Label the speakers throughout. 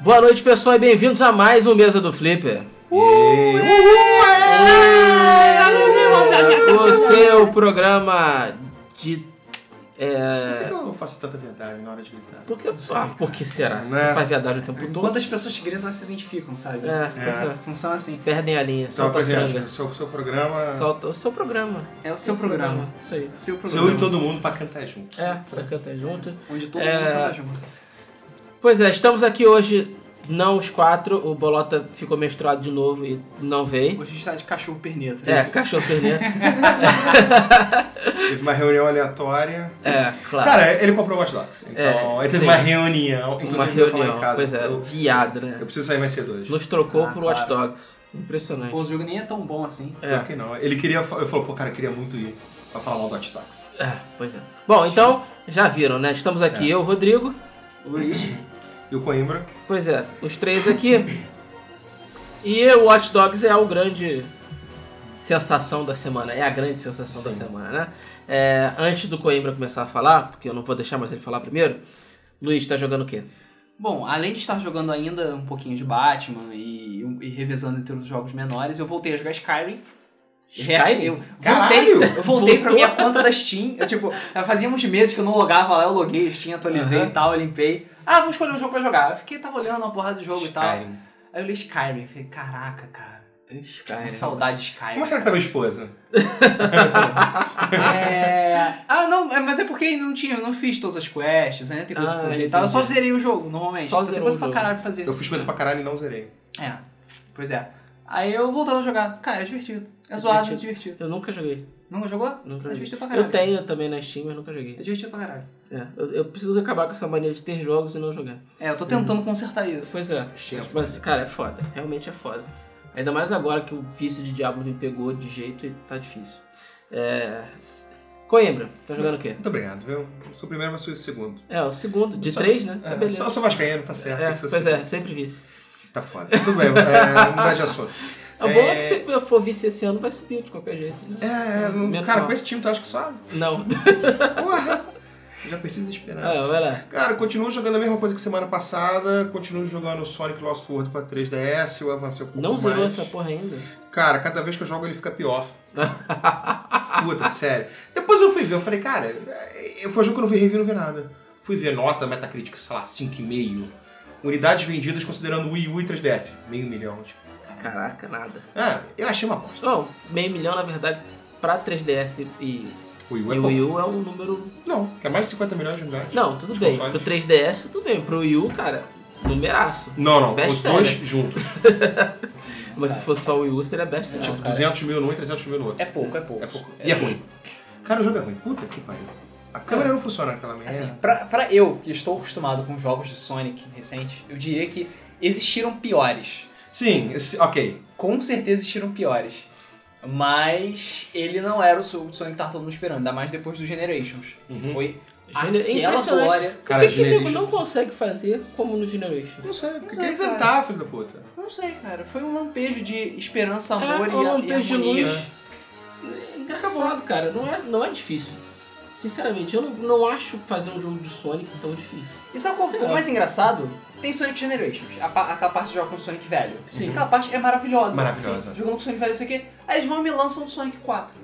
Speaker 1: Boa noite, pessoal, e bem-vindos a mais um Mesa do Flipper. O seu programa de.
Speaker 2: Por
Speaker 1: É.
Speaker 2: que eu não faço tanta verdade na hora de gritar?
Speaker 1: Por que, ah, por que será?
Speaker 2: Né?
Speaker 1: Você faz verdade o tempo todo?
Speaker 3: Enquanto as pessoas que gritam, elas se identificam, sabe?
Speaker 1: É, pois é.
Speaker 3: Funciona assim.
Speaker 1: Perdem a linha,
Speaker 2: Então,
Speaker 1: solta a
Speaker 2: rapaziada, o
Speaker 1: franga.
Speaker 2: seu, seu programa.
Speaker 1: Solta o seu programa.
Speaker 3: É o seu programa. Isso aí. Seu programa.
Speaker 2: Seu e todo mundo pra cantar junto.
Speaker 1: É, pra cantar junto.
Speaker 3: Onde todo
Speaker 1: É.
Speaker 3: mundo tá junto.
Speaker 1: Pois é, estamos aqui hoje, não os quatro. O Bolota ficou menstruado de novo e não veio.
Speaker 3: Hoje a gente tá de cachorro perneta.
Speaker 1: É, cachorro perneiro.
Speaker 2: Teve uma reunião aleatória.
Speaker 1: É, claro.
Speaker 2: Cara, ele comprou o Watch Dogs. Então,
Speaker 1: É,
Speaker 2: aí teve
Speaker 1: sim.
Speaker 2: uma reunião. Inclusive,
Speaker 1: Uma
Speaker 2: eu vou falar
Speaker 1: reunião.
Speaker 2: em casa.
Speaker 1: Pois é,
Speaker 2: Eu,
Speaker 1: viado, né?
Speaker 2: eu preciso sair mais cedo hoje.
Speaker 1: Nos trocou
Speaker 3: Ah,
Speaker 1: por
Speaker 3: claro.
Speaker 1: Watch Dogs. Impressionante.
Speaker 3: Pô, o jogo nem é tão bom assim.
Speaker 1: É.
Speaker 2: Pior que não. Ele queria. fa- Eu falei, pô, cara, eu queria muito ir pra falar mal do Watch Dogs.
Speaker 1: É, pois é. Bom, então, já viram, né? Estamos aqui,
Speaker 3: É.
Speaker 1: eu, Rodrigo.
Speaker 3: Luiz,
Speaker 2: E o Coimbra.
Speaker 1: Pois é, os três aqui. E o Watch Dogs é o grande sensação da semana. É a grande sensação da
Speaker 2: Sim.
Speaker 1: semana, né? É, antes do Coimbra começar a falar, porque eu não vou deixar mais ele falar primeiro, Luiz tá jogando o quê?
Speaker 3: Bom, além de estar jogando ainda um pouquinho de Batman e, e revezando entre os jogos menores, eu voltei a jogar Skyrim.
Speaker 1: Skyrim?
Speaker 3: Eu voltei,
Speaker 2: Caralho!
Speaker 3: eu voltei pra
Speaker 1: Voltou?
Speaker 3: minha conta da Steam. Eu, tipo, já fazia uns meses que eu não logava lá, eu loguei, Steam, atualizei
Speaker 1: Aham.
Speaker 3: e tal, eu limpei. Ah, vou escolher um jogo pra jogar. Eu fiquei, tava olhando uma porrada de jogo e tal. Aí
Speaker 2: Skyrim.
Speaker 3: eu li Skyrim, falei, caraca, cara, que
Speaker 1: Skyrim.
Speaker 3: saudade de Skyrim.
Speaker 2: Como será que tá minha esposa?
Speaker 3: É... Ah, não, é, mas é porque ainda não tinha, eu não fiz todas as quests, ainda tem coisa
Speaker 1: Ah,
Speaker 3: pra fazer e tal. Eu só
Speaker 1: entendi.
Speaker 3: zerei o jogo, normalmente. Então,
Speaker 1: Só
Speaker 3: tem
Speaker 1: zerou
Speaker 3: coisa
Speaker 1: o
Speaker 3: pra
Speaker 1: jogo.
Speaker 3: caralho pra fazer.
Speaker 2: Eu fiz coisa pra caralho e não zerei.
Speaker 3: É, pois é. Aí eu voltando a jogar. Cara, é divertido. É zoado, é divertido.
Speaker 1: Eu nunca joguei.
Speaker 3: Nunca jogou?
Speaker 1: Nunca
Speaker 3: é
Speaker 1: joguei.
Speaker 3: divertido pra caralho.
Speaker 1: Eu tenho também na Steam, mas nunca
Speaker 3: É
Speaker 1: joguei.
Speaker 3: divertido pra caralho.
Speaker 1: É, eu, eu preciso acabar com essa mania de ter jogos e não jogar.
Speaker 3: É, eu tô tentando consertar isso.
Speaker 1: Pois é,
Speaker 2: Chega.
Speaker 1: tipo assim, cara, é foda. Realmente é foda. Ainda mais agora que o vício de Diablo me pegou de jeito e tá difícil. É... Coimbra, tá jogando o quê?
Speaker 2: Muito obrigado, viu? Eu sou o primeiro, mas sou o segundo.
Speaker 1: É, o segundo, de
Speaker 2: Só-
Speaker 1: três, né? Tá
Speaker 2: É,
Speaker 1: beleza.
Speaker 2: só, sou vascaíno, tá certo.
Speaker 1: É,
Speaker 2: tem que ser o
Speaker 1: pois
Speaker 2: segundo.
Speaker 1: é, sempre vice.
Speaker 2: Tá foda. Tudo bem, é, mudar de assunto.
Speaker 1: O bom é
Speaker 2: É.
Speaker 1: que se eu for vice esse ano, vai subir de qualquer jeito. Né?
Speaker 2: É, não-
Speaker 1: Menos
Speaker 2: cara,
Speaker 1: mal.
Speaker 2: com esse time tu acha que só.
Speaker 1: Não.
Speaker 2: Porra! Já perdi as esperanças.
Speaker 1: Ah, vai lá.
Speaker 2: Cara, eu continuo jogando a mesma coisa que semana passada, continuo jogando Sonic Lost World pra 3DS, eu avancei um pouco
Speaker 1: Não
Speaker 2: mais.
Speaker 1: zerou essa porra ainda.
Speaker 2: Cara, cada vez que eu jogo ele fica pior. Puta, sério. Depois eu fui ver, eu falei, cara, eu- foi um jogo que eu não vi review, não vi nada. Fui ver nota, Metacritic, sei lá, 5,5. Unidades vendidas considerando Wii U e 3DS. Meio milhão, tipo.
Speaker 1: Caraca, nada.
Speaker 2: Ah, eu achei uma bosta.
Speaker 1: Bom, meio milhão, na verdade, pra 3DS e,
Speaker 2: Wii U é
Speaker 1: e
Speaker 2: bom.
Speaker 1: Wii U é um número...
Speaker 2: Não, que é mais de 50 milhões de unidades.
Speaker 1: Não, tudo
Speaker 2: Os
Speaker 1: bem.
Speaker 2: consoles.
Speaker 1: Pro 3DS, tudo bem. Pro Wii U, cara, numeraço.
Speaker 2: Não, não,
Speaker 1: Best
Speaker 2: os dois
Speaker 1: seller.
Speaker 2: juntos.
Speaker 1: Mas se fosse só o Wii U, seria best né? seller.
Speaker 2: Tipo,
Speaker 1: cara.
Speaker 2: 200 mil num e 300 mil no outro.
Speaker 3: É pouco, é pouco.
Speaker 2: É pouco. E é ruim. Cara, o jogo é ruim. Puta que pariu. A câmera não funciona naquela merda.
Speaker 3: Assim, pra, pra eu, que estou acostumado com jogos de Sonic recentes, eu diria que existiram piores.
Speaker 2: É. Sim, esse- ok.
Speaker 3: Com certeza existiram piores. Mas ele não era o so- o Sonic que tava todo mundo esperando, ainda mais depois do Generations.
Speaker 2: Uhum.
Speaker 3: Foi
Speaker 1: Gene-
Speaker 3: aquela
Speaker 1: é Impressionante.
Speaker 3: glória.
Speaker 2: Cara,
Speaker 1: o que, que o nego
Speaker 2: Generations-
Speaker 1: não consegue fazer como no Generation?
Speaker 2: Não sei, porque
Speaker 3: Não,
Speaker 2: quer
Speaker 3: cara.
Speaker 2: inventar, filho da puta.
Speaker 3: Não sei, cara. Foi um lampejo de esperança,
Speaker 1: É,
Speaker 3: amor e,
Speaker 1: um
Speaker 3: a-
Speaker 1: lampejo de
Speaker 3: e harmonia. né?
Speaker 1: luz. É Engraçado, cara. Não é, não é difícil. Sinceramente, eu não, não acho fazer um jogo de Sonic tão difícil.
Speaker 3: E sabe qual
Speaker 1: Sei
Speaker 3: é o
Speaker 1: lá.
Speaker 3: mais engraçado? Tem Sonic Generations, a, pa- aquela parte que joga com o Sonic velho.
Speaker 1: Sim.
Speaker 3: Aquela parte é maravilhosa.
Speaker 2: Maravilhosa.
Speaker 3: Sim. Jogando com o Sonic velho, isso aqui. Aí eles vão e me lançam o Sonic 4.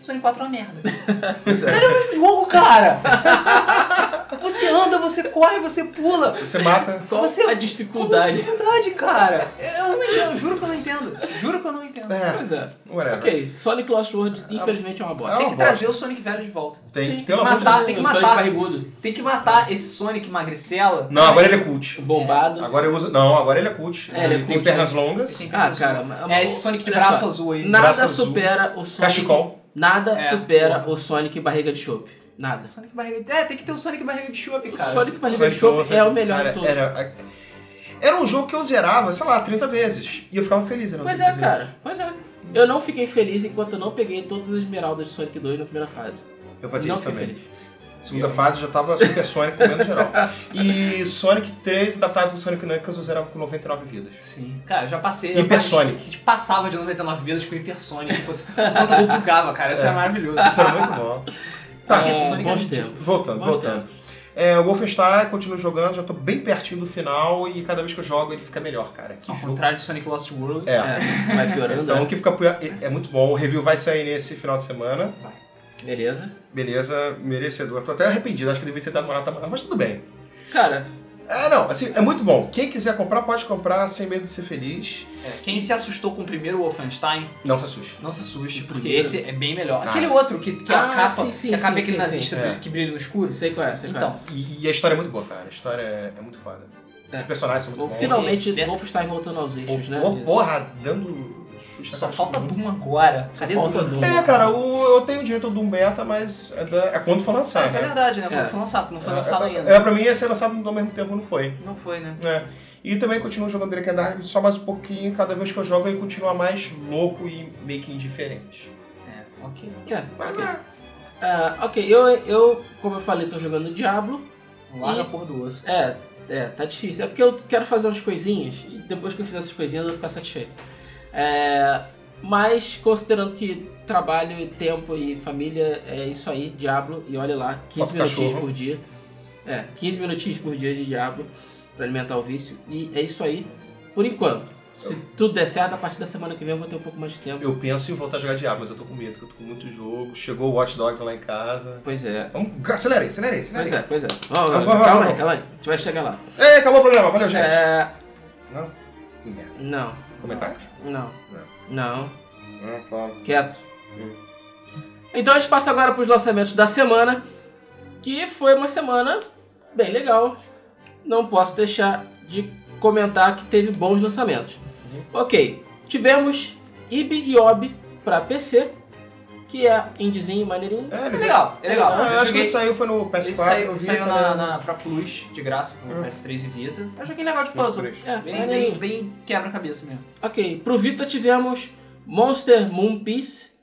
Speaker 3: O Sonic 4 é uma merda.
Speaker 2: Pois é.
Speaker 3: Cara, é o mesmo jogo, cara! você anda, você corre, você pula.
Speaker 2: Você mata.
Speaker 1: Qual
Speaker 3: Você-
Speaker 1: a
Speaker 3: Qual
Speaker 1: dificuldade?
Speaker 3: dificuldade, cara? Eu não entendo, eu juro que eu não entendo. Juro que eu não entendo.
Speaker 2: É,
Speaker 1: Pois é.
Speaker 2: whatever.
Speaker 1: Ok, Sonic Lost World, infelizmente, é uma bosta.
Speaker 2: É
Speaker 3: Tem
Speaker 2: uma
Speaker 3: que
Speaker 2: bosta.
Speaker 3: trazer o Sonic velho de volta.
Speaker 2: Tem.
Speaker 1: Sim.
Speaker 2: Pelo amor de
Speaker 3: Matar,
Speaker 2: Deus.
Speaker 3: tem que
Speaker 1: o
Speaker 3: matar.
Speaker 1: Sonic barrigudo.
Speaker 3: Tem que matar esse Sonic magricela.
Speaker 2: Não, agora ele é cult.
Speaker 1: Bombado.
Speaker 2: Agora eu uso. Não, agora ele é cult.
Speaker 1: É, ele é
Speaker 2: tem
Speaker 1: cult,
Speaker 2: pernas
Speaker 1: né?
Speaker 2: longas,
Speaker 3: Tem-
Speaker 1: Ah, cara. mas-
Speaker 3: É esse Sonic de
Speaker 1: olha
Speaker 3: braço
Speaker 1: só,
Speaker 3: azul aí.
Speaker 1: Nada
Speaker 2: Braço azul.
Speaker 1: supera o Sonic.
Speaker 2: cachecol.
Speaker 1: Nada
Speaker 3: É,
Speaker 1: supera o Sonic barriga de chope. Nada.
Speaker 3: Sonic barriga. É, tem que ter o Sonic barriga de chope, cara.
Speaker 1: Sonic barriga de chope é o melhor
Speaker 2: Cara,
Speaker 1: de todos.
Speaker 2: Era, era um jogo que eu zerava, sei lá, 30 vezes. E eu ficava feliz. era
Speaker 1: Pois
Speaker 2: 30
Speaker 1: é,
Speaker 2: vezes.
Speaker 1: cara. Pois é. Eu não fiquei feliz enquanto eu não peguei todas as esmeraldas de Sonic 2 na primeira fase.
Speaker 2: Eu fazia
Speaker 1: não
Speaker 2: isso
Speaker 1: fiquei
Speaker 2: também.
Speaker 1: feliz.
Speaker 2: Segunda fase já tava Super Sonic comendo geral. E Sonic 3, adaptado pro Sonic Knuckles, eu zerava com 99 vidas.
Speaker 3: Sim. Cara, eu já passei.
Speaker 2: Hipersonic.
Speaker 3: A gente passava de 99 vidas com hipersonic. Putz, quanto eu bugava, cara. Isso é, maravilhoso.
Speaker 2: Isso era muito bom. Tá,
Speaker 3: É,
Speaker 1: Bom,
Speaker 3: Sonic
Speaker 1: bons
Speaker 3: é
Speaker 1: tempos.
Speaker 2: voltando,
Speaker 1: Bons
Speaker 2: voltando.
Speaker 1: tempos.
Speaker 2: É, o Wolfenstein, continuo jogando, já tô bem pertinho do final e cada vez que eu jogo ele fica melhor, cara. Que
Speaker 3: Ao
Speaker 2: jogo.
Speaker 3: contrário de Sonic Lost World.
Speaker 2: Ah, É.
Speaker 1: É, vai piorando,
Speaker 2: Então, o
Speaker 1: né?
Speaker 2: que fica pior- é é muito bom. O review vai sair nesse final de semana.
Speaker 1: Beleza.
Speaker 2: Beleza, merecedor. Tô até arrependido, acho que eu devia ter dado uma nota maior, mas tudo bem.
Speaker 1: Cara,
Speaker 2: É, não, assim, é muito bom. Quem quiser comprar, pode comprar sem medo de ser feliz.
Speaker 3: É, Quem se assustou com o primeiro Wolfenstein,
Speaker 2: Não se assuste.
Speaker 3: não se assuste, porque
Speaker 1: Primeiro?
Speaker 3: esse é bem melhor.
Speaker 2: Cara.
Speaker 3: Aquele outro que, que é
Speaker 1: Ah,
Speaker 3: a capa,
Speaker 1: sim, sim,
Speaker 3: que a capa
Speaker 1: sim,
Speaker 3: é aquele
Speaker 1: sim,
Speaker 3: nazista
Speaker 2: sim.
Speaker 3: bri-
Speaker 2: É.
Speaker 3: que brilha no escuro.
Speaker 1: sei qual é, sei qual é.
Speaker 3: Então,
Speaker 2: E, e a história é muito boa, cara. A história é, é muito foda.
Speaker 1: É.
Speaker 2: Os personagens são muito
Speaker 1: Bom,
Speaker 2: bons.
Speaker 1: finalmente,
Speaker 3: Sim.
Speaker 1: Wolfenstein voltando aos eixos, né?
Speaker 2: Voltou,
Speaker 1: Isso.
Speaker 2: porra, dando chute na
Speaker 3: só
Speaker 2: cara
Speaker 3: falta
Speaker 2: de todo mundo.
Speaker 3: Doom agora.
Speaker 1: Só
Speaker 3: Cadê
Speaker 1: falta
Speaker 3: Doom?
Speaker 1: Doom.
Speaker 2: É, cara, o- eu tenho direito do um beta, mas é, da- é quando for
Speaker 3: Ah,
Speaker 2: lançado.
Speaker 3: Isso é verdade, né? Quando
Speaker 1: É.
Speaker 3: foi lançado, não foi
Speaker 2: É,
Speaker 3: lançado
Speaker 2: é,
Speaker 3: ainda.
Speaker 2: é, pra mim ia ser lançado ao mesmo tempo, não foi.
Speaker 3: Não foi, né?
Speaker 2: É. E também continuo jogando Drake and Dark só mais um pouquinho, cada vez que eu jogo ele continua mais louco e meio que indiferente.
Speaker 3: É, ok.
Speaker 1: É,
Speaker 2: Mas
Speaker 1: ok.
Speaker 2: é.
Speaker 1: Ah, ok, eu, eu, como eu falei, tô jogando Diablo.
Speaker 3: Larga
Speaker 1: E-
Speaker 3: a porra do osso.
Speaker 1: É, é, tá difícil. É porque eu quero fazer umas coisinhas e depois que eu fizer essas coisinhas eu vou ficar satisfeito. É, mas considerando que trabalho, tempo e família é isso aí, Diablo, e olha lá, 15
Speaker 2: Foto
Speaker 1: minutinhos
Speaker 2: cachorro.
Speaker 1: por dia. É, 15 minutinhos por dia de Diablo pra alimentar o vício. E é isso aí, por enquanto. Se tudo der certo, a partir da semana que vem eu vou ter um pouco mais de tempo.
Speaker 2: Eu penso em voltar a jogar Diablo, mas eu tô com medo, porque eu tô com muito jogo. Chegou o Watch Dogs lá em casa.
Speaker 1: Pois é.
Speaker 2: Vamos, acelera aí, acelera aí,
Speaker 1: Pois
Speaker 2: acelera
Speaker 1: é, pois é. Vamos,
Speaker 2: Vamos,
Speaker 1: vamos, calma
Speaker 2: vamos,
Speaker 1: aí, calma aí. A gente vai chegar lá.
Speaker 3: é.
Speaker 2: aí. Ei, acabou o programa, valeu, gente.
Speaker 1: É.
Speaker 2: Não? Que merda.
Speaker 1: Não,
Speaker 2: Comentários?
Speaker 1: não, não.
Speaker 2: Não, fala.
Speaker 1: Quieto.
Speaker 2: Hum.
Speaker 1: Então a gente passa agora para os lançamentos da semana, que foi uma semana bem legal. Não posso deixar de comentar que teve bons lançamentos. Ok, tivemos Ibi e Obi para PC, que é indizinho, maneirinho.
Speaker 2: É,
Speaker 3: É
Speaker 2: ele veio.
Speaker 3: legal, é legal.
Speaker 2: Ah, eu acho que
Speaker 3: joguei-
Speaker 2: ele saiu, foi no PS4.
Speaker 3: Ele saiu,
Speaker 2: eu vi,
Speaker 3: saiu
Speaker 2: tá
Speaker 3: na,
Speaker 2: ligado?
Speaker 3: na, pra Plus, de graça, pro PS3 e Vita. Eu joguei legal de
Speaker 2: Nos
Speaker 3: puzzle.
Speaker 2: três.
Speaker 1: É,
Speaker 3: Bem,
Speaker 1: maneirinho.
Speaker 3: bem, bem quebra-cabeça mesmo.
Speaker 1: Ok, pro Vita tivemos Monster Moon Piece,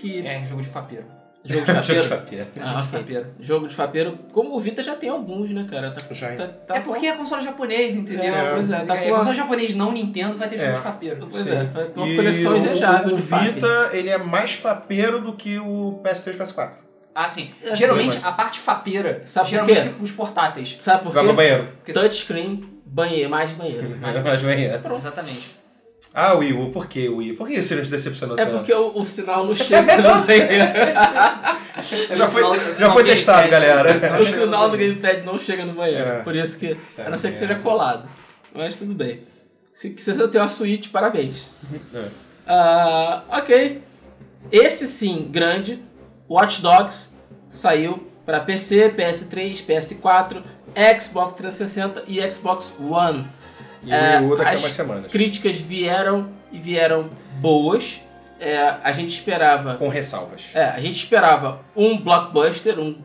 Speaker 1: que
Speaker 3: É, jogo de fapeiro.
Speaker 1: jogo de
Speaker 2: Jogo de
Speaker 1: fapeiro.
Speaker 2: papel.
Speaker 3: É
Speaker 1: Ah,
Speaker 3: jogo de
Speaker 1: ok.
Speaker 3: fapeiro.
Speaker 1: jogo de fapeiro, como o Vita já tem alguns, né, cara? Tá,
Speaker 2: Já é.
Speaker 1: tá- tá-
Speaker 3: é porque é console japonês, entendeu?
Speaker 1: É, pois é, tá
Speaker 3: é,
Speaker 1: com a-
Speaker 3: console japonês não Nintendo vai ter jogo
Speaker 2: É.
Speaker 3: de fapeiro.
Speaker 1: Pois
Speaker 2: Sim.
Speaker 1: é, vai ter uma
Speaker 2: E
Speaker 1: coleção
Speaker 2: o-
Speaker 1: invejável
Speaker 2: O,
Speaker 1: de fape.
Speaker 2: Vita, ele é mais fapeiro do que o PS3 e PS4.
Speaker 3: Ah, sim.
Speaker 1: É,
Speaker 3: geralmente,
Speaker 2: sim,
Speaker 3: a parte fapeira,
Speaker 1: Sabe por
Speaker 3: geralmente
Speaker 1: quê?
Speaker 3: fica com os portáteis.
Speaker 1: Sabe por
Speaker 2: Vai pro
Speaker 1: quê?
Speaker 2: banheiro.
Speaker 3: Porque-
Speaker 1: Touchscreen, banheiro, mais banheiro.
Speaker 2: Mais banheiro.
Speaker 3: Exatamente.
Speaker 2: Ah, Wii U, por que Wii U? Por que você nos decepcionou
Speaker 1: É
Speaker 2: tanto?
Speaker 1: porque o, o sinal não chega no banheiro.
Speaker 2: Já foi,
Speaker 3: O sinal- o
Speaker 2: já
Speaker 3: sinal
Speaker 2: foi
Speaker 3: Gamepad.
Speaker 2: testado, galera.
Speaker 1: O sinal do gamepad não chega no banheiro.
Speaker 2: É.
Speaker 1: Por isso que, a não ser que
Speaker 2: merda.
Speaker 1: seja colado. Mas tudo bem. Se, se você tem uma suíte, parabéns.
Speaker 2: É.
Speaker 1: Ah, ok. Esse sim, grande. Watch Dogs saiu para PC, PS3, PS4, Xbox 360 e Xbox One.
Speaker 2: E
Speaker 1: É,
Speaker 2: o Wii U daqui a
Speaker 1: as-
Speaker 2: umas semanas.
Speaker 1: críticas vieram e vieram boas. É, a gente esperava.
Speaker 2: Com ressalvas.
Speaker 1: É, a gente esperava um blockbuster, um,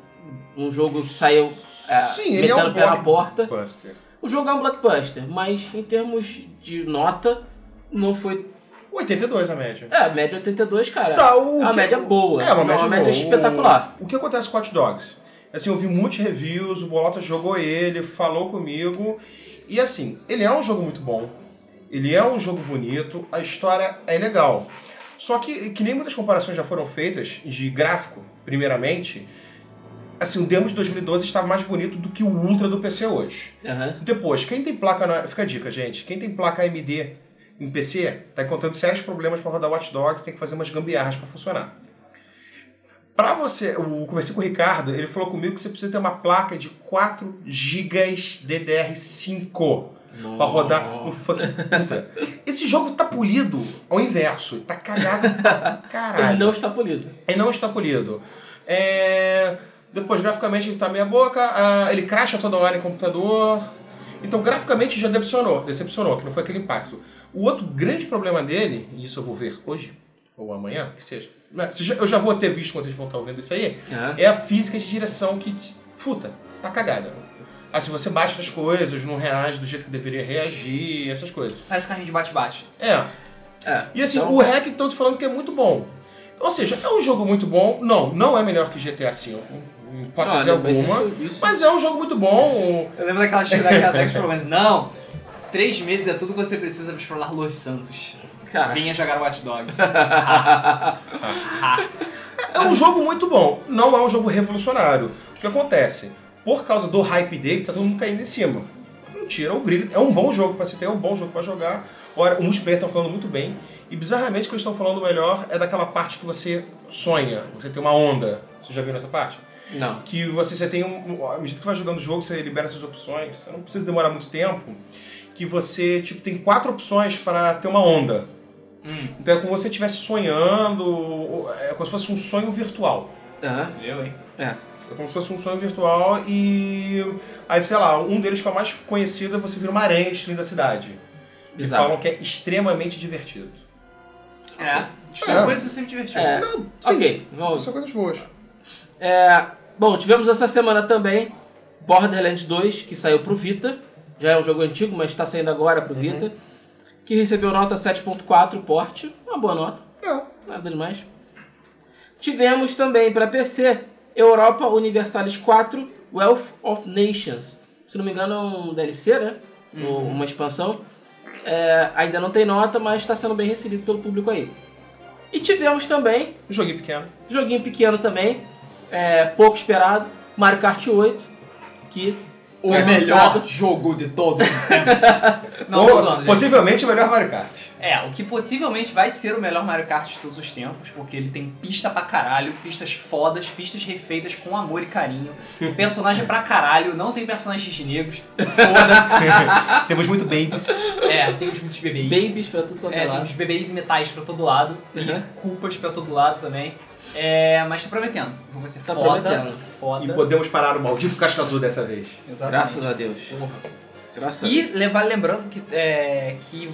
Speaker 1: um jogo que saiu é,
Speaker 2: Sim, ele é
Speaker 1: metendo
Speaker 2: um
Speaker 1: o pé na
Speaker 2: block-
Speaker 1: porta.
Speaker 2: Buster.
Speaker 1: O jogo é um blockbuster, mas em termos de nota, não foi.
Speaker 2: 82 a média.
Speaker 1: É, média 82, cara.
Speaker 2: Tá, o
Speaker 1: a
Speaker 2: que-
Speaker 1: média é boa.
Speaker 2: É, uma
Speaker 1: não,
Speaker 2: média,
Speaker 1: uma média
Speaker 2: boa.
Speaker 1: espetacular.
Speaker 2: O que acontece com Hot Dogs? Assim, eu vi muitos reviews, o Bolota jogou ele, falou comigo. E assim, ele é um jogo muito bom. Ele é um jogo bonito, a história é legal. Só que, que nem muitas comparações já foram feitas, de gráfico, primeiramente, assim, o demo de 2012 estava mais bonito do que o Ultra do PC hoje.
Speaker 1: Aham.
Speaker 2: Depois, quem tem placa. Na... Fica a dica, gente. Quem tem placa AMD em PC, tá encontrando sérios problemas para rodar Watch Dogs, tem que fazer umas gambiarras para funcionar. Para você, eu conversei com o Ricardo, ele falou comigo que você precisa ter uma placa de 4 GB DDR5 para rodar no fucking puta. Esse jogo tá polido ao inverso, tá cagado pra caralho.
Speaker 1: Ele não está polido.
Speaker 2: Ele não está polido. É, Depois, graficamente, ele tá meia boca, ah, ele cracha toda hora em computador. Então, graficamente, já decepcionou, decepcionou, que não foi aquele impacto. O outro grande problema dele, e isso eu vou ver hoje, ou amanhã, que seja, né, se já- eu já vou ter visto quando vocês vão estar ouvindo isso aí,
Speaker 1: Aham.
Speaker 2: é a física de direção que, puta, tá cagada. Ah, se você bate nas coisas, não reage do jeito que deveria reagir, essas coisas.
Speaker 3: Parece carrinho de bate-bate.
Speaker 2: É,
Speaker 1: É,
Speaker 2: e assim,
Speaker 1: então-
Speaker 2: o hack Então, estão falando que é muito bom. Ou seja, é um jogo muito bom. Não, não é melhor que GTA V. em hipótese
Speaker 1: Olha, mas
Speaker 2: alguma.
Speaker 1: isso- isso-
Speaker 2: Mas é um jogo muito bom.
Speaker 3: Eu lembro daquela daquela Dex Programs. Não! Três meses é tudo que você precisa pra explorar Los Santos.
Speaker 1: Cara,
Speaker 3: Venha jogar Watch Dogs.
Speaker 2: É um jogo muito bom. Não é um jogo revolucionário. O que acontece? Por causa do hype dele, tá todo mundo caindo em cima. Não tira o brilho. É um bom jogo pra se ter, é um bom jogo pra jogar. Ora, o multiplayer estão falando muito bem. E bizarramente o que eles estão falando melhor é daquela parte que você sonha. Você tem uma onda. Você já viu nessa parte?
Speaker 1: não.
Speaker 2: que você, você tem um. À medida que vai jogando o jogo, você libera suas opções. Você não precisa demorar muito tempo. Que você, tipo, tem quatro opções para ter uma onda.
Speaker 3: hum,
Speaker 2: Então é como se você estivesse sonhando. ou- É como se fosse um sonho virtual.
Speaker 1: Aham,
Speaker 3: eu, hein?
Speaker 1: é.
Speaker 2: É como se fosse um sonho virtual e. Aí, sei lá, um deles que é o mais conhecido é você vira uma aranha destruindo a cidade. E
Speaker 1: Bizarro.
Speaker 2: falam que é extremamente divertido.
Speaker 3: É.
Speaker 2: É.
Speaker 3: Tipo, coisa sempre divertido.
Speaker 1: É.
Speaker 2: Não,
Speaker 1: Ok, vamos.
Speaker 2: são coisas boas.
Speaker 1: É, bom, tivemos essa semana também Borderlands 2, que saiu pro Vita. Já é um jogo antigo, mas está saindo agora pro Vita. Que recebeu nota 7.4 porte. Uma boa nota,
Speaker 2: É.
Speaker 1: nada demais. Tivemos também para PC Europa Universalis 4 Wealth of Nations. Se não me engano, é um DLC, né? Ou uma expansão. É, ainda não tem nota, mas está sendo bem recebido pelo público aí. E tivemos também
Speaker 2: Um joguinho pequeno.
Speaker 1: Joguinho pequeno também, é, pouco esperado, Mario Kart 8, que
Speaker 3: O
Speaker 1: foi
Speaker 3: melhor
Speaker 1: lançado.
Speaker 3: jogo de todos os tempos. Não, tô
Speaker 2: Ou,
Speaker 3: zoando, gente.
Speaker 2: possivelmente o melhor Mario Kart.
Speaker 3: É, o que possivelmente vai ser o melhor Mario Kart de todos os tempos, porque ele tem pista pra caralho, pistas fodas, pistas refeitas com amor e carinho, personagem pra caralho, não tem personagens negros, foda-se.
Speaker 2: Temos muito babies.
Speaker 3: É, temos muitos bebês.
Speaker 1: Babies pra tudo quanto é,
Speaker 3: É,
Speaker 1: lado.
Speaker 3: temos bebês e metais pra todo lado,
Speaker 1: Uhum.
Speaker 3: e culpas pra todo lado também. É, mas tá prometendo, o jogo vai ser
Speaker 1: Tá
Speaker 3: foda,
Speaker 1: prometendo.
Speaker 3: foda.
Speaker 2: E podemos parar o maldito casco azul dessa vez.
Speaker 3: Exatamente.
Speaker 1: Graças a Deus.
Speaker 3: Porra.
Speaker 1: Graças
Speaker 3: E levar lembrando que, é, que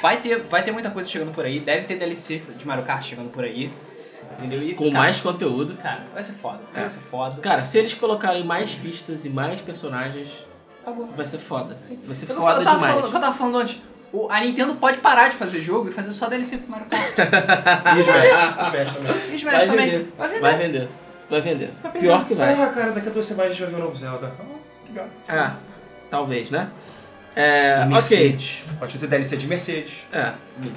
Speaker 3: vai, ter, vai ter muita coisa chegando por aí, deve ter DLC de Mario Kart chegando por aí. Entendeu? E,
Speaker 1: a Deus. Com
Speaker 3: cara,
Speaker 1: mais conteúdo.
Speaker 3: Cara, vai ser foda. Vai ser foda.
Speaker 1: Cara, se eles colocarem mais pistas e mais personagens,
Speaker 3: Acabou.
Speaker 1: vai ser foda.
Speaker 3: Sim.
Speaker 1: Vai ser
Speaker 3: Eu tava-
Speaker 1: foda
Speaker 3: eu tava
Speaker 1: demais.
Speaker 3: Falando, eu tava falando antes. o- a Nintendo pode parar de fazer jogo e fazer só DLC pro Mario Kart.
Speaker 2: E
Speaker 1: Ah.
Speaker 2: Smash. Smash também.
Speaker 3: E Smash
Speaker 1: Vai
Speaker 3: também.
Speaker 1: vender.
Speaker 3: Vai vender.
Speaker 1: Vai vender. Vai vender.
Speaker 3: Vai vender.
Speaker 1: Pior que vai.
Speaker 2: Ah, cara, daqui a duas semanas a gente vai ver o novo Zelda. Ah, legal.
Speaker 1: Ah, talvez, né? É,
Speaker 2: E
Speaker 1: ok.
Speaker 2: Mercedes. Pode ser DLC de Mercedes.
Speaker 1: É.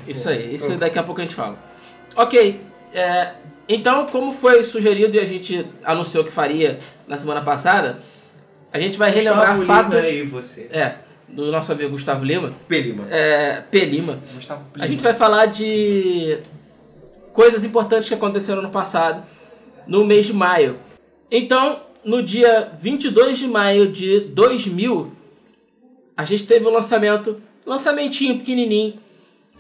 Speaker 1: Isso
Speaker 3: Pô.
Speaker 1: aí, isso
Speaker 2: Hum.
Speaker 1: daqui a pouco a gente fala. Ok, é, então, como foi sugerido e a gente anunciou que faria na semana passada, a gente vai relembrar
Speaker 2: Gustavo
Speaker 1: fatos
Speaker 2: Lima e você.
Speaker 1: é, do nosso amigo Gustavo Lima,
Speaker 2: Pelima.
Speaker 1: é, P. Lima.
Speaker 3: Gustavo
Speaker 1: A
Speaker 3: Plima.
Speaker 1: gente vai falar de coisas importantes que aconteceram no passado, no mês de maio. Então, no dia 22 de maio de 2000, a gente teve o lançamento, lançamentinho pequenininho.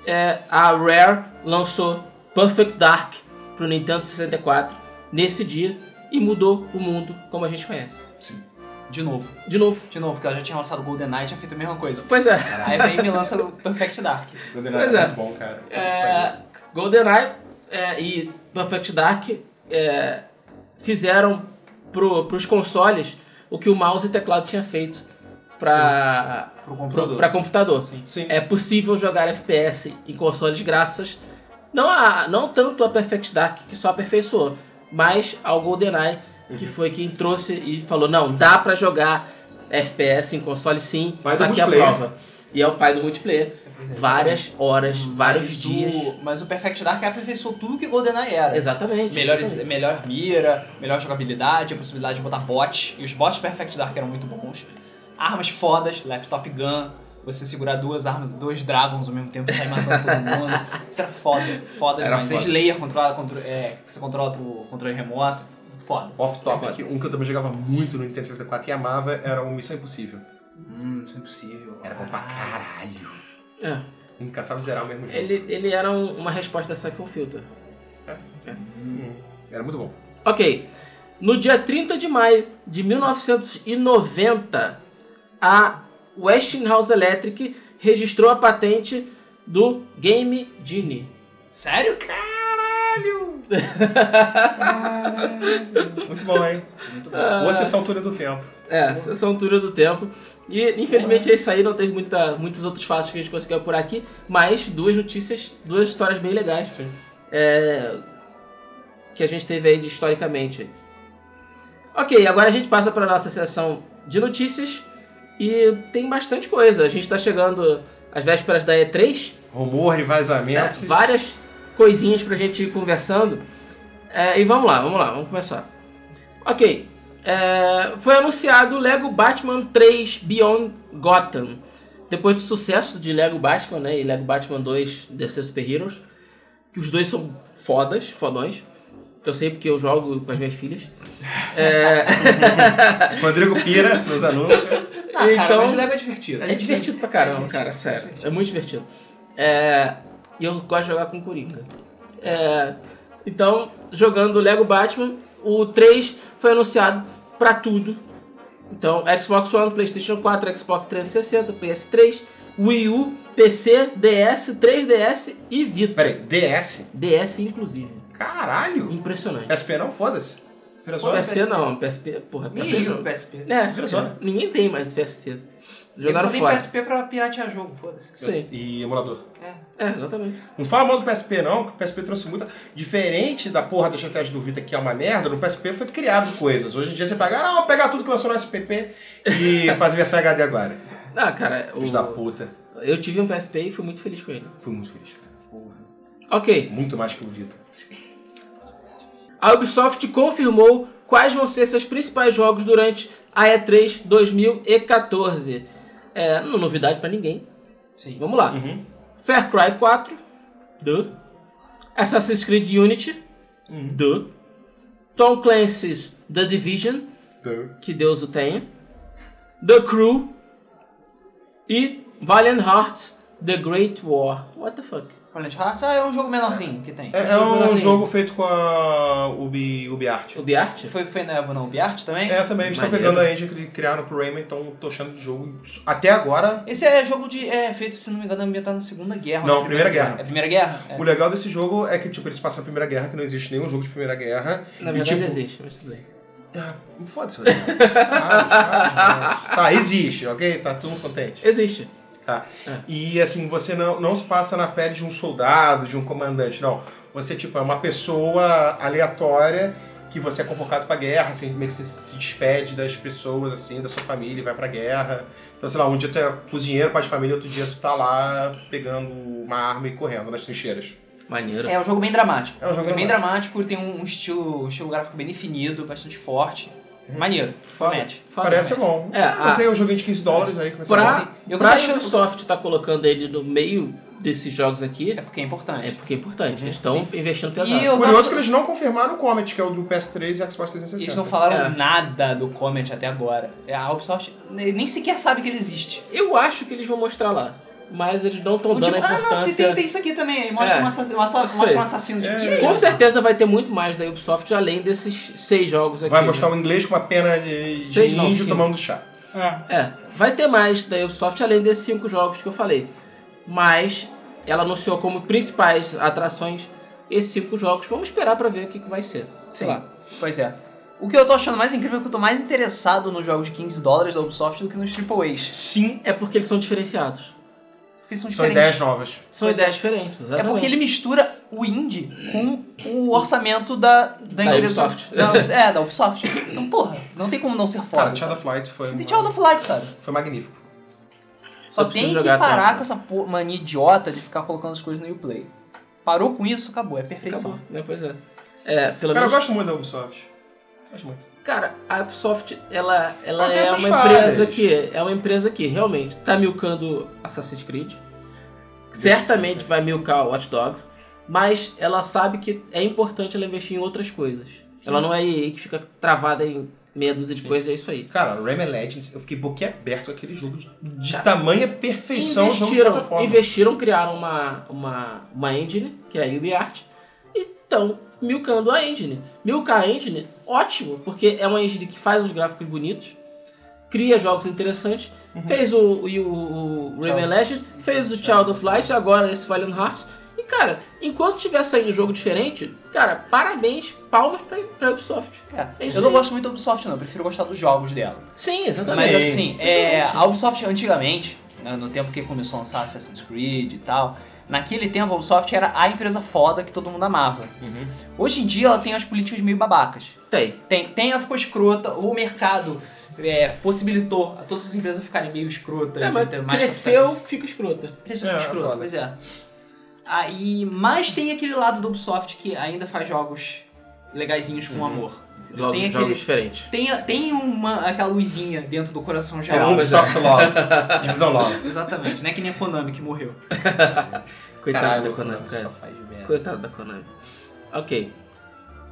Speaker 1: É, a Rare lançou Perfect Dark pro Nintendo 64 nesse dia e mudou o mundo como a gente conhece.
Speaker 3: De novo.
Speaker 1: De novo.
Speaker 3: De novo, porque ela já tinha lançado GoldenEye e tinha feito a mesma coisa.
Speaker 1: Pois é.
Speaker 3: Aí vem e me lança o Perfect Dark.
Speaker 1: Pois é.
Speaker 2: muito bom, cara.
Speaker 1: É, GoldenEye é, e Perfect Dark é, fizeram pro, pros consoles o que o mouse e teclado tinha feito para
Speaker 3: Pro
Speaker 1: computador.
Speaker 3: computador.
Speaker 1: Pra computador.
Speaker 3: Sim.
Speaker 2: Sim.
Speaker 1: É possível jogar FPS em consoles graças não a não tanto a Perfect Dark que só aperfeiçoou, mas ao GoldenEye que foi quem trouxe e falou não dá pra jogar FPS em console sim,
Speaker 2: Pai do
Speaker 1: tá aqui a
Speaker 2: multiplayer.
Speaker 1: prova. E é o pai do multiplayer. Várias horas, vários
Speaker 3: Uhum. Mas o-
Speaker 1: dias.
Speaker 3: mas o Perfect Dark aperfeiçoou tudo que GoldenEye era.
Speaker 1: Exatamente.
Speaker 3: É. Melhores,
Speaker 1: exatamente.
Speaker 3: melhor mira, melhor jogabilidade, a possibilidade de botar bots. E os bots do Perfect Dark eram muito bons. Armas fodas, laptop gun, você segurar duas armas, dois dragons ao mesmo tempo e sair matando todo mundo. Isso era foda, foda
Speaker 1: Era
Speaker 3: demais.
Speaker 1: foda.
Speaker 3: Slayer controla, contro- é, que você controla pro controle remoto, foda.
Speaker 2: Off
Speaker 1: É
Speaker 2: topic, um que eu também jogava muito no Nintendo 64 e amava era o Missão Impossível.
Speaker 3: Hum, isso é impossível.
Speaker 2: Era
Speaker 1: Ah.
Speaker 2: bom pra caralho.
Speaker 1: É.
Speaker 2: Não caçava zerar o mesmo jogo.
Speaker 1: Ele, ele era um- uma resposta a Siphon Filter.
Speaker 2: Hum, Era muito bom.
Speaker 1: Ok. No dia 30 de maio de 1990, a Westinghouse Electric registrou a patente do Game Genie.
Speaker 3: Sério? Ah,
Speaker 2: Caralho. Muito bom, hein?
Speaker 3: Muito bom.
Speaker 2: Boa sessão túnel do tempo.
Speaker 1: É, sessão túnel do tempo. E infelizmente é isso aí, não teve muita, muitos outros fatos que a gente conseguiu apurar aqui, mas duas notícias, duas histórias bem legais.
Speaker 2: Sim.
Speaker 1: é, que a gente teve aí de historicamente. Ok, agora a gente passa para nossa sessão de notícias e tem bastante coisa. A gente está chegando às vésperas da E3,
Speaker 2: Rumor,
Speaker 1: né?
Speaker 2: revezamentos.
Speaker 1: várias coisinhas pra gente ir conversando. É, e vamos lá, vamos lá, vamos começar. Ok, é, foi anunciado o Lego Batman 3 Beyond Gotham. Depois do sucesso de Lego Batman né, e Lego Batman 2 DC Super Heroes, que os dois são fodas, fodões. Eu sei porque eu jogo com as minhas filhas.
Speaker 2: Rodrigo Pira nos anúncios.
Speaker 3: Ah, cara,
Speaker 1: Então-
Speaker 3: mas Lego é divertido.
Speaker 1: É divertido pra caramba, cara, sério. É muito divertido. É, E eu gosto de jogar com Coringa. É, Então, jogando Lego Batman, o 3 foi anunciado pra tudo. Então, Xbox One, PlayStation 4, Xbox 360, PS3, Wii U, PC, DS, 3DS e Vita.
Speaker 2: Peraí, DS?
Speaker 1: DS, inclusive.
Speaker 2: Caralho!
Speaker 1: Impressionante.
Speaker 2: PSP não? Foda-se. Vira só.
Speaker 3: Foda-se.
Speaker 1: PSP não, PSP, porra, PSP
Speaker 3: Me liga o
Speaker 1: não.
Speaker 3: PSP.
Speaker 1: É,
Speaker 2: Vira só.
Speaker 1: ninguém tem mais PSP.
Speaker 3: Eles
Speaker 1: Jogaram
Speaker 3: só tem
Speaker 1: fora.
Speaker 3: PSP pra piratear jogo, foda-se.
Speaker 1: Isso aí.
Speaker 2: E emulador.
Speaker 3: É.
Speaker 1: É, exatamente.
Speaker 2: Não fala mal do PSP não, que o PSP trouxe muita... Diferente da porra da estratégia do Vita, que é uma merda, no PSP foi criado coisas. Hoje em dia você pega, ah, não, vou pegar tudo que lançou no SPP e fazer versão HD agora.
Speaker 1: Ah, cara, o...
Speaker 2: Filhos da puta.
Speaker 1: Eu tive um PSP e fui muito feliz com ele.
Speaker 2: Fui muito feliz, cara. Porra.
Speaker 1: Ok,
Speaker 2: Muito mais que o Vita.
Speaker 1: a Ubisoft confirmou quais vão ser seus principais jogos durante a E3 2014. É, não novidade pra ninguém.
Speaker 3: Sim.
Speaker 1: Vamos lá.
Speaker 2: Uhum.
Speaker 1: Far Cry 4. Duh. Assassin's Creed Unity.
Speaker 2: Uhum.
Speaker 1: Duh. Tom Clancy's The Division.
Speaker 2: Então,
Speaker 1: Que Deus o tenha. The Crew. E Valiant Hearts The Great War. What the fuck?
Speaker 3: Valiant Hearts ah, é um jogo menorzinho que tem.
Speaker 2: É, é um
Speaker 1: Assim.
Speaker 2: jogo feito com a Ubi, UbiArt.
Speaker 1: Ubiart?
Speaker 3: Foi, foi na Evo, não, Biart também?
Speaker 2: É, também eles estão
Speaker 1: Maneiro.
Speaker 2: pegando a engine que eles criaram pro Rayman, então tô achando de jogo. Até agora,
Speaker 3: Esse é jogo de. É feito, se não me engano, ambientado na Segunda Guerra.
Speaker 2: Não,
Speaker 3: na
Speaker 2: Primeira Guerra.
Speaker 3: É Primeira Guerra? É.
Speaker 2: o legal desse jogo é que, tipo, eles passam a Primeira Guerra, que não existe nenhum jogo de Primeira Guerra.
Speaker 1: Na
Speaker 2: E,
Speaker 1: verdade
Speaker 2: tipo,
Speaker 1: existe, mas tudo bem.
Speaker 2: Ah, foda-se. Rodrigo. Ah, ah, tá, existe, ok? Tá tudo contente.
Speaker 1: Existe.
Speaker 2: Tá.
Speaker 1: É.
Speaker 2: E assim, você não, não se passa na pele de um soldado, de um comandante, não. Você, tipo, é uma pessoa aleatória que você é convocado pra guerra, assim, meio que você se despede das pessoas, assim, da sua família e vai pra guerra. Então, sei lá, um dia tu é cozinheiro, pai de família, outro dia tu tá lá pegando uma arma e correndo nas trincheiras.
Speaker 1: Maneiro.
Speaker 3: É um jogo bem dramático.
Speaker 2: É um jogo
Speaker 3: bem dramático, tem um, um estilo, um estilo gráfico bem definido, bastante forte.
Speaker 2: Hum.
Speaker 3: Maneiro.
Speaker 1: Foda.
Speaker 3: Promete. Então,
Speaker 1: Foda,
Speaker 2: Parece
Speaker 1: né?
Speaker 2: bom.
Speaker 1: É, a-
Speaker 2: Esse aí é um joguinho de 15 dólares aí que vai ser
Speaker 1: Pra,
Speaker 2: assim.
Speaker 3: Eu
Speaker 1: pra
Speaker 3: gostaria-
Speaker 1: Microsoft tá colocando ele no meio desses jogos aqui,
Speaker 3: É porque é importante.
Speaker 1: é porque é importante. Eles estão investindo pesado.
Speaker 3: E eu-
Speaker 2: Curioso que eles não confirmaram o Comet, que é o do PS3 e Xbox
Speaker 3: E
Speaker 2: 360.
Speaker 3: Eles não falaram
Speaker 1: É.
Speaker 3: nada do Comet até agora. É, A Ubisoft ne- nem sequer sabe que ele existe.
Speaker 1: Eu acho que eles vão mostrar lá. Mas eles não estão dando
Speaker 3: Tipo,
Speaker 1: a
Speaker 3: ah, não, tem, tem-
Speaker 1: importância.
Speaker 3: tem isso aqui também. Aí Mostra,
Speaker 1: É.
Speaker 3: um, assassino, um assa-
Speaker 1: Eu sei.
Speaker 3: mostra um assassino de
Speaker 2: É.
Speaker 3: E aí?
Speaker 1: Com certeza vai ter muito mais da Ubisoft além desses seis jogos aqui.
Speaker 2: Vai mostrar
Speaker 1: né?
Speaker 2: o inglês com uma pena de, de
Speaker 1: Seis não,
Speaker 2: índio
Speaker 1: cinco.
Speaker 2: tomando chá.
Speaker 3: um-
Speaker 1: É, vai ter mais da Ubisoft além desses cinco jogos que eu falei. Mas ela anunciou como principais atrações esses cinco jogos. Vamos esperar pra ver o que, que vai ser. Sei
Speaker 3: Sim.
Speaker 1: lá.
Speaker 3: Pois é. O que eu tô achando mais incrível é que eu tô mais interessado nos jogos de 15 dólares da Ubisoft do que nos AAAs.
Speaker 2: Sim,
Speaker 1: É porque eles são diferenciados.
Speaker 3: Porque
Speaker 2: são
Speaker 3: são diferentes.
Speaker 2: ideias novas.
Speaker 1: São
Speaker 3: Pois é.
Speaker 1: ideias diferentes,
Speaker 3: É
Speaker 1: exatamente.
Speaker 3: porque ele mistura o indie com o orçamento da, da, empresa-
Speaker 1: Ubisoft.
Speaker 3: da Ubis- é, da Ubisoft. Então, porra, não tem como não ser
Speaker 2: Cara,
Speaker 3: foda.
Speaker 2: Shadow
Speaker 3: sabe?
Speaker 2: Flight foi,
Speaker 3: Tem Child of Light, sabe?
Speaker 2: foi magnífico.
Speaker 1: Só
Speaker 3: Só
Speaker 1: preciso
Speaker 3: tem que
Speaker 1: jogar
Speaker 3: parar
Speaker 1: Titanfall.
Speaker 3: com essa por- mania idiota de ficar colocando as coisas no Uplay. Parou com isso, acabou. É perfeição.
Speaker 1: Acabou, né? Pois é. É, pelo
Speaker 2: Cara, eu
Speaker 1: menos.
Speaker 2: gosto muito da Ubisoft. Gosto muito.
Speaker 1: Cara, a Ubisoft, ela,
Speaker 2: Ela
Speaker 1: ela
Speaker 2: tem
Speaker 1: é
Speaker 2: suas
Speaker 1: uma
Speaker 2: falhas.
Speaker 1: empresa que é uma empresa que realmente tá milcando Assassin's Creed. Certamente vai milcar Watch Dogs, mas ela sabe que é importante ela investir em outras coisas. Ela não é EA que fica travada em meia dúzia de coisas, é isso aí.
Speaker 2: Cara, Rayman Legends, eu fiquei boquiaberto com aquele jogo de, de tamanha perfeição de jogo de
Speaker 1: Investiram,
Speaker 2: plataforma.
Speaker 1: investiram, criaram uma, uma, uma engine, que é a UbiArt, e estão milcando a engine. Milcar a engine, ótimo, porque é uma engine que faz os gráficos bonitos, cria jogos interessantes, fez o, o, o, o Rayman
Speaker 3: Child.
Speaker 1: Legends, fez o Child of Light, agora esse Valiant Hearts. E cara, enquanto tiver saindo jogo diferente, cara, parabéns, palmas pra, pra Ubisoft.
Speaker 3: É.
Speaker 1: É isso
Speaker 3: eu não
Speaker 1: aí.
Speaker 3: gosto muito da Ubisoft, não. Eu prefiro gostar dos jogos dela.
Speaker 1: Sim,
Speaker 3: Mas
Speaker 1: exatamente.
Speaker 3: assim,
Speaker 1: Sim,
Speaker 3: é,
Speaker 1: totalmente.
Speaker 3: a Ubisoft antigamente, né, no tempo que começou a lançar Assassin's Creed e tal, Naquele tempo, a Ubisoft era a empresa foda que todo mundo amava. Hoje em dia, ela tem as políticas meio babacas.
Speaker 1: Tem.
Speaker 3: Tem, tem ela ficou escrota, o mercado é, possibilitou a todas as empresas ficarem meio escrotas.
Speaker 1: É,
Speaker 3: e
Speaker 1: mas
Speaker 3: ter mais
Speaker 1: cresceu, fica escrota.
Speaker 3: Cresceu
Speaker 2: É,
Speaker 3: é,
Speaker 2: foda.
Speaker 3: escroto, pois é. Aí, mas tem aquele lado do Ubisoft que ainda faz jogos legaizinhos com amor.
Speaker 1: Uhum. Jogos,
Speaker 3: tem
Speaker 1: jogos
Speaker 3: aquele,
Speaker 1: diferentes.
Speaker 3: tem, tem uma, aquela luzinha dentro do coração
Speaker 2: É,
Speaker 3: geral.
Speaker 2: Ubisoft
Speaker 1: Uhum.
Speaker 2: Love. Divisão Love.
Speaker 3: Exatamente, não é que nem a Konami que morreu.
Speaker 1: Coitado
Speaker 2: Caralho,
Speaker 1: da Konami,
Speaker 2: só
Speaker 1: cara.
Speaker 2: faz merda.
Speaker 1: Coitado da Konami. Ok.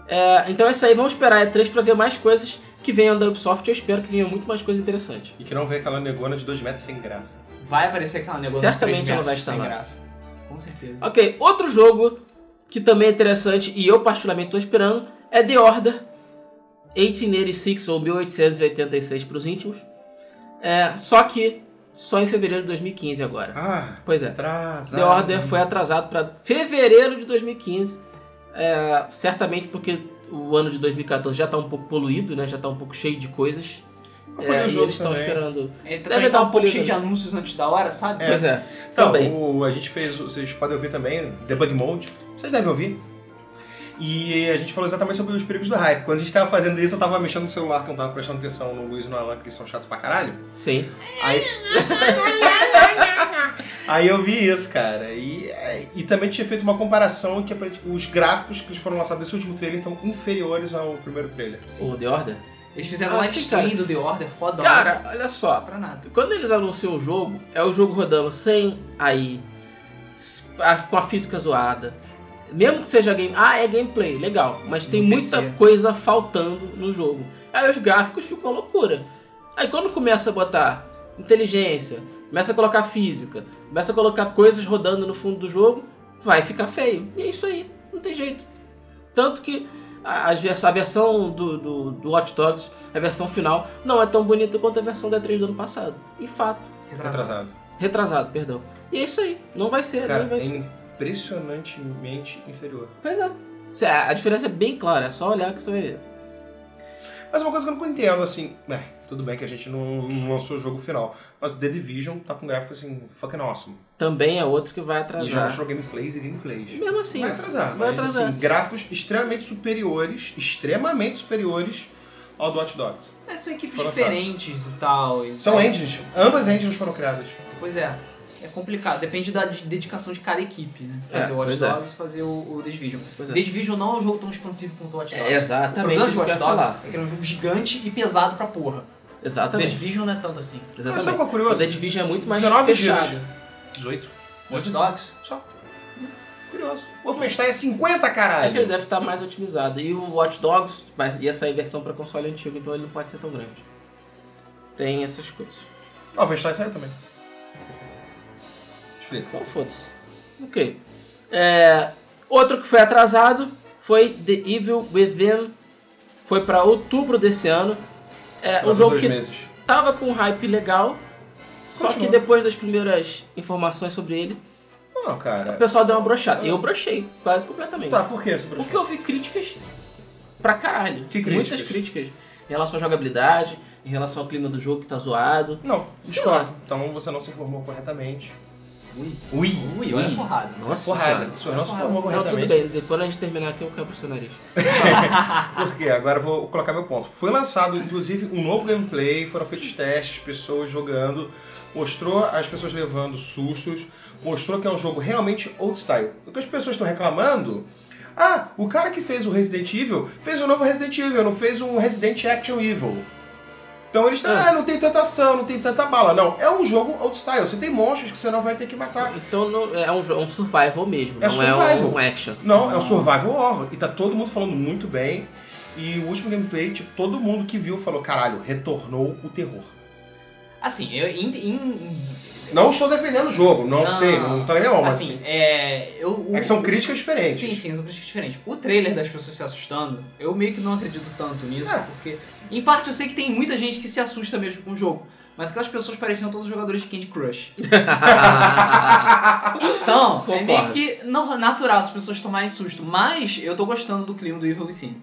Speaker 1: É, então é isso aí, vamos esperar a E3 pra ver mais coisas que venham da Ubisoft. Eu espero que venham muito mais coisa interessante.
Speaker 2: E que não vem aquela negona de dois metros sem graça.
Speaker 3: Vai aparecer aquela negócio
Speaker 1: Certamente
Speaker 3: de três
Speaker 1: ela vai
Speaker 3: metros
Speaker 1: estar
Speaker 3: sem
Speaker 1: lá. Ah,
Speaker 3: graça. Com certeza.
Speaker 1: Ok, outro jogo que também é interessante e eu particularmente estou esperando é The Order 1886 ou 1886 para os íntimos. É, só que só em fevereiro de 2015 agora.
Speaker 2: Ah,
Speaker 1: Pois é.
Speaker 2: atrasado.
Speaker 1: The Order foi atrasado para fevereiro de 2015. é, certamente porque o ano de 2014 já está um pouco poluído, né? Já está um pouco cheio de coisas.
Speaker 2: Pra
Speaker 1: É,
Speaker 2: poder o
Speaker 1: e
Speaker 2: jogo
Speaker 1: eles estão
Speaker 2: também.
Speaker 1: esperando.
Speaker 3: É, tá-
Speaker 1: Deve
Speaker 3: tá
Speaker 1: dar um
Speaker 3: um pouco
Speaker 1: polido,
Speaker 3: cheio de
Speaker 1: né?
Speaker 3: anúncios antes da hora, sabe?
Speaker 1: Pois é.
Speaker 2: Então,
Speaker 1: também.
Speaker 2: o- a gente fez, vocês podem ouvir também, Debug Mode, vocês devem ouvir. E a gente falou exatamente sobre os perigos do hype. Quando a gente tava fazendo isso, eu tava mexendo no celular, que eu não tava prestando atenção no Luiz e no Alan, que eles são chatos pra caralho.
Speaker 1: Sim.
Speaker 2: Aí... Aí eu vi isso, cara. E, é, e também tinha feito uma comparação que aparente- os gráficos que foram lançados nesse último trailer estão inferiores ao primeiro trailer.
Speaker 1: O The Order.
Speaker 3: Eles fizeram
Speaker 1: Ah,
Speaker 3: um live
Speaker 1: sim,
Speaker 3: stream do The Order,
Speaker 2: Então,
Speaker 3: fodão.
Speaker 1: Cara, olha só.
Speaker 3: pra nada.
Speaker 1: Quando eles anunciam o jogo, é o jogo rodando sem aí s- a- com a física zoada. Mesmo que seja game, ah, é gameplay, legal, mas tem
Speaker 3: No
Speaker 1: muita
Speaker 3: PC.
Speaker 1: coisa faltando no jogo. Aí os gráficos ficam uma loucura. Aí quando começa a botar inteligência, começa a colocar física, começa a colocar coisas rodando no fundo do jogo, vai ficar feio. E é isso aí, não tem jeito. Tanto que a, as vers- a versão do, do, do Hot Dogs, a versão final, não é tão bonita quanto a versão da 3 do ano passado. E fato.
Speaker 2: Atrasado.
Speaker 1: Retrasado, perdão. E é isso aí. Não vai ser.
Speaker 2: Cara,
Speaker 1: não vai
Speaker 2: é
Speaker 1: ser.
Speaker 2: impressionantemente inferior.
Speaker 1: Pois é. Se A a diferença é bem clara, é só olhar que você vai ver.
Speaker 2: Mas é uma coisa que eu não entendo, assim, é, tudo bem que a gente não, não lançou o jogo final, mas The Division tá com gráfico assim, fucking awesome.
Speaker 1: Também é outro que vai
Speaker 2: E já
Speaker 1: atrasar.
Speaker 2: mostrou gameplays e gameplays.
Speaker 1: Mesmo assim.
Speaker 2: vai atrasar,
Speaker 1: vai
Speaker 2: mas,
Speaker 1: atrasar.
Speaker 2: assim, gráficos extremamente superiores, extremamente superiores ao do Hot Dogs.
Speaker 3: Mas É, são equipes
Speaker 2: Fala
Speaker 3: diferentes e tal. e-
Speaker 2: São
Speaker 3: é,
Speaker 2: engines, ambas engines foram criadas.
Speaker 3: Pois é. É complicado, depende da de- dedicação de cada equipe, né?
Speaker 1: É,
Speaker 3: Fazer o Watch
Speaker 1: pois é.
Speaker 3: Dogs e fazer o, o The Division.
Speaker 1: Pois é.
Speaker 3: The Division não é um jogo tão expansivo quanto o Watch
Speaker 1: É
Speaker 3: Dogs.
Speaker 1: exatamente
Speaker 3: o problema
Speaker 1: isso que eu
Speaker 3: de
Speaker 1: ia
Speaker 3: Watch Dogs
Speaker 1: falar.
Speaker 3: É que ele é um jogo gigante e pesado pra porra. The
Speaker 1: Exatamente.
Speaker 3: Division não é tanto assim.
Speaker 2: Mas sabe
Speaker 1: Exatamente.
Speaker 2: qual é
Speaker 1: O
Speaker 2: curioso?
Speaker 1: The Division é muito mais
Speaker 2: 19
Speaker 1: fechado.
Speaker 2: giros. 18.
Speaker 3: Watch Dogs?
Speaker 2: Só. Curioso. O Wolfenstein é 50,
Speaker 1: É que ele
Speaker 2: caralho!
Speaker 1: deve estar mais otimizado. E o Watch Dogs vai, ia sair versão pra console antigo, então ele não pode ser tão grande. Tem essas coisas.
Speaker 2: Ah, O Wolfenstein saiu também. Explica.
Speaker 1: Então foda-se. Ok. É, outro que foi atrasado foi The Evil Within. Foi pra outubro desse ano. É um
Speaker 2: Passou
Speaker 1: jogo
Speaker 2: dois
Speaker 1: que
Speaker 2: meses.
Speaker 1: tava com um hype legal. Só
Speaker 2: Continua.
Speaker 1: que depois das primeiras informações sobre ele,
Speaker 2: Não, cara.
Speaker 1: o pessoal deu uma brochada. Eu brochei, quase completamente.
Speaker 2: É. Tá, por que, sobre
Speaker 1: Porque assim, eu vi críticas pra caralho.
Speaker 2: Que
Speaker 1: Muitas críticas. Em relação à jogabilidade, em relação ao clima do jogo que tá zoado.
Speaker 2: Não,
Speaker 1: Sei
Speaker 2: discordo. Então você não se informou corretamente.
Speaker 3: assim. Ui.
Speaker 2: Ui!
Speaker 3: Ui, olha
Speaker 1: Ui.
Speaker 3: a porrada.
Speaker 1: Nossa
Speaker 2: Porrada.
Speaker 1: senhora.
Speaker 2: O senhor não se
Speaker 3: Porrada.
Speaker 2: informou
Speaker 1: Não, tudo
Speaker 2: corretamente.
Speaker 1: bem. de- Quando a gente terminar aqui, eu quebro o seu nariz.
Speaker 2: Por quê? Agora eu vou colocar meu ponto. Foi lançado, inclusive, um novo gameplay, foram feitos testes, pessoas jogando, mostrou as pessoas levando sustos, mostrou que é um jogo realmente old style. O que as pessoas estão reclamando. Ah, o cara que fez o Resident Evil fez um novo Resident Evil, não fez um Resident Action Evil. Então eles estão,
Speaker 1: Ah.
Speaker 2: ah, não tem tanta ação, não tem tanta bala. Não, é um jogo old style. Você tem monstros que você não vai ter que matar.
Speaker 1: Então não, é um, jo- é um survival mesmo,
Speaker 2: É
Speaker 1: não é
Speaker 2: survival.
Speaker 1: um action.
Speaker 2: Não, é um survival horror. E tá todo mundo falando muito bem. E o último gameplay, tipo, todo mundo que viu falou, caralho, retornou o terror.
Speaker 3: Assim, eu, em, em-
Speaker 2: Não estou defendendo o jogo, não,
Speaker 3: Não.
Speaker 2: sei, não tá na minha mão, mas
Speaker 3: assim,
Speaker 2: assim,
Speaker 3: é. Eu, o-
Speaker 2: é que são críticas diferentes.
Speaker 3: Sim, sim, são críticas diferentes. O trailer das pessoas se assustando, eu meio que não acredito tanto nisso,
Speaker 2: É.
Speaker 3: porque. Em parte eu sei que tem muita gente que se assusta mesmo com o jogo. Mas aquelas pessoas pareciam todos jogadores de Candy Crush. Então, é meio
Speaker 1: Concordo.
Speaker 3: que não, natural as pessoas tomarem susto. Mas eu tô gostando do clima do Evil Within.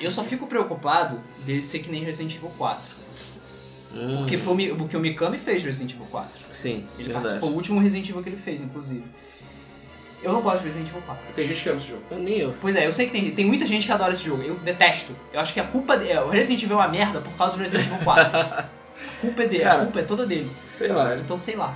Speaker 3: Eu só fico preocupado dele ser que nem Resident Evil 4.
Speaker 1: Hum,
Speaker 3: Porque foi o Mi- o que o Mikami fez no Resident Evil 4.
Speaker 1: Sim,
Speaker 3: Ele
Speaker 1: verdade.
Speaker 3: participou, o último Resident Evil que ele fez, inclusive. Eu não gosto de Resident Evil 4.
Speaker 2: Tem gente que ama esse jogo.
Speaker 1: Eu, nem eu.
Speaker 3: Pois é, eu sei que tem, tem muita gente que adora esse jogo. Eu detesto. Eu acho que a culpa. de- é, O Resident Evil é uma merda por causa do Resident Evil 4. A culpa é dele,
Speaker 1: Cara.
Speaker 3: a culpa é toda dele.
Speaker 1: Sei lá.
Speaker 3: Então sei lá.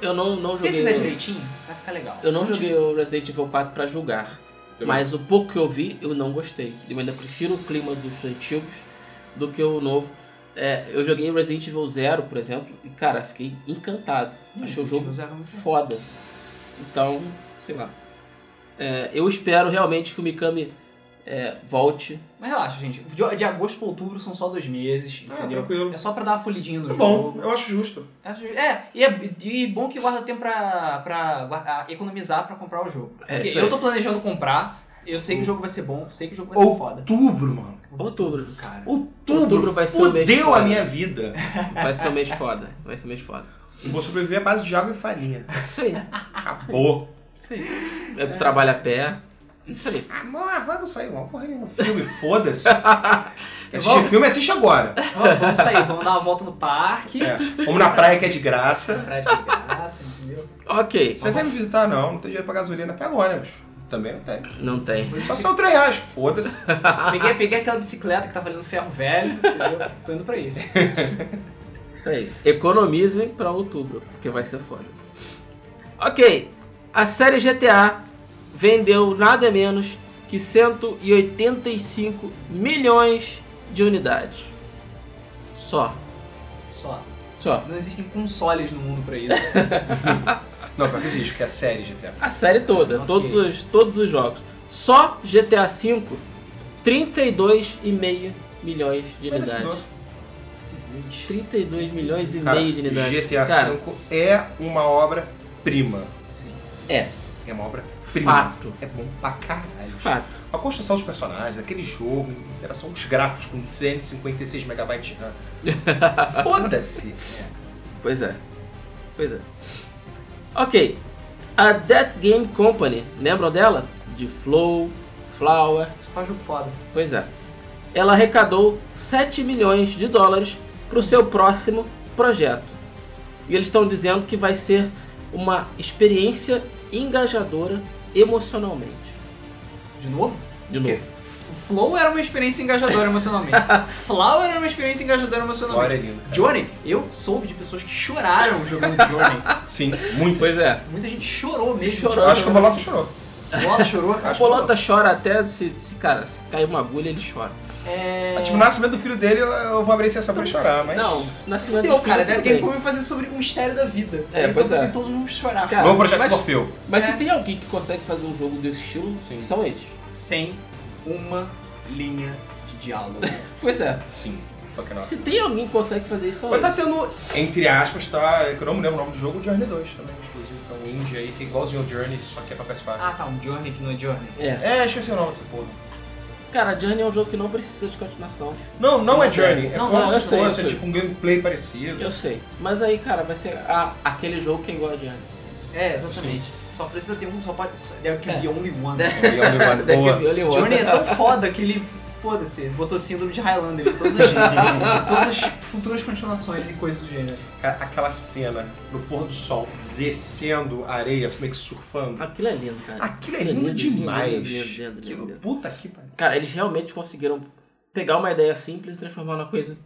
Speaker 1: Eu não, não
Speaker 3: Se
Speaker 1: joguei.
Speaker 3: fizer direitinho, vai ficar legal.
Speaker 1: Eu não
Speaker 3: Se
Speaker 1: joguei o Resident Evil 4 pra julgar.
Speaker 2: Também.
Speaker 1: Mas o pouco que eu vi, eu não gostei. Eu ainda prefiro o clima dos antigos do que o novo. É, eu joguei Resident Evil 0, por exemplo, e cara, fiquei encantado.
Speaker 3: Hum,
Speaker 1: Achei o
Speaker 3: Resident
Speaker 1: jogo
Speaker 3: Evil Zero é muito bom.
Speaker 1: foda. Então, sei lá. É, eu espero realmente que o Mikami é, volte.
Speaker 3: Mas relaxa, gente. De, de agosto pra outubro são só dois meses,
Speaker 2: Ah,
Speaker 3: entendeu?
Speaker 2: tranquilo.
Speaker 3: É só pra dar uma polidinha
Speaker 1: Tá
Speaker 3: no
Speaker 2: É
Speaker 3: jogo.
Speaker 2: bom, eu acho justo.
Speaker 3: Acho- É, e é e bom que guarda tempo pra, pra guar- a- economizar pra comprar o jogo.
Speaker 1: É,
Speaker 3: Porque
Speaker 1: isso
Speaker 3: eu
Speaker 1: aí. Uhum.
Speaker 3: tô planejando comprar, eu sei que o jogo vai ser bom, sei que o jogo vai ser foda.
Speaker 2: Outubro, mano.
Speaker 1: Outubro.
Speaker 3: Cara.
Speaker 2: Outubro,
Speaker 1: Outubro vai ser o mês
Speaker 2: fudeu
Speaker 1: foda.
Speaker 2: a minha vida.
Speaker 1: Vai ser um mês foda. Vai ser um mês foda.
Speaker 2: Vou sobreviver à base de água e farinha.
Speaker 1: Isso aí.
Speaker 2: Acabou.
Speaker 1: Isso aí. É, trabalho a pé. Isso aí.
Speaker 2: Amor, vamos sair, vamos correr no filme, foda-se. Assistir
Speaker 3: Vamos.
Speaker 2: filme, assiste agora.
Speaker 3: Vamos, vamos sair, vamos dar uma volta no parque.
Speaker 2: É, Vamos na praia que é de graça.
Speaker 3: Atrás de graça, entendeu?
Speaker 1: Ok.
Speaker 2: Você vai me visitar? Não, não tem dinheiro pra gasolina, pega ônibus. Também não tem.
Speaker 1: Não tem.
Speaker 2: Só são 3 reais, foda-se.
Speaker 3: Peguei, peguei aquela bicicleta que tava ali no ferro velho, entendeu? Tô indo pra aí.
Speaker 1: Isso aí. Economizem pra outubro, porque vai ser foda. Ok. A série GTA vendeu nada menos que 185 milhões de unidades. Só.
Speaker 3: Só.
Speaker 1: Só.
Speaker 3: Não existem consoles no mundo pra isso.
Speaker 2: Não, pior que existe, porque é série GTA.
Speaker 1: A série toda,
Speaker 3: Ok.
Speaker 1: todos, os, todos os jogos. Só GTA V, 32,5 milhões de
Speaker 2: Merecedor.
Speaker 1: unidades. 32 milhões e
Speaker 2: Cara,
Speaker 1: meio de unidades.
Speaker 2: GTA
Speaker 1: Cara,
Speaker 2: V é uma obra-prima.
Speaker 3: Sim.
Speaker 1: é,
Speaker 2: É uma obra-prima.
Speaker 1: Fato.
Speaker 2: É bom pra caralho.
Speaker 1: fato.
Speaker 2: A construção dos personagens, aquele jogo, interação dos gráficos com 256 MB de RAM. Foda-se.
Speaker 1: Pois é. Pois é. Ok. A Dead Game Company, lembram dela? De Flow, Flower.
Speaker 3: Só faz jogo foda.
Speaker 1: Pois é. Ela arrecadou 7 milhões de dólares para o seu próximo projeto. E eles estão dizendo que vai ser uma experiência engajadora emocionalmente.
Speaker 3: De novo?
Speaker 1: De
Speaker 3: Porque
Speaker 1: novo.
Speaker 3: F- Flow era uma experiência engajadora emocionalmente. Flower era uma experiência engajadora
Speaker 2: Flora é
Speaker 3: emocionalmente.
Speaker 2: lindo. cara.
Speaker 3: Johnny, eu soube de pessoas que choraram jogando Johnny.
Speaker 2: Sim, muito.
Speaker 1: Pois é.
Speaker 3: Muita gente chorou mesmo.
Speaker 1: Chorou.
Speaker 2: Acho que o Bolota chorou.
Speaker 3: O Bola chorou,
Speaker 1: A
Speaker 3: cara.
Speaker 1: Polota chora até se, se, cara, se cair uma agulha, ele chora.
Speaker 3: É...
Speaker 2: Tipo, no nascimento do filho dele, eu- eu vou abrir exceção pra ele chorar, mas...
Speaker 1: Não, nascimento
Speaker 3: Fudeu,
Speaker 1: do filho
Speaker 3: cara.
Speaker 1: tudo
Speaker 3: Deve ter
Speaker 1: bem.
Speaker 3: como eu fazer sobre o mistério da vida.
Speaker 1: É,
Speaker 3: então
Speaker 1: pois é.
Speaker 3: que todos vamos chorar.
Speaker 1: Cara,
Speaker 2: Novo projeto
Speaker 1: mas-
Speaker 2: Morfeu.
Speaker 1: Mas
Speaker 3: É.
Speaker 1: se tem alguém que consegue fazer um jogo desse estilo,
Speaker 2: Sim.
Speaker 1: são eles.
Speaker 3: Sem uma linha de diálogo.
Speaker 1: Pois é.
Speaker 2: Sim. Fuck nossa.
Speaker 1: Se tem alguém que consegue fazer isso, são
Speaker 2: Mas tá
Speaker 1: eles.
Speaker 2: tendo, entre aspas, tá? Que eu não me lembro o nome do jogo, Journey 2 também, exclusivo. Então, um indie aí, que é igualzinho ao Journey, só que é pra PS4.
Speaker 3: ah, tá. Um Journey que não é Journey.
Speaker 1: É.
Speaker 2: É, esqueci o nome dessa porra.
Speaker 1: Cara, Journey é um jogo que não precisa de continuação.
Speaker 2: Não, não é Journey. É
Speaker 1: Não,
Speaker 2: como
Speaker 1: não, eu
Speaker 2: se
Speaker 1: sei, eu
Speaker 2: fosse,
Speaker 1: sei.
Speaker 2: tipo, um gameplay parecido.
Speaker 1: Eu sei. Mas aí, cara, vai ser a- aquele jogo que é igual a Journey.
Speaker 3: É, exatamente. Só precisa ter um, só pode... só- There can
Speaker 1: É.
Speaker 3: be only one.
Speaker 2: Então, é um negócio-
Speaker 1: Daqui
Speaker 2: boa.
Speaker 1: a Violet Wanda.
Speaker 3: Johnny é tão foda que ele, foda-se, botou síndrome de Highlander em todas as, em todas as futuras continuações e coisas do gênero.
Speaker 2: Cara, aquela cena no pôr do sol, descendo a areia, assim, meio que surfando.
Speaker 1: Aquilo é lindo, cara.
Speaker 2: Aquilo é lindo demais.
Speaker 1: Lindo, lindo, lindo, lindo,
Speaker 2: Aquilo-
Speaker 1: lindo.
Speaker 2: Puta que pariu.
Speaker 1: Cara, eles realmente conseguiram pegar uma ideia simples e transformar numa coisa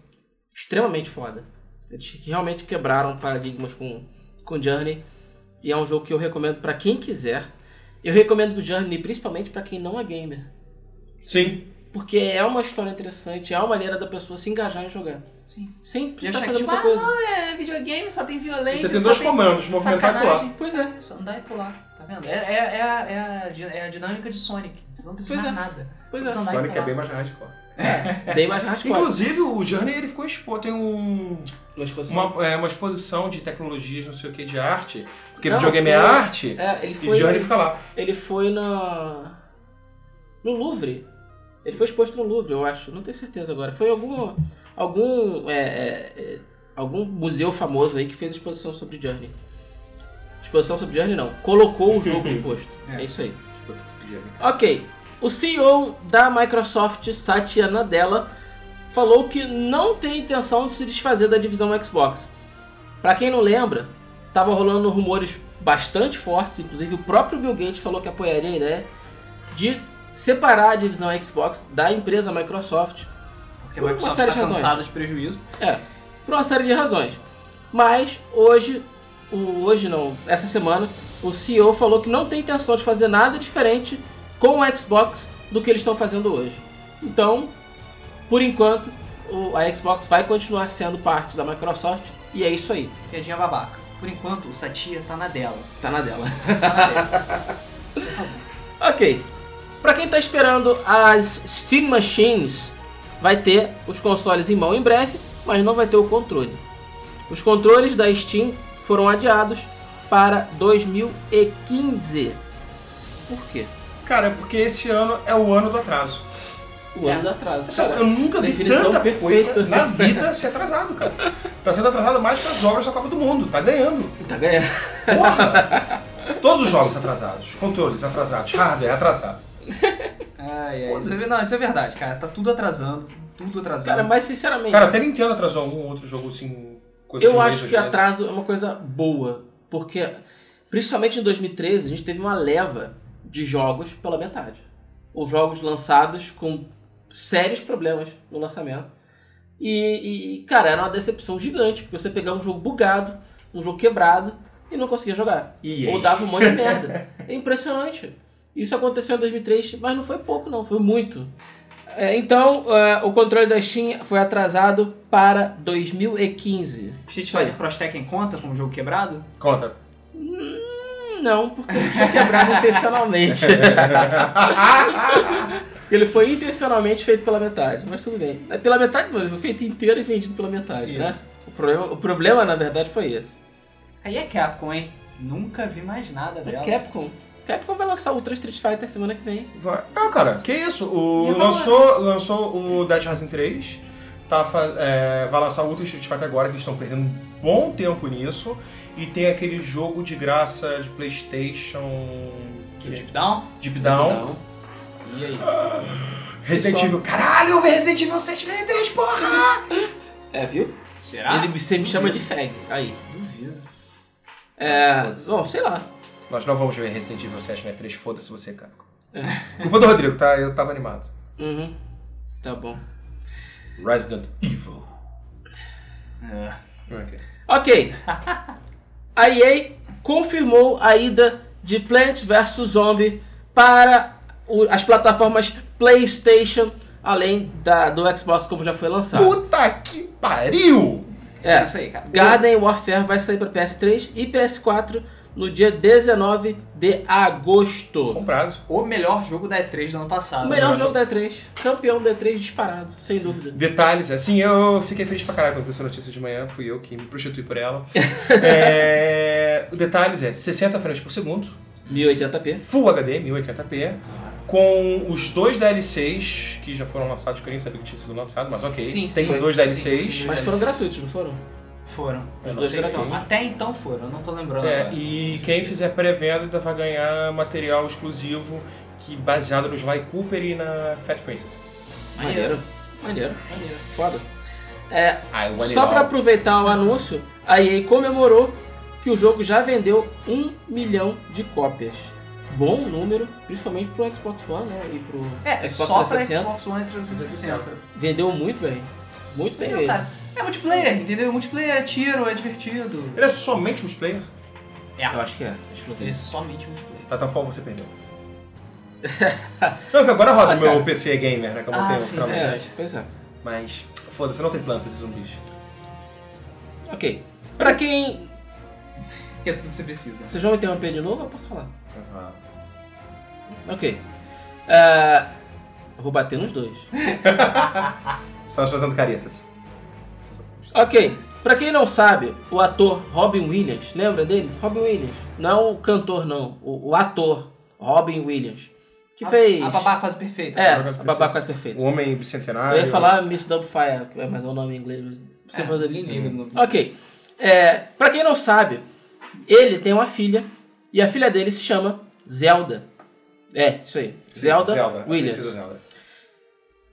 Speaker 1: extremamente foda. Eles realmente quebraram paradigmas com, com Journey. E é um jogo que eu recomendo pra quem quiser. Eu recomendo o Journey principalmente pra quem não é gamer.
Speaker 2: Sim.
Speaker 1: Porque é uma história interessante, é uma maneira da pessoa se engajar em jogar.
Speaker 3: Sim.
Speaker 1: Sem
Speaker 3: E
Speaker 1: precisar
Speaker 3: achar
Speaker 1: fazer
Speaker 3: que tipo,
Speaker 1: muita
Speaker 3: ah,
Speaker 1: coisa.
Speaker 3: não, é videogame, só tem
Speaker 2: E
Speaker 3: violência,
Speaker 2: você tem
Speaker 3: só
Speaker 2: dois comandos, movimentar e pular.
Speaker 3: sacanagem.
Speaker 1: Pois é.
Speaker 3: É só andar e pular, tá vendo? É, é, é, a, é, a, di- é a dinâmica de Sonic. Você não precisa
Speaker 1: Pois
Speaker 3: mais nada.
Speaker 1: Pois
Speaker 3: Só
Speaker 1: é.
Speaker 3: precisa andar e
Speaker 2: Sonic é
Speaker 3: pular.
Speaker 2: bem mais hardcore.
Speaker 1: Bem mais hardcore.
Speaker 2: Inclusive, o Journey ele ficou exposto. Tem um,
Speaker 1: Mas assim,
Speaker 2: uma, é, uma exposição de tecnologias, não sei o que, de arte. Porque
Speaker 1: Não,
Speaker 2: videogame é
Speaker 1: foi-
Speaker 2: arte.
Speaker 1: É, ele
Speaker 2: E o
Speaker 1: foi.
Speaker 2: Johnny fica lá.
Speaker 1: Ele foi na. No Louvre. Ele foi exposto no Louvre, eu acho. Não tenho certeza agora. Foi em algum. Algum. é, é, é, algum museu famoso aí que fez exposição sobre Journey. Exposição sobre Journey não. Colocou o jogo exposto. É isso aí.
Speaker 2: Tipo, assim, esse Journey.
Speaker 1: Ok. O CEO da Microsoft, Satya Nadella, falou que não tem intenção de se desfazer da divisão Xbox. Pra quem não lembra, tava rolando rumores bastante fortes, inclusive o próprio Bill Gates falou que apoiaria a ideia de separar a divisão Xbox da empresa Microsoft.
Speaker 3: Porque a
Speaker 1: Por uma
Speaker 3: Microsoft
Speaker 1: série
Speaker 3: tá
Speaker 1: de razões.
Speaker 3: cansada de prejuízo.
Speaker 1: É, por uma série de razões. Mas hoje, o, hoje não, essa semana, o CEO falou que não tem intenção de fazer nada diferente com o Xbox do que eles estão fazendo hoje. Então, por enquanto, o- a Xbox vai continuar sendo parte da Microsoft e é isso aí.
Speaker 3: Piadinha babaca. Por enquanto, o Satia tá na dela.
Speaker 1: Tá na dela.
Speaker 3: Tá na dela.
Speaker 1: Ok. Pra quem tá esperando as Steam Machines, vai ter os consoles em mão em breve, mas não vai ter o controle. Os controles da Steam foram adiados para 2015. Por quê?
Speaker 2: Cara, é porque esse ano é o ano do atraso.
Speaker 1: O ano do É, atraso.
Speaker 2: Sabe,
Speaker 1: cara.
Speaker 2: eu nunca vi
Speaker 1: definição
Speaker 2: tanta
Speaker 1: perfeita.
Speaker 2: coisa na vida ser atrasado, cara. Tá sendo atrasado mais que as obras da Copa do Mundo. Tá ganhando.
Speaker 1: Tá ganhando.
Speaker 2: Porra! Todos os jogos atrasados. Controles atrasados. Hardware atrasado.
Speaker 3: Ai, ai.
Speaker 2: Foda-se.
Speaker 3: Isso é, não, isso é verdade, cara. Tá tudo atrasando. Tudo atrasando.
Speaker 1: Cara, mas sinceramente,
Speaker 2: Cara, até Nintendo atrasou um ou outro jogo, assim... Coisa de
Speaker 1: eu
Speaker 2: um
Speaker 1: acho
Speaker 2: mês,
Speaker 1: que
Speaker 2: dois meses.
Speaker 1: atraso é uma coisa boa. Porque, principalmente em 2013, a gente teve uma leva de jogos pela metade. Ou jogos lançados com sérios problemas no lançamento. E, e, cara, era uma decepção gigante, porque você pegava um jogo bugado, um jogo quebrado, e não conseguia jogar.
Speaker 2: E
Speaker 1: Ou
Speaker 2: aí?
Speaker 1: dava um monte de merda. É impressionante. Isso aconteceu em 2003, mas não foi pouco não, foi muito. É, então, é, o controle da Steam foi atrasado para 2015.
Speaker 3: Street
Speaker 1: Isso aí.
Speaker 3: Fighter Cross Tekken conta como jogo quebrado?
Speaker 2: Conta.
Speaker 1: Hum, Não, porque ele foi quebrado intencionalmente. porque ele foi intencionalmente feito pela metade, mas tudo bem. É Pela metade, mas foi feito inteiro e vendido pela metade,
Speaker 3: Isso.
Speaker 1: né? O problema, o problema, na verdade, foi esse.
Speaker 3: Aí é Capcom, hein? Nunca vi mais nada dela.
Speaker 1: É Capcom. tá Capcom vai lançar Ultra Street Fighter semana que vem.
Speaker 2: Vai. Ah, cara, que isso?
Speaker 1: E
Speaker 2: O,
Speaker 1: agora?
Speaker 2: lançou, lançou o Dead Rising 3. Tá, fa- é, vai lançar o Ultra Street Fighter agora, que eles estão perdendo um bom tempo nisso. E tem aquele jogo de graça de Playstation... é
Speaker 3: Que Deep Down?
Speaker 2: Deep Down.
Speaker 1: Não.
Speaker 3: E aí?
Speaker 2: Resident
Speaker 1: Só.
Speaker 2: Evil. Caralho, eu vi Resident Evil 7 na E3, porra!
Speaker 1: É, viu?
Speaker 3: Será?
Speaker 1: Ele você me chama de fag. Aí.
Speaker 3: Duvido.
Speaker 1: É. Bom, sei lá.
Speaker 2: Nós não vamos ver Resident Evil 7 na E3, foda-se você, cara.
Speaker 1: É.
Speaker 2: Culpa do Rodrigo, tá? Eu tava animado.
Speaker 1: Uhum. Tá bom.
Speaker 2: Resident Evil.
Speaker 3: É.
Speaker 1: Ok. A EA confirmou a ida de Plant vs Zombie para o- as plataformas PlayStation, além da- do Xbox, como já foi
Speaker 2: Tá.
Speaker 1: lançado.
Speaker 2: Puta que pariu!
Speaker 1: É.
Speaker 3: isso aí, cara.
Speaker 1: Garden Warfare vai sair para PS3 e PS4 no dia 19 de agosto.
Speaker 2: Comprado.
Speaker 3: O melhor jogo da E3 do ano passado.
Speaker 1: O melhor jogo da E3. Campeão da E3 disparado, sem dúvida.
Speaker 2: Detalhes, assim, eu fiquei feliz pra caralho quando vi essa notícia de manhã, fui eu que me prostituí por ela. é, o detalhes é 60 frames por segundo,
Speaker 1: 1080p.
Speaker 2: Full HD, 1080p, com os dois DLCs que já foram lançados, que eu nem sabia que tinha sido lançado, mas ok.
Speaker 3: Sim,
Speaker 2: Tem
Speaker 1: sim,
Speaker 2: dois
Speaker 3: sim,
Speaker 2: DLCs.
Speaker 3: sim.
Speaker 1: Mas foram gratuitos, não foram?
Speaker 3: Foram.
Speaker 2: Eu
Speaker 1: não sei
Speaker 3: Foram.
Speaker 1: todos.
Speaker 3: Até então foram, eu não tô lembrando
Speaker 2: É,
Speaker 3: agora.
Speaker 2: e quem fizer pré-venda ainda vai ganhar material exclusivo que baseado no Sly Cooper e na Fat Princess.
Speaker 1: Maneiro. Maneiro.
Speaker 3: Maneiro.
Speaker 1: Foda. É,
Speaker 2: I want it
Speaker 1: Só pra
Speaker 2: all.
Speaker 1: aproveitar o anúncio, a EA comemorou que o jogo já vendeu um milhão de cópias. Bom número, principalmente pro Xbox One, né? E pro
Speaker 3: É,
Speaker 1: Xbox
Speaker 3: só pra
Speaker 1: 360.
Speaker 3: Xbox One é 360.
Speaker 1: Vendeu muito bem. Muito bem
Speaker 3: Entendeu,
Speaker 1: mesmo.
Speaker 3: cara? É multiplayer, entendeu? Multiplayer é tiro, é divertido.
Speaker 2: Ele é somente multiplayer?
Speaker 1: Eu acho que é, exclusivo.
Speaker 3: Ele é somente multiplayer.
Speaker 2: Titanfall tá, um você perdeu. não, que agora roda
Speaker 1: Ah,
Speaker 2: o meu
Speaker 1: cara.
Speaker 2: PC gamer, né? Que eu
Speaker 3: Ah,
Speaker 2: montei
Speaker 3: sim,
Speaker 2: ah,
Speaker 1: É,
Speaker 2: é.
Speaker 1: pois é.
Speaker 2: Mas, foda-se, não tem plantas e zumbis.
Speaker 1: Ok. Pra quem.
Speaker 3: Que é tudo que você precisa.
Speaker 1: Vocês vão me interromper de novo? Eu posso falar.
Speaker 2: Aham.
Speaker 1: Ok. É, Eu vou bater nos dois.
Speaker 2: Estamos tá fazendo caretas.
Speaker 1: Ok, pra quem não sabe, o ator Robin Williams, lembra dele? Robin Williams. Não o cantor, não. O, o ator Robin Williams. Que
Speaker 3: A-
Speaker 1: fez.
Speaker 3: A babá quase perfeita.
Speaker 1: É,
Speaker 2: Babá Quase
Speaker 1: a babá
Speaker 2: Perfeita.
Speaker 1: quase perfeita.
Speaker 2: O Um homem bicentenário.
Speaker 1: Eu ia falar Miss Doubtfire, que é mais um nome em inglês. Você
Speaker 3: É.
Speaker 1: faz ali? né?
Speaker 3: liga no-
Speaker 1: Ok. É, pra quem não sabe, ele tem uma filha e a filha dele se chama Zelda. É, isso aí. Zelda,
Speaker 2: Zelda. é né?
Speaker 1: Williams.
Speaker 2: Princesa Zelda.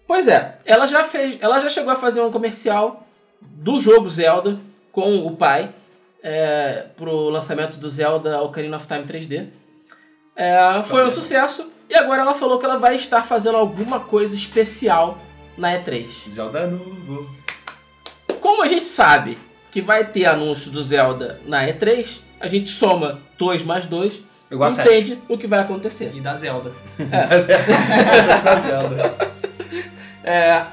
Speaker 1: Pois é, ela já fez, ela já chegou a fazer um comercial do jogo Zelda com o pai é, pro lançamento do Zelda Ocarina of Time 3D. É, foi um sucesso e agora ela falou que ela vai estar fazendo alguma coisa especial na E3.
Speaker 2: Zelda é novo.
Speaker 1: Como a gente sabe que vai ter anúncio do Zelda na E3, a gente soma 2 mais 2
Speaker 2: Igual a
Speaker 1: e
Speaker 2: 7.
Speaker 1: entende o que vai acontecer.
Speaker 3: E da Zelda.
Speaker 2: Zelda.
Speaker 1: É,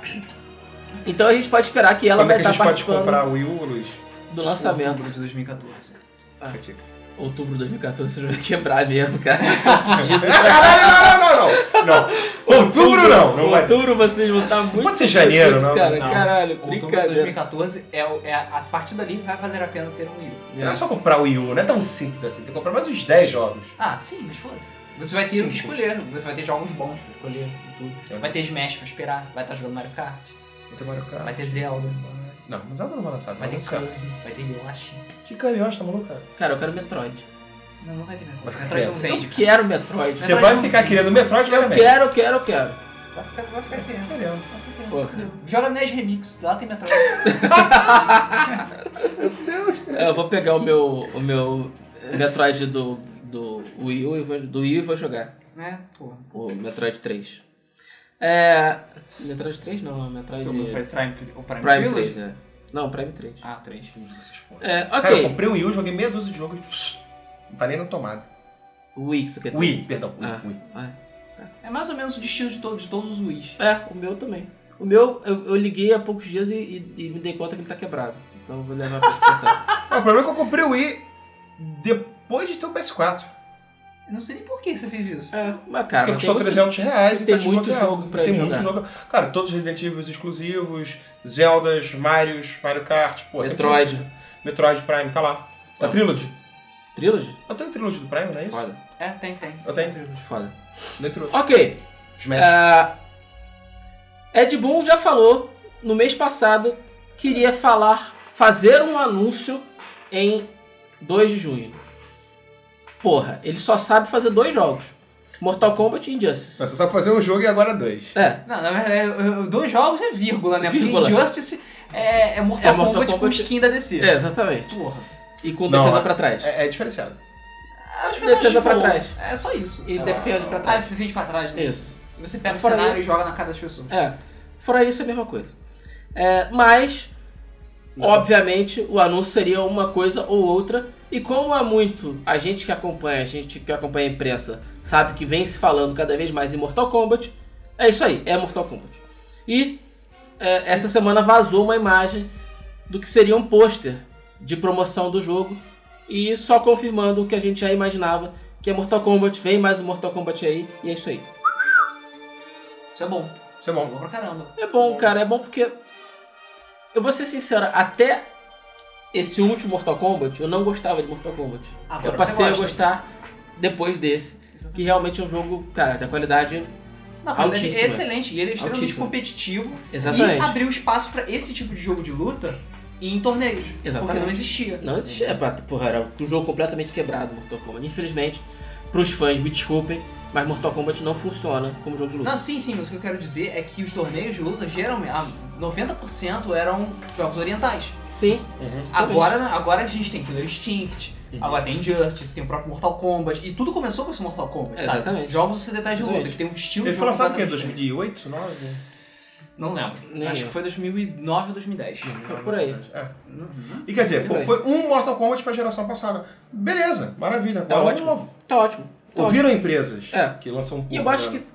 Speaker 1: então a gente pode esperar que ela
Speaker 2: Quando é
Speaker 1: vai
Speaker 2: que a
Speaker 1: estar
Speaker 2: gente
Speaker 1: participando
Speaker 2: pode comprar o Wii U, Luiz?
Speaker 1: do
Speaker 3: Outubro
Speaker 1: lançamento.
Speaker 3: de 2014.
Speaker 1: Ah. Outubro de 2014 você vai quebrar mesmo, cara. Vocês estão fugindo.
Speaker 2: Caralho, não, não, não, não. Não. Outubro não. Não vai.
Speaker 1: Outubro vocês vão estar muito.
Speaker 2: Pode ser janeiro,
Speaker 1: fudidos,
Speaker 2: não?
Speaker 1: Cara,
Speaker 3: Não.
Speaker 1: caralho,
Speaker 3: Outubro de
Speaker 1: brincadeira.
Speaker 3: 2014 é, o- é a, a partir dali vai valer a pena ter um Wii. U.
Speaker 2: Não é só comprar o Wii U, não é tão simples assim. Tem que comprar mais uns 10 jogos.
Speaker 3: Ah, sim, mas foda-se. Você vai ter o que
Speaker 2: Cinco.
Speaker 3: escolher. Você vai ter jogos bons pra escolher e
Speaker 2: Uhum.
Speaker 3: tudo. Vai ter Smash pra esperar. Vai estar jogando Mario Kart.
Speaker 2: Então,
Speaker 3: Vai ter Zelda.
Speaker 2: Não, mas ela não Tá. vai lançar.
Speaker 3: Vai ter
Speaker 2: lançar.
Speaker 3: Kirby. Vai ter Yoshi.
Speaker 2: Que canhão, tá maluco, cara?
Speaker 1: Cara, eu quero Metroid.
Speaker 3: Não, não vai ter Metroid.
Speaker 2: Vai ficar
Speaker 3: Metroid não
Speaker 2: quieto.
Speaker 3: vende.
Speaker 1: Eu
Speaker 3: cara.
Speaker 1: quero Metroid.
Speaker 2: Você vai ficar querendo Metroid
Speaker 1: Eu
Speaker 2: também.
Speaker 1: quero, eu quero, eu quero.
Speaker 3: Vai ficar, vai ficar quieto. tipo,
Speaker 2: Querendo.
Speaker 1: Porra.
Speaker 3: Joga NES Remix. Lá tem Metroid.
Speaker 1: É, Eu vou pegar o meu, o meu Metroid do, do Wii U e vou, do Wii U e vou jogar.
Speaker 3: né? Porra.
Speaker 1: O Metroid 3. É. Metroid 3 não, é Metroid.
Speaker 3: O Prime, o Prime,
Speaker 1: Prime
Speaker 3: Trilogy?
Speaker 1: 3, é. Não, Prime 3.
Speaker 3: Ah, 3.
Speaker 2: Vocês podem.
Speaker 1: É,
Speaker 2: Cara, eu
Speaker 1: ok.
Speaker 2: comprei o Wii U, joguei meia dúzia de jogos. Não tá nem na tomada.
Speaker 1: O Wii, que você quer dizer?
Speaker 2: Wii, perdão. Wii,
Speaker 1: Ah,
Speaker 2: Wii.
Speaker 1: ah.
Speaker 3: É mais ou menos o destino de, todo, de todos os Wii's.
Speaker 1: É, o meu também. O meu, eu, eu liguei há poucos dias e, e- e me dei conta que ele tá quebrado. Então eu vou levar pra tá? consertar.
Speaker 2: Ah, o problema é que eu comprei o Wii depois de ter o PS4.
Speaker 3: Eu não sei nem por que você fez isso.
Speaker 1: É, mas cara,
Speaker 2: Porque
Speaker 1: mas
Speaker 2: custou
Speaker 1: tem muito-
Speaker 2: 300 reais e
Speaker 1: tem
Speaker 2: tá
Speaker 1: muito
Speaker 2: desbloqueado.
Speaker 1: jogo pra
Speaker 2: Tem
Speaker 1: jogar.
Speaker 2: muito jogo. Cara, todos os Resident Evil exclusivos, Zeldas, Marios, Mario Kart, pô, sempre-
Speaker 1: Metroid.
Speaker 2: Metroid Prime, tá lá. Tá
Speaker 1: Tá.
Speaker 2: Trilogy?
Speaker 1: Trilogy?
Speaker 2: Eu tenho Trilogy do Prime, não é isso?
Speaker 1: Foda, Ah.
Speaker 3: É, tem, tem.
Speaker 2: Eu tenho.
Speaker 1: foda.
Speaker 2: Nem Trilogy.
Speaker 1: Ok.
Speaker 2: Smash.
Speaker 1: Ah, Ed Boon já falou no mês passado que iria falar, fazer um anúncio em 2 de junho. Porra, ele só sabe fazer dois jogos: Mortal Kombat e Injustice.
Speaker 2: Mas você sabe fazer um jogo e agora dois.
Speaker 1: É,
Speaker 3: Não, na verdade, eu- eu- dois jogos é vírgula, né?
Speaker 1: Vírgula.
Speaker 3: Porque Injustice é, é Mortal,
Speaker 1: É Mortal
Speaker 3: Kombat, com
Speaker 1: Kombat.
Speaker 3: skin da DC.
Speaker 1: é, exatamente.
Speaker 3: Porra.
Speaker 1: E com
Speaker 2: Não,
Speaker 1: defesa
Speaker 2: é-
Speaker 1: pra trás.
Speaker 2: É, é diferenciado.
Speaker 3: As pessoas
Speaker 1: Ah, Defesa pra
Speaker 3: voam.
Speaker 1: trás.
Speaker 3: É só isso.
Speaker 1: E
Speaker 3: É.
Speaker 1: defende pra
Speaker 3: Ah,
Speaker 1: trás.
Speaker 3: você defende pra trás,
Speaker 2: É.
Speaker 3: né?
Speaker 1: Isso.
Speaker 3: E Você pega o
Speaker 1: Mas fora
Speaker 3: cenário
Speaker 1: isso-
Speaker 3: e joga na cara das pessoas.
Speaker 1: É. Fora isso, é a mesma coisa. É, mas, obviamente, o anúncio seria uma coisa ou outra. E como há muito, a gente que acompanha, a gente que acompanha a imprensa, sabe que vem se falando cada vez mais em Mortal Kombat. É isso aí, é Mortal Kombat. E é, essa semana vazou uma imagem do que seria um pôster de promoção do jogo. E só confirmando o que a gente já imaginava, que é Mortal Kombat, vem mais um Mortal Kombat aí, e é isso aí.
Speaker 3: Isso é bom.
Speaker 2: Isso é
Speaker 3: Isso é
Speaker 2: bom.
Speaker 3: bom pra caramba.
Speaker 1: É bom, cara, é bom porque. Eu vou ser sincero, até esse último Mortal Kombat, eu não gostava de Mortal Kombat.
Speaker 3: Agora
Speaker 1: eu passei a
Speaker 3: você gosta.
Speaker 1: gostar depois desse, que realmente é um jogo, cara, da qualidade.
Speaker 3: Na verdade,
Speaker 1: Altíssima.
Speaker 3: é excelente. E ele é extremamente
Speaker 1: Altíssima.
Speaker 3: competitivo.
Speaker 1: Exatamente.
Speaker 3: E abriu espaço pra esse tipo de jogo de luta em torneios. Porque
Speaker 1: Exatamente.
Speaker 3: não existia.
Speaker 1: Não existia, é, pra- porra, era um jogo completamente quebrado, Mortal Kombat. Infelizmente, pros fãs, me desculpem, mas Mortal Kombat não funciona como jogo de luta.
Speaker 3: Não, sim, sim, mas o que eu quero dizer é que os torneios de luta geralmente, ah, 90% eram jogos orientais.
Speaker 1: Sim,
Speaker 3: Uhum. Agora, né, agora a gente tem Killer Instinct,
Speaker 2: Uhum.
Speaker 3: agora tem Injustice, tem o próprio Mortal Kombat, e tudo começou com esse Mortal Kombat, sabe?
Speaker 1: Exatamente.
Speaker 3: Jogos ocidentais de luta,
Speaker 1: Exatamente.
Speaker 3: que tem um estilo
Speaker 1: Uhum.
Speaker 2: Ele
Speaker 3: de
Speaker 2: foi lançado o quê?
Speaker 3: completamente
Speaker 2: 2008, 2009?
Speaker 3: diferente. Não lembro.
Speaker 1: Nem eu.
Speaker 3: Acho
Speaker 1: Uhum.
Speaker 3: que foi 2009 ou 2010.
Speaker 1: Foi Uhum. por aí.
Speaker 2: É.
Speaker 3: Não, não.
Speaker 2: E quer dizer, pô,
Speaker 1: Por aí.
Speaker 2: foi um Mortal Kombat pra geração passada. Beleza, maravilha.
Speaker 1: Tá
Speaker 2: Agora é um
Speaker 1: ótimo.
Speaker 2: novo.
Speaker 1: Tá ótimo. tá ótimo.
Speaker 2: Ouviram empresas
Speaker 1: É.
Speaker 2: que lançam um
Speaker 1: E eu
Speaker 2: pouco,
Speaker 1: acho
Speaker 2: né?
Speaker 1: que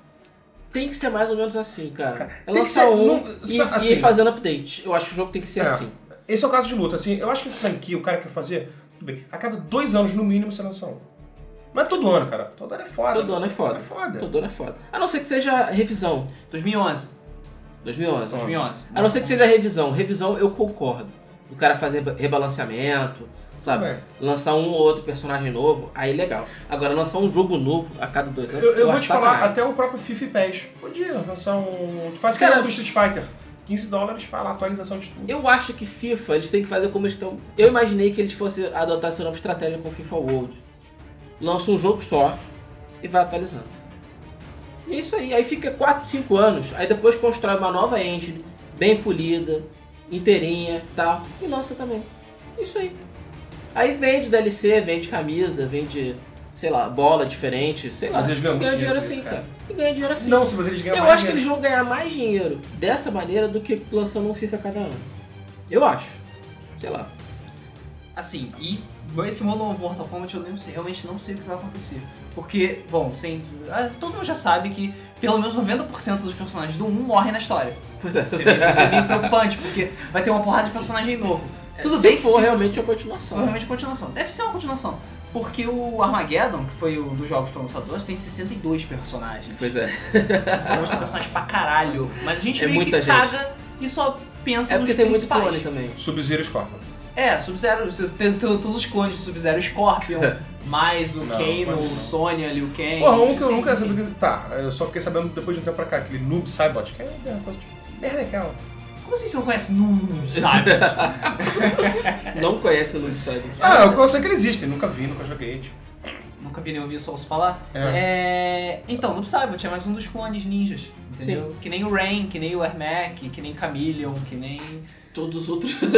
Speaker 1: tem que ser mais ou menos assim, cara. É
Speaker 2: tem que
Speaker 1: lançar
Speaker 2: ser-
Speaker 1: um
Speaker 2: não-
Speaker 1: e,
Speaker 2: só-
Speaker 1: e
Speaker 2: assim.
Speaker 1: ir fazendo update. Eu acho que o jogo tem que ser
Speaker 2: É.
Speaker 1: assim.
Speaker 2: Esse é o caso de luta, assim. Eu acho que franquia, o cara quer fazer, tudo bem. A cada dois anos, no mínimo, você lança um. Mas todo ano, cara. Todo ano é foda.
Speaker 1: Todo ano é foda.
Speaker 2: É foda.
Speaker 1: Todo ano é foda. A não ser que seja revisão,
Speaker 3: 2011.
Speaker 1: 2011.
Speaker 2: Ó.
Speaker 3: 2011.
Speaker 1: A não ser que seja revisão. Revisão eu concordo. O cara fazer reba- rebalanceamento, sabe?
Speaker 2: É.
Speaker 1: Lançar um ou outro personagem novo, aí legal. Agora, lançar um jogo novo a cada dois anos,
Speaker 2: Eu, eu vou
Speaker 1: é acho
Speaker 2: te falar,
Speaker 1: sacanagem.
Speaker 2: até o próprio FIFA e PES. Podia lançar um... Faz que
Speaker 1: Cara-
Speaker 2: nem o do Street Fighter. 15 dólares, faz lá, atualização de tudo.
Speaker 1: Eu acho que FIFA, eles têm que fazer como eles estão. Eu imaginei que eles fossem adotar essa nova estratégia com FIFA World. Lança um jogo só e vai atualizando. E é isso aí. Aí fica 4, 5 anos, aí depois constrói uma nova engine, bem polida, inteirinha e tal, e lança também. É Isso aí. Aí vende DLC, vende camisa, vende, sei lá, bola diferente, sei lá.
Speaker 2: Mas eles ganham muito
Speaker 1: ganha dinheiro
Speaker 2: dinheiro com
Speaker 1: assim,
Speaker 2: isso,
Speaker 1: cara.
Speaker 2: cara.
Speaker 1: E ganha dinheiro assim.
Speaker 2: Não, se vocês ganham
Speaker 1: Eu
Speaker 2: mais
Speaker 1: acho que eles
Speaker 2: dinheiro.
Speaker 1: vão ganhar mais dinheiro dessa maneira do que lançando um FIFA cada ano. Eu acho. Sei lá.
Speaker 3: Assim, e esse modo Mortal Kombat eu nem sei- realmente não sei o que vai acontecer. Porque, bom, sem, ah, todo mundo já sabe que pelo menos 90% dos personagens do 1 morrem na história.
Speaker 1: Pois é.
Speaker 3: Isso é meio- isso é meio preocupante, porque vai ter uma porrada de personagem novo. Tudo
Speaker 1: É, se
Speaker 3: bem que
Speaker 1: for
Speaker 3: se-
Speaker 1: realmente uma
Speaker 3: Isso
Speaker 1: continuação.
Speaker 3: foi realmente continuação. Deve ser uma continuação. Porque o Armageddon, que foi um dos jogos que foi lançado antes, tem 62 personagens.
Speaker 1: Pois é.
Speaker 3: Então tem personagens pra caralho. Mas a gente
Speaker 1: É
Speaker 3: meio
Speaker 1: muita
Speaker 3: que
Speaker 1: gente.
Speaker 3: caga e só pensa
Speaker 1: É
Speaker 3: nos
Speaker 1: porque tem muito
Speaker 3: principais.
Speaker 1: clone também.
Speaker 2: Sub-Zero e Scorpion.
Speaker 3: É, Sub-Zero, tem todos os clones de Sub-Zero Scorpion, mais o
Speaker 2: Não,
Speaker 3: Kano,
Speaker 2: mas
Speaker 3: o
Speaker 2: não.
Speaker 3: Sonya, Liu Kang.
Speaker 2: Porra, um que eu
Speaker 3: Tem-
Speaker 2: nunca sabia. que- Tá, eu só fiquei sabendo depois de um tempo pra cá, aquele Noob Cybot, que é uma coisa de merda é aquela.
Speaker 3: Como assim você não conhece Noob Saibot?
Speaker 1: Não conhece o Noob Saibot.
Speaker 2: Ah, eu, eu sei que ele existe, nunca vi, nunca joguei. Tipo.
Speaker 3: nunca vi nem ouvi só ouço falar. É.
Speaker 2: É.
Speaker 3: Então, Noob Saibot é mais um dos clones ninjas, entendeu? Que nem o Rain, que nem o Ermac, que nem Chameleon, que nem...
Speaker 1: Todos os outros.
Speaker 2: Reptile.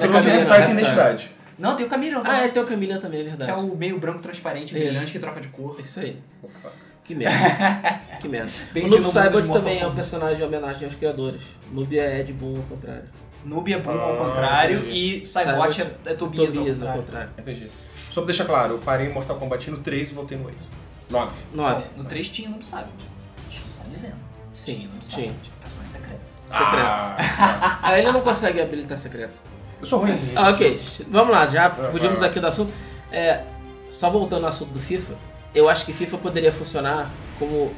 Speaker 1: Camila,
Speaker 2: pelo menos o Reptile tem
Speaker 1: Reptile.
Speaker 2: identidade.
Speaker 3: Não, tem o Chameleon
Speaker 1: ah,
Speaker 3: também,
Speaker 1: é, tem o Camila também, é
Speaker 3: que é
Speaker 1: verdade.
Speaker 3: o meio branco transparente,
Speaker 1: Isso.
Speaker 3: brilhante, que troca de cor.
Speaker 1: Isso aí.
Speaker 2: Ufa.
Speaker 1: Que merda. que merda.
Speaker 3: Bem
Speaker 1: o
Speaker 3: de
Speaker 1: Noob
Speaker 3: novo, mundo
Speaker 1: Saibot
Speaker 3: de
Speaker 1: também
Speaker 3: Mortal
Speaker 1: é um
Speaker 3: Kombat.
Speaker 1: personagem em homenagem aos criadores. Noob é Ed Boon ao contrário.
Speaker 3: Noob é bom
Speaker 2: Ah,
Speaker 3: ao contrário
Speaker 2: entendi.
Speaker 3: e Saibot
Speaker 1: Saibot
Speaker 3: é, é Tobias,
Speaker 1: Tobias
Speaker 3: ao
Speaker 1: ao
Speaker 3: contrário.
Speaker 1: contrário.
Speaker 2: Entendi. Só pra deixar claro, eu parei em Mortal Kombat no 3 e voltei no 8. 9.
Speaker 1: nove
Speaker 3: Bom, no 3 tinha Noob Saibot. Só dizendo.
Speaker 1: Sim,
Speaker 3: Tinha Noob
Speaker 1: tinha.
Speaker 3: Saibot. Tipo, Personagem secreto.
Speaker 2: Ah,
Speaker 1: Aí ele não consegue habilitar secreto.
Speaker 2: eu sou ruim.
Speaker 1: Ah, ok. Vamos lá, já
Speaker 2: Vai,
Speaker 1: fugimos
Speaker 2: vai, vai.
Speaker 1: aqui do assunto. É, só voltando ao assunto do FIFA, eu acho que FIFA poderia funcionar como.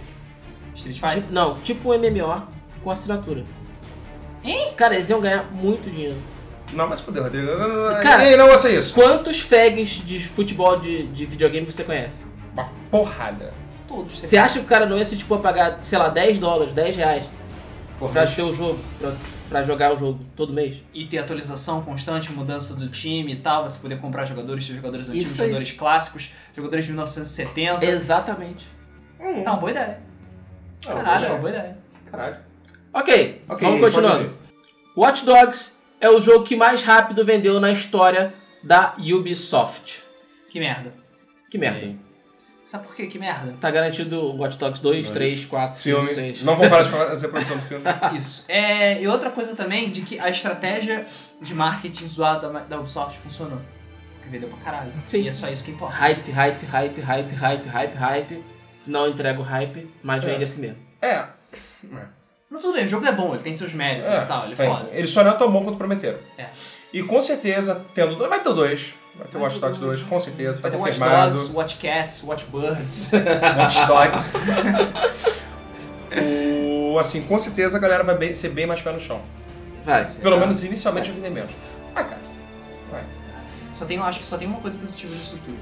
Speaker 3: Street Fighter.
Speaker 1: tipo- não, tipo um MMO com assinatura. Hein? Cara, eles iam ganhar muito dinheiro.
Speaker 2: Não, mas fodeu, Rodrigo. Não, não, não.
Speaker 1: Cara-
Speaker 2: Ei, não ouça isso.
Speaker 1: Quantos fags de futebol de, de videogame você conhece?
Speaker 2: Uma porrada.
Speaker 3: Todos.
Speaker 1: Você acha que o cara não ia se tipo, a pagar, sei lá, 10 dólares, 10 reais pra
Speaker 2: Porra,
Speaker 1: ter o jogo, pra, pra jogar o jogo todo mês?
Speaker 3: E ter atualização constante, mudança do time e tal, você poder comprar jogadores, ter jogadores antigos,
Speaker 1: Isso aí.
Speaker 3: jogadores clássicos, jogadores de 1970.
Speaker 1: Exatamente.
Speaker 3: É uma boa ideia.
Speaker 2: Ah,
Speaker 3: Caralho, é
Speaker 2: boa
Speaker 3: uma boa ideia.
Speaker 2: Caralho.
Speaker 1: Ok,
Speaker 2: Ok,
Speaker 1: vamos
Speaker 2: pode
Speaker 1: continuando. Watch Dogs é o jogo que mais rápido vendeu na história da Ubisoft.
Speaker 3: Que merda.
Speaker 1: Que merda.
Speaker 3: Sabe por quê? Que merda.
Speaker 1: Tá garantido o Watch Dogs 2,
Speaker 2: Dois.
Speaker 1: 3, 4, 5,
Speaker 2: Filme.
Speaker 1: 6.
Speaker 2: Não vão parar de fazer produção do filme.
Speaker 3: Isso. É, e outra coisa também de que a estratégia de marketing zoada da, da Ubisoft funcionou. Porque vendeu pra caralho.
Speaker 1: Sim.
Speaker 3: E é só isso que importa.
Speaker 1: Hype, hype, hype, hype, hype, hype, hype. Não entrega o hype, mas vende assim mesmo.
Speaker 2: É.
Speaker 3: Não, tudo bem, o jogo é bom, ele tem seus méritos
Speaker 2: É,
Speaker 3: e tal, ele é
Speaker 2: tem.
Speaker 3: foda.
Speaker 2: Ele só não é tão bom quanto prometeram.
Speaker 3: É.
Speaker 2: E com certeza, tendo dois. Vai ter dois. Vai ter Watch Dogs 2, com certeza. Tá
Speaker 3: Vai ter Watch
Speaker 2: confirmado.
Speaker 3: Dogs, Watch Cats, Watch Birds.
Speaker 2: Watch Dogs. o, assim, com certeza a galera vai bem- ser bem mais pé no chão.
Speaker 1: Vai.
Speaker 2: Pelo menos inicialmente vai vender menos. Ah, cara. Vai.
Speaker 3: Só tem, eu acho que só tem uma coisa positiva nisso tudo.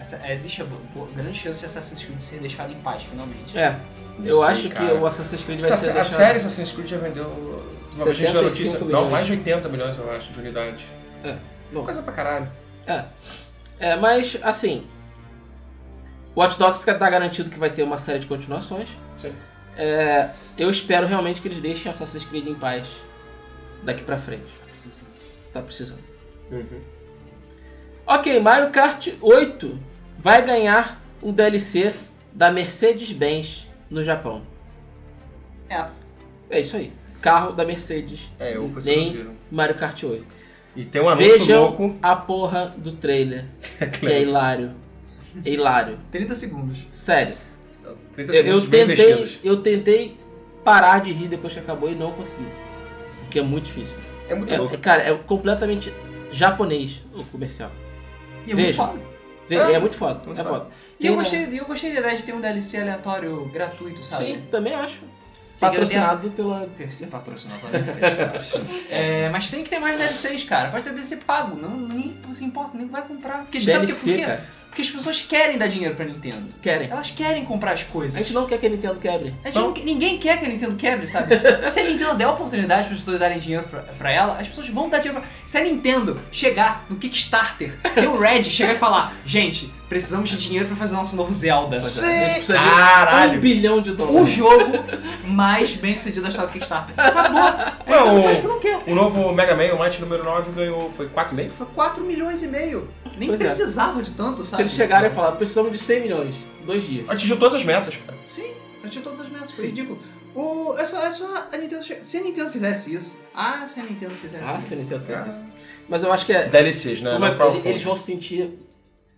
Speaker 3: Essa- existe a bo- bo- grande chance de Assassin's Creed ser deixado em paz, finalmente.
Speaker 1: É,
Speaker 2: Não
Speaker 1: eu
Speaker 2: sei,
Speaker 1: acho que
Speaker 2: cara.
Speaker 1: o Assassin's Creed vai
Speaker 2: Essa-
Speaker 1: ser
Speaker 2: a
Speaker 1: deixado...
Speaker 2: série Assassin's Creed já vendeu. A gente da
Speaker 1: 75
Speaker 2: notícia. Não,
Speaker 1: milhões.
Speaker 2: mais de 80 milhões, eu acho, de unidade.
Speaker 1: É, bom.
Speaker 2: Coisa pra caralho.
Speaker 1: É. É, mas, assim... Watch Dogs tá garantido que vai ter uma série de continuações.
Speaker 2: Sim.
Speaker 1: É, eu espero realmente que eles deixem Assassin's Creed em paz daqui pra frente. Tá precisando. Ok, Mario Kart 8 vai ganhar um DLC da Mercedes-Benz no Japão.
Speaker 3: É.
Speaker 1: É isso aí. Carro da Mercedes.
Speaker 2: É, eu preciso
Speaker 1: Nem
Speaker 2: ver.
Speaker 1: Mario Kart 8.
Speaker 2: E tem um anúncio
Speaker 1: Vejam
Speaker 2: louco.
Speaker 1: a porra do trailer, que é hilário. É hilário.
Speaker 3: 30 segundos.
Speaker 1: Sério.
Speaker 2: 30
Speaker 1: Eu,
Speaker 2: segundos
Speaker 1: eu
Speaker 2: bem
Speaker 1: tentei,
Speaker 2: investidos.
Speaker 1: eu tentei parar de rir depois que acabou e não consegui. Porque é muito difícil.
Speaker 2: É muito
Speaker 1: É-
Speaker 2: louco.
Speaker 1: é, cara, é completamente japonês o comercial.
Speaker 3: E é muito
Speaker 1: Veja.
Speaker 3: foda.
Speaker 1: Vê,
Speaker 2: É,
Speaker 1: É, muito foda,
Speaker 2: muito
Speaker 1: é foda.
Speaker 3: E
Speaker 1: Tem
Speaker 3: eu
Speaker 1: um-
Speaker 3: gostei, e eu gostei da ideia de ter um DLC aleatório gratuito, sabe?
Speaker 1: Sim, né? também acho. Patrocinado pela...
Speaker 3: Perce- Patrocinado pela DLC.
Speaker 1: tá assim.
Speaker 3: é, mas tem que ter mais DLCs, cara. Pode ter DLC pago. Não, nem se importa, nem vai comprar. Porque sabe que- por
Speaker 1: DLC,
Speaker 3: quê?
Speaker 1: cara.
Speaker 3: Porque as pessoas querem dar dinheiro pra Nintendo.
Speaker 1: Querem.
Speaker 3: Elas querem comprar as
Speaker 1: A
Speaker 3: coisas.
Speaker 1: gente não quer que a Nintendo quebre.
Speaker 3: A gente não que- É tipo, ninguém quer que a Nintendo quebre, sabe? Se a Nintendo der oportunidade para as pessoas darem dinheiro pra, pra ela, as pessoas vão dar dinheiro pra Se a Nintendo chegar no Kickstarter, ter o Red chegar e falar: gente, Precisamos de dinheiro pra fazer nosso novo Zelda.
Speaker 2: Sim.
Speaker 1: A gente precisa de um
Speaker 2: Caralho!
Speaker 1: bilhão de
Speaker 3: O
Speaker 1: dólares.
Speaker 3: jogo mais bem sucedido da história do Kickstarter. Acabou.
Speaker 2: Não,
Speaker 3: Não, faz porque não quer.
Speaker 2: O novo Mega Man, o Might número 9, ganhou. Foi 4,5?
Speaker 3: Foi 4 milhões e meio. Nem
Speaker 1: Pois é.
Speaker 3: precisava de tanto, sabe?
Speaker 1: Se eles chegarem e falar, precisamos de 100 milhões, dois dias.
Speaker 2: Atingiu todas as metas, cara.
Speaker 3: Sim, eu tinha todas as metas, foi
Speaker 1: Sim.
Speaker 3: ridículo. O, é, só, é só a Nintendo. che- Se a Nintendo fizesse isso. Ah, se a Nintendo fizesse
Speaker 1: Ah,
Speaker 3: isso.
Speaker 1: se a Nintendo fez
Speaker 2: Ah.
Speaker 1: isso. Mas eu acho que é.
Speaker 2: DLCs, né?
Speaker 1: Como é-
Speaker 2: Não crowdfunding.
Speaker 1: ele- eles vão se sentir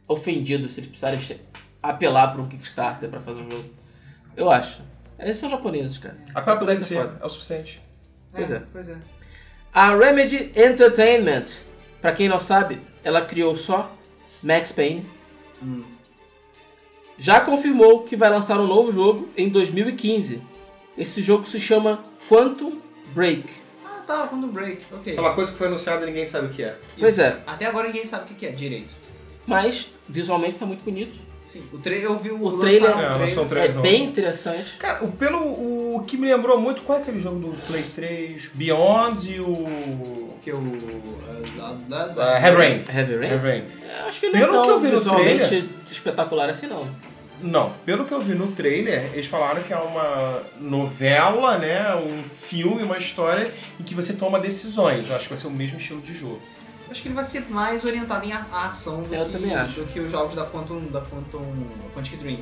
Speaker 1: ofendidos se eles precisarem che- apelar para um Kickstarter para fazer um jogo. Eu acho. Eles são japoneses, cara.
Speaker 2: A própria
Speaker 1: Japoneses
Speaker 2: DLC
Speaker 1: é foda.
Speaker 2: é o suficiente.
Speaker 1: Pois é.
Speaker 3: Pois é.
Speaker 1: A Remedy Entertainment, pra quem não sabe, ela criou só Max Payne. Hum. Já confirmou que vai lançar um novo jogo em 2015. Esse jogo se chama Quantum Break.
Speaker 3: Ah, tá, quando break. Ok.
Speaker 2: Aquela coisa que foi anunciada e ninguém sabe o que é.
Speaker 1: Pois é,
Speaker 3: Até agora ninguém sabe o que que é direito.
Speaker 1: mas visualmente tá muito bonito.
Speaker 3: Sim. O tra... Eu vi o,
Speaker 1: O trailer-
Speaker 3: lançado,
Speaker 2: É,
Speaker 3: o
Speaker 2: lançou um
Speaker 1: É
Speaker 2: trailer novo.
Speaker 1: bem interessante.
Speaker 2: Cara, o, pelo, o que me lembrou muito, qual é aquele jogo do Play 3? Beyond e o...
Speaker 3: Que o. ah, da- da-
Speaker 2: Ah, Heavy Rain.
Speaker 1: Heavy Rain?
Speaker 2: Heavy Rain.
Speaker 1: Eu acho que ele não é
Speaker 2: Pelo que
Speaker 1: tão
Speaker 2: eu vi no
Speaker 1: visualmente espetacular assim, não.
Speaker 2: Não, pelo que eu vi no trailer, eles falaram que é uma novela, né? Um filme, uma história em que você toma decisões. Eu acho que vai ser o mesmo estilo de jogo.
Speaker 3: Acho que ele vai ser mais orientado em a, a ação do,
Speaker 1: Eu
Speaker 3: que,
Speaker 1: também acho.
Speaker 3: do que os jogos da Quantum. da Quantum. Quantic Dream.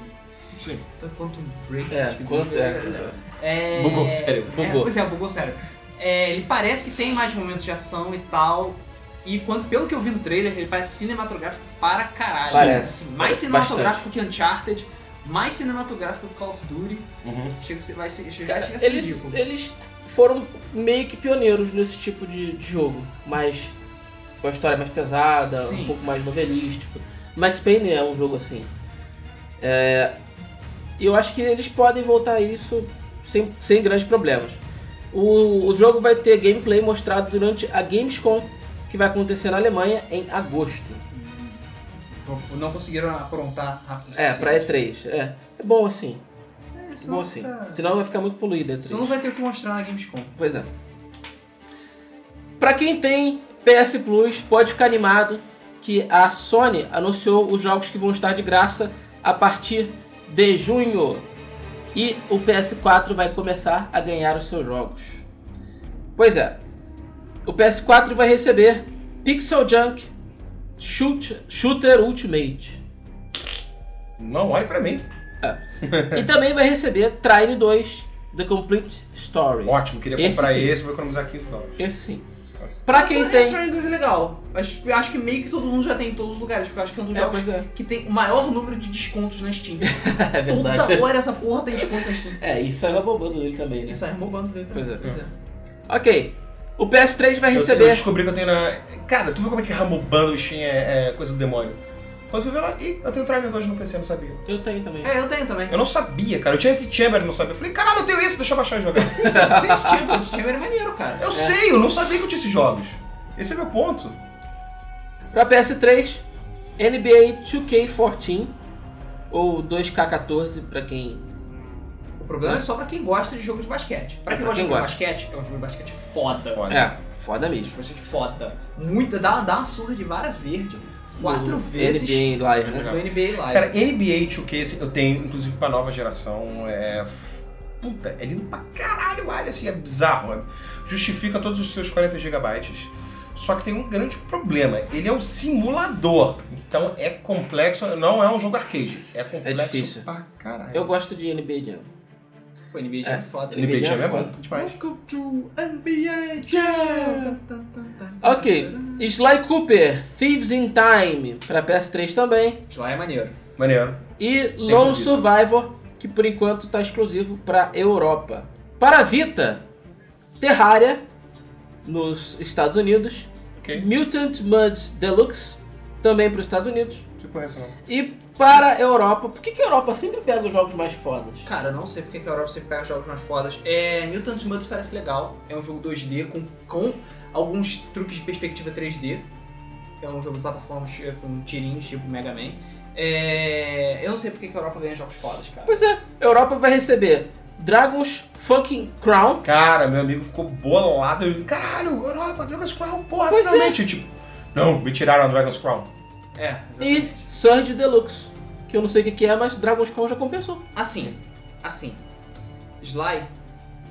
Speaker 2: Sim.
Speaker 3: Da Quantum Break.
Speaker 1: É,
Speaker 3: acho que-
Speaker 1: quanto é.
Speaker 3: É...
Speaker 2: Bugou o cérebro.
Speaker 1: Bugou.
Speaker 3: É, pois é, bugou o cérebro. É, ele parece que tem mais momentos de ação e tal. E quando, pelo que eu vi no trailer, ele parece cinematográfico para caralho.
Speaker 1: Parece.
Speaker 3: Assim, mais
Speaker 1: Parece
Speaker 3: cinematográfico que Uncharted, mais cinematográfico que Call of Duty.
Speaker 2: Uhum.
Speaker 3: Chega, a ser- vai ser, chega,
Speaker 1: Cara,
Speaker 3: chega a ser
Speaker 1: eles,
Speaker 3: ridículo.
Speaker 1: eles foram meio que pioneiros nesse tipo de, de jogo, mas com a história mais pesada,
Speaker 3: Sim.
Speaker 1: um pouco mais novelístico. Max Payne é um jogo assim. É, E eu acho que eles podem voltar a isso sem, sem grandes problemas. O, o jogo vai ter gameplay mostrado durante a Gamescom, que vai acontecer na Alemanha em agosto.
Speaker 3: Não- Não conseguiram aprontar rápido. o
Speaker 1: É, pra
Speaker 3: suficiente.
Speaker 1: E3. É, é bom assim.
Speaker 3: É, senão
Speaker 1: Bom assim.
Speaker 3: fica-
Speaker 1: Senão vai ficar muito poluída. a E3.
Speaker 3: senão não vai ter o que mostrar na Gamescom.
Speaker 1: Pois é. Pra quem tem PS Plus, pode ficar animado que a Sony anunciou os jogos que vão estar de graça a partir de junho. E o PS4 vai começar a ganhar os seus jogos. Pois é. O PS4 vai receber Pixel Junk Shoot- Shooter Ultimate.
Speaker 2: Não olhe pra mim.
Speaker 1: e também vai receber Trine 2 The Complete Story.
Speaker 2: Ótimo, queria
Speaker 1: Esse
Speaker 2: comprar
Speaker 1: sim.
Speaker 2: esse, vou economizar 15 dólares.
Speaker 1: Esse sim. Pra quem
Speaker 3: Mas
Speaker 1: tem.
Speaker 3: Death Stranding é legal. Acho, eu acho que meio que todo mundo já tem em todos os lugares, porque eu acho que é um dos
Speaker 1: É,
Speaker 3: jogos
Speaker 1: pois é.
Speaker 3: que tem o maior número de descontos na Steam.
Speaker 1: É
Speaker 3: Toda hora essa porra tem desconto na Steam.
Speaker 1: É, isso é a bobando dele também, né?
Speaker 3: E sai roubando dele também.
Speaker 1: Pois é. Ok. O PS3 vai
Speaker 2: Eu, eu
Speaker 1: receber.
Speaker 2: descobri que eu tenho na. Cara, tu viu como é que Ramobando Steam é, é coisa do demônio? Quando eu fui ver lá, ih, eu tenho Trial 2 no PC, eu não sabia.
Speaker 1: Eu, tenho também.
Speaker 3: É, eu tenho também.
Speaker 2: Eu não sabia, cara. Eu tinha Anti-Chamber, não sabia. Eu falei, caralho, eu tenho isso, deixa eu baixar e jogar.
Speaker 3: Sim, sim, sim, Steam, pô, Steam era maneiro, cara.
Speaker 2: eu sei, eu não sabia que eu tinha esses jogos. Esse é meu ponto.
Speaker 1: Pra PS3, NBA 2K14 ou 2K14 pra quem.
Speaker 3: O problema é só pra quem gosta de jogo de basquete. Pra
Speaker 1: É,
Speaker 3: quem
Speaker 1: pra
Speaker 3: gosta de
Speaker 1: quem
Speaker 3: jogo de
Speaker 1: gosta.
Speaker 3: basquete, é um jogo de basquete foda.
Speaker 2: Foda.
Speaker 1: É, foda
Speaker 3: De
Speaker 1: mesmo.
Speaker 3: basquete foda. Muita, dá, dá uma surra de vara verde. Quatro
Speaker 1: No
Speaker 3: vezes
Speaker 1: NBA Live, né?
Speaker 3: no NBA Live.
Speaker 2: Cara, NBA 2K assim, eu tenho, inclusive pra nova geração, é. f- Puta, é lindo pra caralho, olha assim, é bizarro. é- Justifica todos os seus 40 gigabytes. Só que tem um grande problema. Ele é um simulador. Então é complexo, não é um jogo arcade. É complexo
Speaker 1: difícil.
Speaker 2: pra caralho.
Speaker 1: Eu gosto de NBA Jam.
Speaker 3: Pô, NBA já é, foda.
Speaker 1: NBA
Speaker 2: NBA Jam
Speaker 1: é
Speaker 2: é bom.
Speaker 1: foda.
Speaker 2: Demais.
Speaker 3: Welcome to NBA Jam.
Speaker 1: Ok. Sly Cooper, Thieves in Time pra PS3 também.
Speaker 3: Isso lá é maneiro.
Speaker 2: Maneiro.
Speaker 1: E Lone
Speaker 2: inclusive.
Speaker 1: Survivor, que por enquanto tá exclusivo pra Europa. Para Vita, Terraria nos Estados Unidos.
Speaker 2: Ok.
Speaker 1: Mutant Mud Deluxe, também para os Estados Unidos.
Speaker 2: Não conheço, não.
Speaker 1: E para a Europa. Por que, que a Europa sempre pega os jogos mais fodas?
Speaker 3: Cara, eu não sei porque que a Europa sempre pega jogos mais fodas. É, Mutant Muds parece legal. É um jogo 2D com, com alguns truques de perspectiva 3D. É um jogo de plataforma che- com tirinhos, tipo Mega Man. É, eu não sei porque que a Europa ganha jogos fodas, cara.
Speaker 1: Pois é, a Europa vai receber Dragon's Fucking Crown.
Speaker 2: Cara, meu amigo ficou bolado. Eu, Caralho, Europa, Dragon's Crown, porra,
Speaker 1: Pois é.
Speaker 2: finalmente. Tipo, não, me tiraram a Dragon's Crown.
Speaker 1: E
Speaker 3: É, exatamente.
Speaker 1: Surge Deluxe, que eu não sei o que que é, mas Dragon's Crown já compensou.
Speaker 3: Assim, assim, Sly,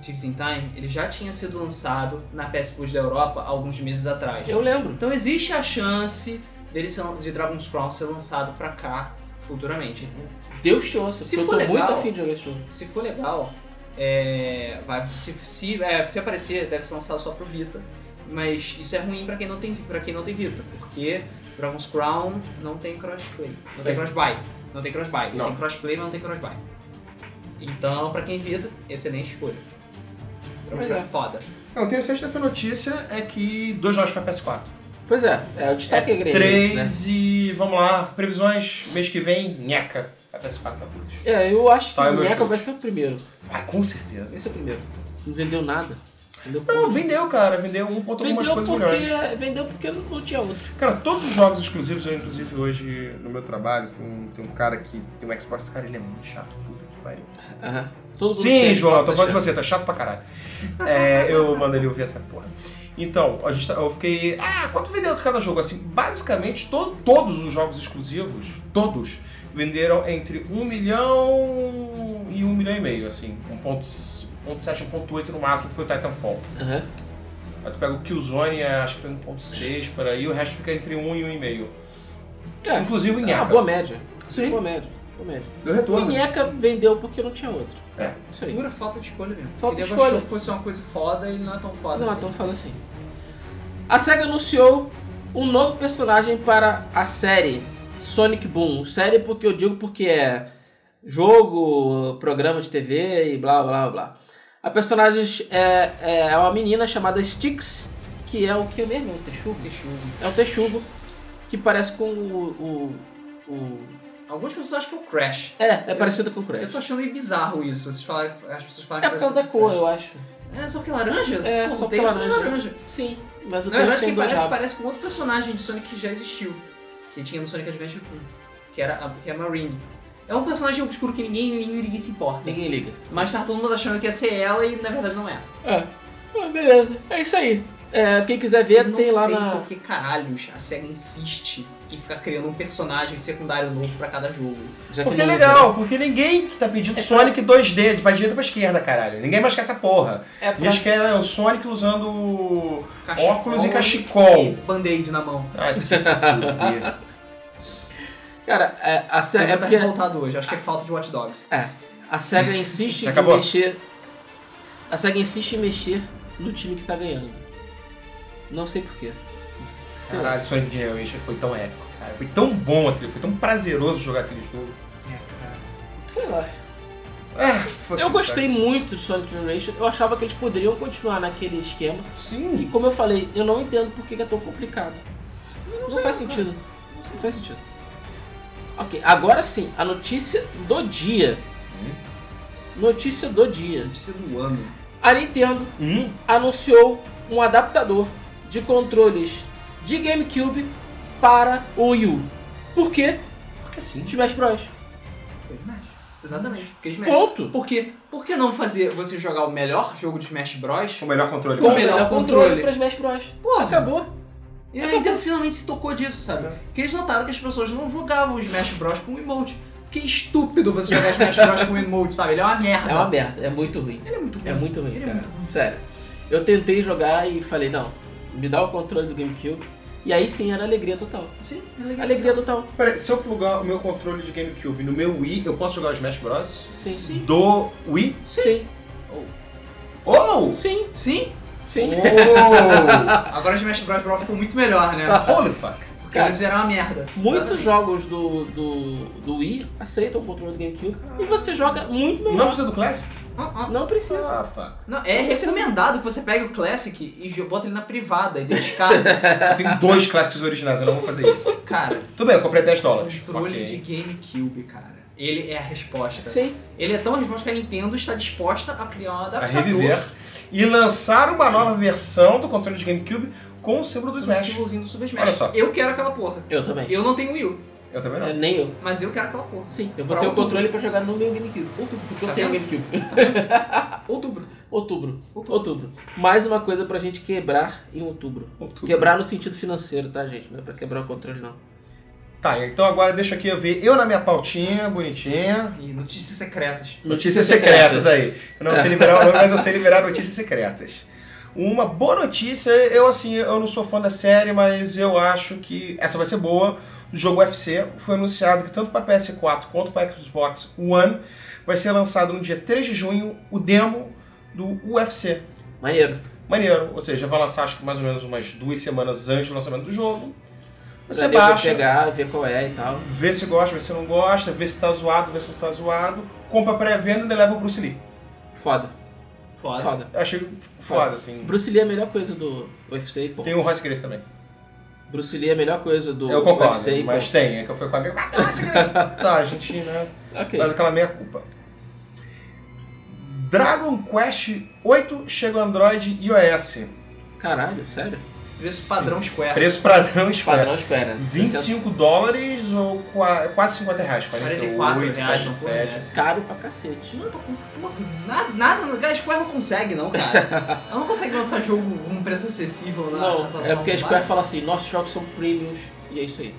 Speaker 3: Thieves in Time, ele já tinha sido lançado na PS Plus da Europa há alguns meses atrás.
Speaker 1: Eu lembro.
Speaker 3: Então existe a chance dele ser, de Dragon's Crown ser lançado pra cá futuramente.
Speaker 1: Deus te ouça,
Speaker 3: Se
Speaker 1: porque eu tô
Speaker 3: for legal-
Speaker 1: muito afim de jogar esse jogo.
Speaker 3: Se for legal, é, vai, se, se, é, se aparecer, deve ser lançado só pro Vita. Mas isso é ruim pra quem não tem para quem não tem Vita, porque Dragon's Crown não tem crossplay, não tem
Speaker 2: É.
Speaker 3: crossbuy, não tem crossbuy,
Speaker 2: Não.
Speaker 3: tem crossplay, mas não tem crossbuy. Então, pra quem Vita, excelente escolha.
Speaker 1: Pois
Speaker 3: Dragon's Crown
Speaker 1: é.
Speaker 3: é foda.
Speaker 2: Não, o interessante dessa notícia é que dois jogos pra PS4.
Speaker 1: Pois é, é o destaque é, esse,
Speaker 2: Três
Speaker 1: né?
Speaker 2: e vamos lá, previsões, mês que vem, nheca. Pra PS4 tá tudo.
Speaker 1: É, eu acho que
Speaker 2: Tá, é
Speaker 1: o
Speaker 2: meu
Speaker 1: Mecha
Speaker 2: chute.
Speaker 1: vai ser o primeiro.
Speaker 2: Ah, com certeza.
Speaker 1: Esse é o primeiro. Não vendeu nada. Vendeu
Speaker 2: Não,
Speaker 1: pouco.
Speaker 2: vendeu, cara. Vendeu um ponto algumas
Speaker 1: vendeu
Speaker 2: coisas melhores.
Speaker 1: porque, é, vendeu porque não, não tinha outro.
Speaker 2: Cara, todos os jogos exclusivos, eu inclusive hoje no meu trabalho, tem um, tem um cara que tem um Xbox, cara, ele é muito chato, puta que pariu.
Speaker 1: Aham. Todo mundo
Speaker 2: Sim,
Speaker 1: tem
Speaker 2: João, tô
Speaker 1: Xbox,
Speaker 2: falando de você, tá chato pra caralho. É, eu mando ele ouvir essa porra. Então, a gente tá- eu fiquei. Ah, quanto vendeu de cada jogo? Assim, basicamente, to- todos os jogos exclusivos, todos, venderam entre 1 milhão e 1 milhão e meio, assim. 1.7, 1.8 no máximo, que foi o Titanfall.
Speaker 1: Aham.
Speaker 2: Aí tu pega o Killzone, é, acho que foi 1.6 por aí, o resto fica entre 1 e 1,5.
Speaker 1: É,
Speaker 2: Inclusive o
Speaker 1: é uma
Speaker 2: Inhaca.
Speaker 1: boa média.
Speaker 2: Sim.
Speaker 1: Boa média. Boa média.
Speaker 2: Deu
Speaker 1: O
Speaker 2: retorno.
Speaker 1: Inheca vendeu porque não tinha outro.
Speaker 2: É.
Speaker 1: Isso aí.
Speaker 3: Pura falta de escolha mesmo.
Speaker 1: Falta de
Speaker 3: Queria
Speaker 1: escolha.
Speaker 3: achou que fosse uma coisa foda e não é tão foda
Speaker 1: Não,
Speaker 3: assim.
Speaker 1: então fala assim. A SEGA anunciou um novo personagem para a série Sonic Boom. Série porque eu digo porque é jogo, programa de TV e blá blá blá. A personagem é, é uma menina chamada Styx, que é o que mesmo? É o Texugo?
Speaker 3: Texugo.
Speaker 1: É o Texugo, que parece com o... o, o-
Speaker 3: Algumas pessoas acham que é o Crash.
Speaker 1: É, é
Speaker 3: Eu-
Speaker 1: parecido com o
Speaker 3: Eu
Speaker 1: Crash.
Speaker 3: tô achando meio bizarro isso. Vocês falam, as pessoas falam
Speaker 1: É
Speaker 3: que
Speaker 1: por
Speaker 3: parece
Speaker 1: causa da
Speaker 3: o
Speaker 1: cor,
Speaker 3: Crash.
Speaker 1: eu acho.
Speaker 3: É, só que laranja?
Speaker 1: É,
Speaker 3: Pô,
Speaker 1: só
Speaker 3: tem
Speaker 1: que
Speaker 3: isso, mas
Speaker 1: laranja.
Speaker 3: laranja.
Speaker 1: Sim, mas o Crash
Speaker 3: Na
Speaker 1: tem
Speaker 3: verdade, quem
Speaker 1: dois
Speaker 3: parece,
Speaker 1: rabos.
Speaker 3: parece com outro personagem de Sonic que já existiu. Que tinha no Sonic Adventure 1. Que era a, que é a Marine. É um personagem obscuro que ninguém, ninguém, ninguém se importa.
Speaker 1: Ninguém liga.
Speaker 3: Mas tá todo mundo achando que ia ser ela e na verdade não é.
Speaker 1: É. Ah, beleza. É isso aí. É, quem quiser ver,
Speaker 3: Eu não
Speaker 1: tem lá
Speaker 3: sei
Speaker 1: na.
Speaker 3: porque caralhos a SEGA insiste em ficar criando um personagem secundário novo pra cada jogo.
Speaker 1: Já que
Speaker 2: Porque é
Speaker 1: não usa.
Speaker 2: legal, porque ninguém que tá pedindo Sonic 2D, de pra direita pra esquerda, caralho. Ninguém mais quer essa porra.
Speaker 1: É
Speaker 2: A
Speaker 1: pra...
Speaker 2: gente quer o Sonic usando
Speaker 3: Cachecol
Speaker 2: óculos e cachecol.
Speaker 3: e Band-aid na mão.
Speaker 2: Ah, se fuder.
Speaker 1: Cara, é, a, Se- é
Speaker 3: tá
Speaker 1: porque Ah. é.
Speaker 3: revoltado hoje, acho que é falta de Watch Dogs.
Speaker 1: a SEGA insiste em
Speaker 2: Acabou.
Speaker 1: mexer. A SEGA insiste em mexer no time que tá ganhando. Não sei porquê.
Speaker 2: Caralho, Sonic Generation foi tão épico, cara. Foi tão bom aquele, foi tão prazeroso jogar aquele jogo.
Speaker 1: Sei lá.
Speaker 2: Ah, fuck
Speaker 1: Eu
Speaker 2: isso,
Speaker 1: gostei muito de Sonic Generation. Eu achava que eles poderiam continuar naquele esquema.
Speaker 2: cara.
Speaker 1: E
Speaker 2: Sim.
Speaker 1: como eu falei, eu não entendo por que que é tão complicado. Não, faz sentido. Não faz sentido. Ok, agora sim, a notícia do dia. Hum? Notícia do dia.
Speaker 2: é
Speaker 3: Notícia do ano.
Speaker 1: A Nintendo
Speaker 2: Hum?
Speaker 1: anunciou um adaptador de controles de GameCube para o Wii U. Por quê?
Speaker 2: Porque assim, tipo,
Speaker 1: Smash Bros.
Speaker 3: Foi Smash. Exatamente. Porque Smash.
Speaker 1: Ponto.
Speaker 3: Por quê? Por que não fazer você jogar o melhor jogo de Smash Bros?
Speaker 2: o melhor controle.
Speaker 3: Com-
Speaker 2: cara.
Speaker 3: melhor controle.
Speaker 1: para Smash Bros.
Speaker 3: Porra.
Speaker 1: Acabou. É,
Speaker 3: E a Nintendo finalmente se tocou disso, sabe? Porque eles notaram que as pessoas não jogavam o Smash Bros com o emote. Porque é estúpido você jogar Smash Bros com o emote, sabe? Ele é uma merda.
Speaker 1: É uma merda, é muito ruim.
Speaker 3: Ele é muito ruim.
Speaker 1: É muito ruim,
Speaker 3: Ele
Speaker 1: cara.
Speaker 3: É muito ruim.
Speaker 1: Sério. Eu tentei jogar e falei, não, me dá o controle do GameCube. E aí sim era alegria total.
Speaker 3: Sim, é legal.
Speaker 1: Alegria total.
Speaker 2: Peraí, se eu plugar o meu controle de GameCube no meu Wii, eu posso jogar o Smash Bros?
Speaker 1: Sim. Sim.
Speaker 2: Do Wii?
Speaker 1: Sim.
Speaker 2: Oh!
Speaker 1: Sim.
Speaker 3: Sim?
Speaker 1: Sim.
Speaker 2: Oh!
Speaker 3: Agora o Smash Bros Bros ficou muito melhor, né?
Speaker 2: Holy fuck.
Speaker 3: Porque
Speaker 1: Ah, Cara,
Speaker 3: antes era uma merda.
Speaker 1: Muitos jogos do, do, do Wii aceitam o controle do GameCube e você joga muito
Speaker 2: Não
Speaker 1: melhor.
Speaker 2: precisa do Classic?
Speaker 3: Ah, ah.
Speaker 1: Não precisa.
Speaker 2: Ah, fuck.
Speaker 3: Não, é recomendado que você pegue o Classic e jo- bota ele na privada e descarga.
Speaker 2: Eu tenho dois Classics originais, eu não vou fazer isso.
Speaker 3: cara,
Speaker 2: Tudo bem, eu comprei 10 dólares.
Speaker 3: controle
Speaker 2: Ok.
Speaker 3: de GameCube, cara. Ele é a resposta.
Speaker 1: Sim.
Speaker 3: Ele é tão resposta que a Nintendo está disposta a criar um
Speaker 2: a
Speaker 3: adaptador.
Speaker 2: reviver e lançar uma nova versão do controle de GameCube com o símbolo do
Speaker 3: do
Speaker 2: Smash.
Speaker 3: símbolozinho do Super Smash.
Speaker 2: Olha só.
Speaker 3: Eu quero aquela porra.
Speaker 1: Eu também.
Speaker 3: Eu não tenho Wii U,
Speaker 2: Eu também
Speaker 1: É,
Speaker 2: não.
Speaker 1: nem eu.
Speaker 3: mas eu quero aquela porra.
Speaker 1: Sim. Eu vou
Speaker 3: Pra
Speaker 1: ter o
Speaker 3: outubro.
Speaker 1: controle pra jogar no meu GameCube. Outubro. Porque eu
Speaker 3: Tá
Speaker 1: tenho
Speaker 3: vendo?
Speaker 1: GameCube.
Speaker 3: Outubro.
Speaker 1: Outubro.
Speaker 3: Outubro.
Speaker 1: Outubro. Mais uma coisa pra gente quebrar em outubro. Quebrar no sentido financeiro, tá, gente? Não é pra quebrar o controle, não.
Speaker 2: Tá, então agora deixa aqui eu ver. Eu na minha pautinha, bonitinha.
Speaker 3: E notícias secretas.
Speaker 2: Notícias secretas aí. Eu não
Speaker 1: É.
Speaker 2: sei liberar o nome, mas eu sei liberar notícias secretas. Uma boa notícia, eu assim, eu não sou fã da série, mas eu acho que essa vai ser boa. O jogo UFC foi anunciado que tanto para PS4 quanto para Xbox One vai ser lançado no dia 3 de junho o demo do UFC.
Speaker 1: Maneiro.
Speaker 2: Maneiro, ou seja, vai lançar acho que mais ou menos umas duas semanas antes do lançamento do jogo.
Speaker 1: Pra
Speaker 2: Você
Speaker 1: nego
Speaker 2: baixa,
Speaker 1: pegar, ver qual é e tal.
Speaker 2: vê se gosta, vê se não gosta, vê se tá zoado, vê se não tá zoado, compra pré-venda e ainda leva o Bruce Lee.
Speaker 1: Foda.
Speaker 3: Foda.
Speaker 1: Foda.
Speaker 2: Eu achei foda, assim.
Speaker 1: Bruce Lee é a melhor coisa do UFC e ponto.
Speaker 2: Tem o Royce Grace também.
Speaker 1: Bruce Lee é a melhor coisa do
Speaker 2: Eu concordo,
Speaker 1: UFC e
Speaker 2: mas
Speaker 1: ponto.
Speaker 2: tem. É que eu fui com a minha. Ah, Royce Grace. tá, a gente, né?
Speaker 1: Ok.
Speaker 2: Faz aquela meia culpa. Dragon Quest 8 chega ao Android e iOS.
Speaker 1: Caralho, sério?
Speaker 3: Preço padrão Square.
Speaker 2: Preço um padrão Square.
Speaker 1: Padrão Square.
Speaker 2: 25 dólares ou qua- quase 50 reais? 48,
Speaker 3: 44 reais, uma porra
Speaker 2: 47.
Speaker 3: dessa.
Speaker 1: é Caro pra
Speaker 2: assim.
Speaker 1: cacete.
Speaker 3: Não, tô com- porra, nada, nada, a Square não consegue não, cara. Ela não consegue lançar jogo com um preço acessível na na
Speaker 1: Não,
Speaker 3: plataforma
Speaker 1: é porque a Square
Speaker 3: básica.
Speaker 1: fala assim, nossos jogos são premiums e é isso aí.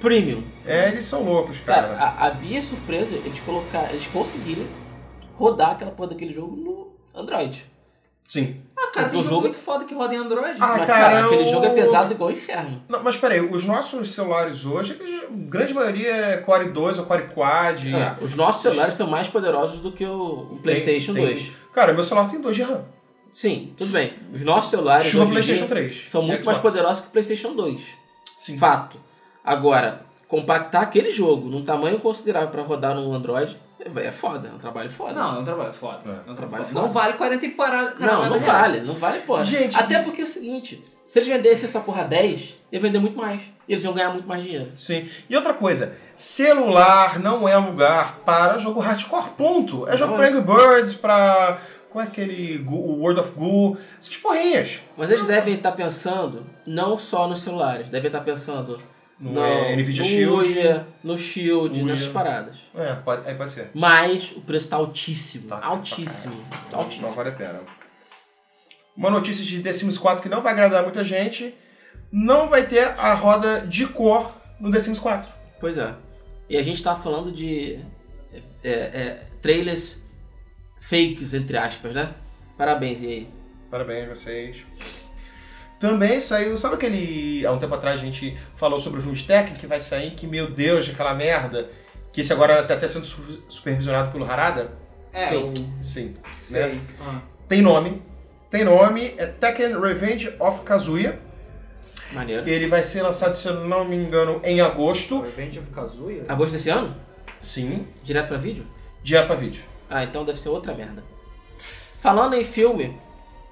Speaker 1: Premium.
Speaker 2: É, eles são loucos, cara.
Speaker 1: Cara, a, a minha surpresa, eles colocar, eles conseguirem rodar aquela porra daquele jogo no Android.
Speaker 2: Sim.
Speaker 3: Ah, cara,
Speaker 1: Porque
Speaker 3: tem
Speaker 1: o
Speaker 3: jogo,
Speaker 1: jogo-
Speaker 3: muito foda que roda em Android.
Speaker 2: Ah,
Speaker 1: Mas,
Speaker 2: cara,
Speaker 1: cara, aquele
Speaker 2: eu-
Speaker 1: jogo é pesado igual o inferno.
Speaker 2: Não, mas peraí, os nossos celulares hoje, eles- a grande maioria é Core 2 ou Core Quad.
Speaker 1: É, os nossos celulares são mais poderosos do que o, o PlayStation
Speaker 2: tem.
Speaker 1: 2.
Speaker 2: Cara, meu celular tem 2 de RAM.
Speaker 1: Sim, tudo bem. Os nossos celulares
Speaker 2: Chupa o
Speaker 1: hoje em
Speaker 2: PlayStation
Speaker 1: dia
Speaker 2: 3.
Speaker 1: são
Speaker 2: e
Speaker 1: muito
Speaker 2: Xbox.
Speaker 1: mais poderosos que o PlayStation 2.
Speaker 2: Sim.
Speaker 1: Fato. Agora, compactar aquele jogo num tamanho considerável pra rodar no Android é, é foda, é um trabalho foda.
Speaker 3: Não, é um trabalho
Speaker 2: É.
Speaker 3: foda. É, um
Speaker 1: Trabalho
Speaker 3: trabalho
Speaker 1: foda.
Speaker 3: foda. Não vale 40 e parada.
Speaker 1: Não, não vale, não vale porra.
Speaker 2: Gente,
Speaker 1: Até porque é o seguinte, se eles vendessem essa porra 10, ia vender muito mais. E eles iam ganhar muito mais dinheiro.
Speaker 2: Sim. E outra coisa, celular não é lugar para jogo hardcore, ponto. É jogo
Speaker 1: Não
Speaker 2: pra
Speaker 1: é.
Speaker 2: Angry Birds, pra... Como é aquele... Gu- o World of Goo, essas porrinhas.
Speaker 1: Mas eles devem estar pensando não só nos celulares, devem estar pensando
Speaker 2: Não,
Speaker 1: no,
Speaker 2: é Nvidia
Speaker 1: no
Speaker 2: Shield.
Speaker 1: Uia, no Shield,
Speaker 2: Uia.
Speaker 1: nessas paradas.
Speaker 2: É, pode, aí pode ser.
Speaker 1: Mas o preço tá altíssimo.
Speaker 2: Tá, tá
Speaker 1: altíssimo. Tá
Speaker 2: Não
Speaker 1: altíssimo.
Speaker 2: vale a pena. Uma notícia de The Sims 4 que não vai agradar muita gente. Não vai ter a roda de cor no The Sims 4.
Speaker 1: Pois é. E a gente tá falando de é, é, trailers fakes, entre aspas, né? Parabéns, e aí?
Speaker 2: Parabéns a vocês. Também saiu, sabe aquele. Há um tempo atrás a gente falou sobre o filme de Tekken que vai sair, que meu Deus, aquela merda. Que esse agora tá até sendo su- supervisionado pelo Harada?
Speaker 3: É,
Speaker 1: Sim.
Speaker 3: o-
Speaker 2: Sim. né?
Speaker 3: sei. Ah.
Speaker 2: Tem nome. Tem nome, é Tekken Revenge of Kazuya.
Speaker 1: Maneiro.
Speaker 2: Ele vai ser lançado, se eu não me engano, em agosto.
Speaker 3: Revenge of Kazuya?
Speaker 1: Agosto desse ano?
Speaker 2: Sim.
Speaker 1: Direto pra vídeo?
Speaker 2: Direto pra vídeo.
Speaker 1: Ah, então deve ser outra merda. Falando em filme,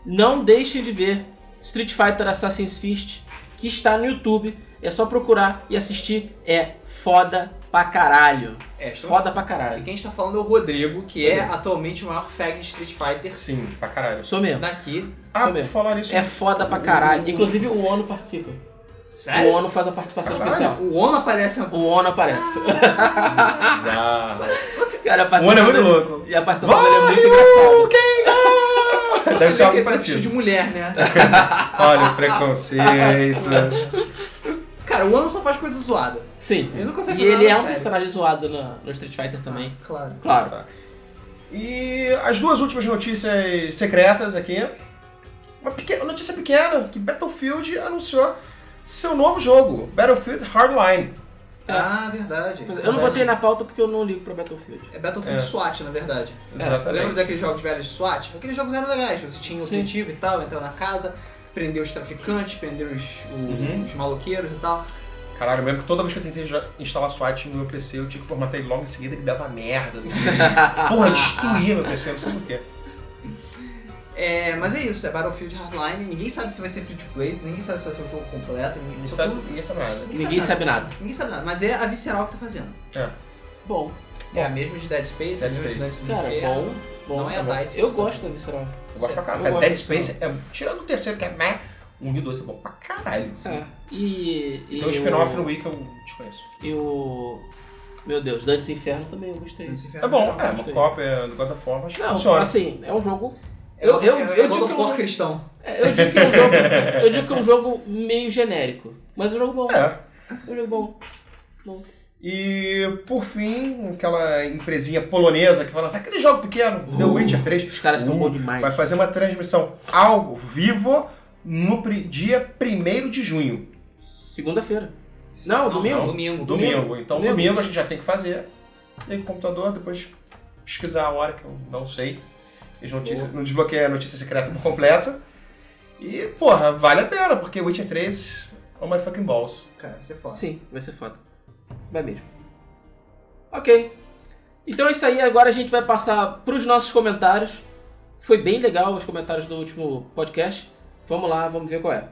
Speaker 1: não deixem de ver Street Fighter Assassin's Fist, que está no YouTube. É só procurar e assistir. É foda pra caralho.
Speaker 3: É, estamos-
Speaker 1: Foda pra
Speaker 3: E
Speaker 1: caralho.
Speaker 3: quem está falando é o Rodrigo, que é atualmente o maior fag de Street Fighter
Speaker 2: Sim, pra caralho.
Speaker 1: Sou mesmo.
Speaker 3: daqui.
Speaker 2: Ah,
Speaker 1: Isso
Speaker 2: por
Speaker 1: mesmo.
Speaker 2: falar nisso.
Speaker 1: É foda pra caralho. Inclusive o Ono participa. O
Speaker 3: Sério?
Speaker 1: Ono faz a participação
Speaker 2: Caralho.
Speaker 1: especial.
Speaker 3: O Ono aparece na
Speaker 1: O Ono aparece.
Speaker 2: bizarro.
Speaker 1: ah, Cara, a
Speaker 2: O Ono é
Speaker 1: participação
Speaker 2: muito
Speaker 1: dele-
Speaker 2: louco.
Speaker 1: E a participação dele é muito engraçada.
Speaker 2: Deve ser algo
Speaker 3: ele tá vestido
Speaker 2: parecido.
Speaker 3: de mulher, né?
Speaker 2: Olha o preconceito.
Speaker 3: Cara, o Ono só faz coisa zoada.
Speaker 1: Sim.
Speaker 3: Ele não
Speaker 1: E
Speaker 3: consegue fazer
Speaker 1: ele
Speaker 3: nada
Speaker 1: é um
Speaker 3: sério.
Speaker 1: personagem zoado no, no Street Fighter também.
Speaker 3: Claro.
Speaker 1: Claro.
Speaker 2: Tá. E as duas últimas notícias secretas aqui. Uma pequena, notícia pequena, que Battlefield anunciou seu novo jogo, Battlefield Hardline.
Speaker 3: Ah, verdade.
Speaker 1: É. Eu não botei na pauta porque eu não ligo pra Battlefield.
Speaker 3: É Battlefield
Speaker 2: É.
Speaker 3: SWAT, na verdade. Lembra
Speaker 2: Exatamente.
Speaker 3: daqueles jogos velhos de SWAT? Aqueles jogos eram legais, você tinha o
Speaker 1: Sim.
Speaker 3: objetivo e tal, entrar na casa, prender os traficantes, prender os, o-
Speaker 2: Uhum.
Speaker 3: os maloqueiros e tal.
Speaker 2: Caralho, eu lembro que toda vez que eu tentei jo- instalar SWAT no meu PC, eu tinha que formatar ele logo em seguida, que dava merda. Porra, destruía meu PC, eu não sei porquê.
Speaker 3: É, mas é isso, é Battlefield Hardline, ninguém sabe se vai ser free to play, ninguém sabe se vai ser um jogo completo, ninguém,
Speaker 2: Ninguém
Speaker 3: só
Speaker 2: sabe,
Speaker 3: tudo-
Speaker 2: ninguém sabe nada.
Speaker 1: Ninguém sabe nada.
Speaker 3: Ninguém sabe nada, mas é a Visceral que tá fazendo.
Speaker 2: É.
Speaker 1: Bom,
Speaker 3: É a mesma de Dead Space,
Speaker 2: Dead
Speaker 3: a mesma
Speaker 2: Space.
Speaker 3: de Dantes do
Speaker 1: cara,
Speaker 3: Inferno.
Speaker 1: bom. Bom,
Speaker 3: Não é
Speaker 1: tá
Speaker 3: a
Speaker 1: bom.
Speaker 3: DICE.
Speaker 1: Eu gosto da Visceral.
Speaker 2: Eu gosto pra
Speaker 1: Eu
Speaker 2: caralho.
Speaker 1: gosto
Speaker 2: Dead
Speaker 1: desse
Speaker 2: Space, é, tirando o terceiro, que é meh, o 1 e o 2 é bom pra caralho.
Speaker 1: É. E. e
Speaker 2: Então o spin-off
Speaker 1: o-
Speaker 2: no Wiki eu desconheço.
Speaker 1: E o. Meu Deus, Dantes Inferno também eu gostei.
Speaker 3: Dantes do Inferno.
Speaker 2: É bom,
Speaker 1: tá,
Speaker 2: é uma
Speaker 1: gostei.
Speaker 2: cópia do God of War, mas
Speaker 1: Não,
Speaker 2: funciona.
Speaker 1: assim, é um jogo.
Speaker 3: É
Speaker 1: Eu-
Speaker 3: o-
Speaker 1: eu-
Speaker 3: é
Speaker 1: eu
Speaker 3: o
Speaker 1: digo
Speaker 3: God
Speaker 1: que
Speaker 3: of
Speaker 1: eu-
Speaker 3: War cristão.
Speaker 1: é, Eu digo que é um jogo. Eu digo que é um jogo meio genérico. Mas é um jogo bom.
Speaker 2: É.
Speaker 1: É um jogo bom. Bom.
Speaker 2: E, por fim, aquela empresinha polonesa que fala assim, aquele jogo pequeno, The
Speaker 1: Uh,
Speaker 2: Witcher 3.
Speaker 1: Os caras são
Speaker 2: Uh,
Speaker 1: bons demais.
Speaker 2: Vai fazer uma transmissão ao vivo no pri- dia 1 de junho.
Speaker 1: Segunda-feira. Não, domingo.
Speaker 4: Domingo.
Speaker 2: Domingo. Então,
Speaker 1: Domingo.
Speaker 2: domingo. a gente já tem que fazer. E aí, com o computador, depois pesquisar a hora, que eu não sei. Eles notícia, não desbloqueia a notícia secreta por completo. E, porra, vale a pena, porque Witcher 3 é uma fucking balls.
Speaker 4: Cara, você é foda.
Speaker 1: Sim, vai ser foda. Vai mesmo. Ok. Então é isso aí. Agora a gente vai passar pros nossos comentários. Foi bem legal os comentários do último podcast. Vamos lá, vamos ver qual é.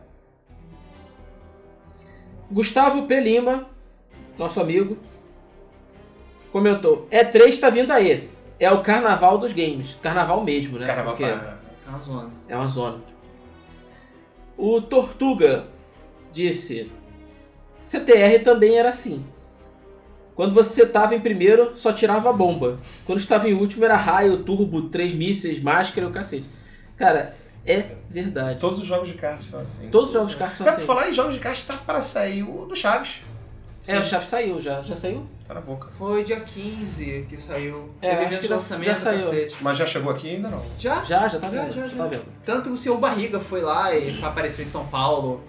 Speaker 1: Gustavo P. Lima, nosso amigo, comentou: E3 tá vindo aí. É o carnaval dos games. Carnaval mesmo, né?
Speaker 2: Carnaval
Speaker 1: Porque-
Speaker 2: tá-
Speaker 4: Arrasou.
Speaker 1: é uma zona. O Tortuga disse: CTR também era assim. Quando você tava em primeiro, só tirava a bomba. Quando estava em último, era raio, turbo, três mísseis, máscara e o cacete. Cara, é verdade.
Speaker 2: Todos os jogos de kart são assim.
Speaker 1: Todos os jogos de kart são
Speaker 2: Cara,
Speaker 1: assim.
Speaker 2: pra falar em jogos de kart, tá para sair o do Chaves.
Speaker 1: É, o chave saiu já. Já saiu?
Speaker 2: Tá na boca.
Speaker 3: Foi dia 15 que saiu.
Speaker 1: É,
Speaker 3: Teve
Speaker 1: acho
Speaker 3: evento
Speaker 1: que
Speaker 3: de
Speaker 1: já-
Speaker 3: lançamento,
Speaker 1: já saiu.
Speaker 3: cacete.
Speaker 2: Mas já chegou aqui ainda não.
Speaker 3: Já?
Speaker 1: Já, já tá
Speaker 3: Já,
Speaker 1: vendo.
Speaker 3: já,
Speaker 1: Já,
Speaker 3: já.
Speaker 1: tá vendo.
Speaker 3: Tanto o seu Barriga foi lá e apareceu em São Paulo.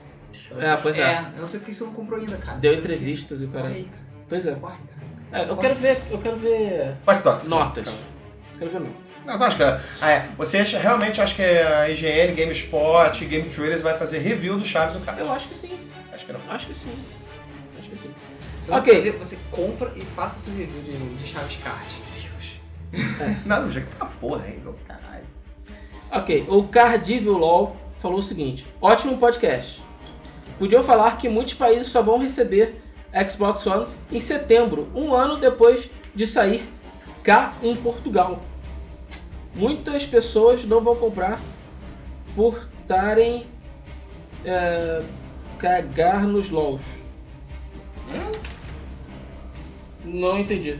Speaker 1: É, pois é.
Speaker 3: eu não sei porque você não comprou ainda, cara.
Speaker 1: Deu entrevistas e o cara.
Speaker 3: Corre aí, cara.
Speaker 1: Pois é.
Speaker 3: Corre, cara.
Speaker 1: É, Eu quero ver. Eu quero ver.
Speaker 2: Pode tocar.
Speaker 1: Notas. Quero ver notas.
Speaker 2: Não, eu acho que ah, é, você acha- realmente acha que a IGN, GameSpot, Game Trailers vai fazer review do Chaves do cara?
Speaker 1: Eu acho que sim.
Speaker 2: Acho que não.
Speaker 1: Acho que sim. Acho que sim.
Speaker 3: Você vai
Speaker 1: Ok.
Speaker 3: fazer- você compra e faça o seu review de, de Chaves Kart. Deus.
Speaker 2: Não, já que tá porra aí, meu caralho.
Speaker 1: Ok, o Cardivio LOL falou o seguinte: ótimo podcast. Podiam falar que muitos países só vão receber Xbox One em setembro, um ano depois de sair cá em Portugal. Muitas pessoas não vão comprar por estarem é, cagar nos LOLs. Hum? Não entendi.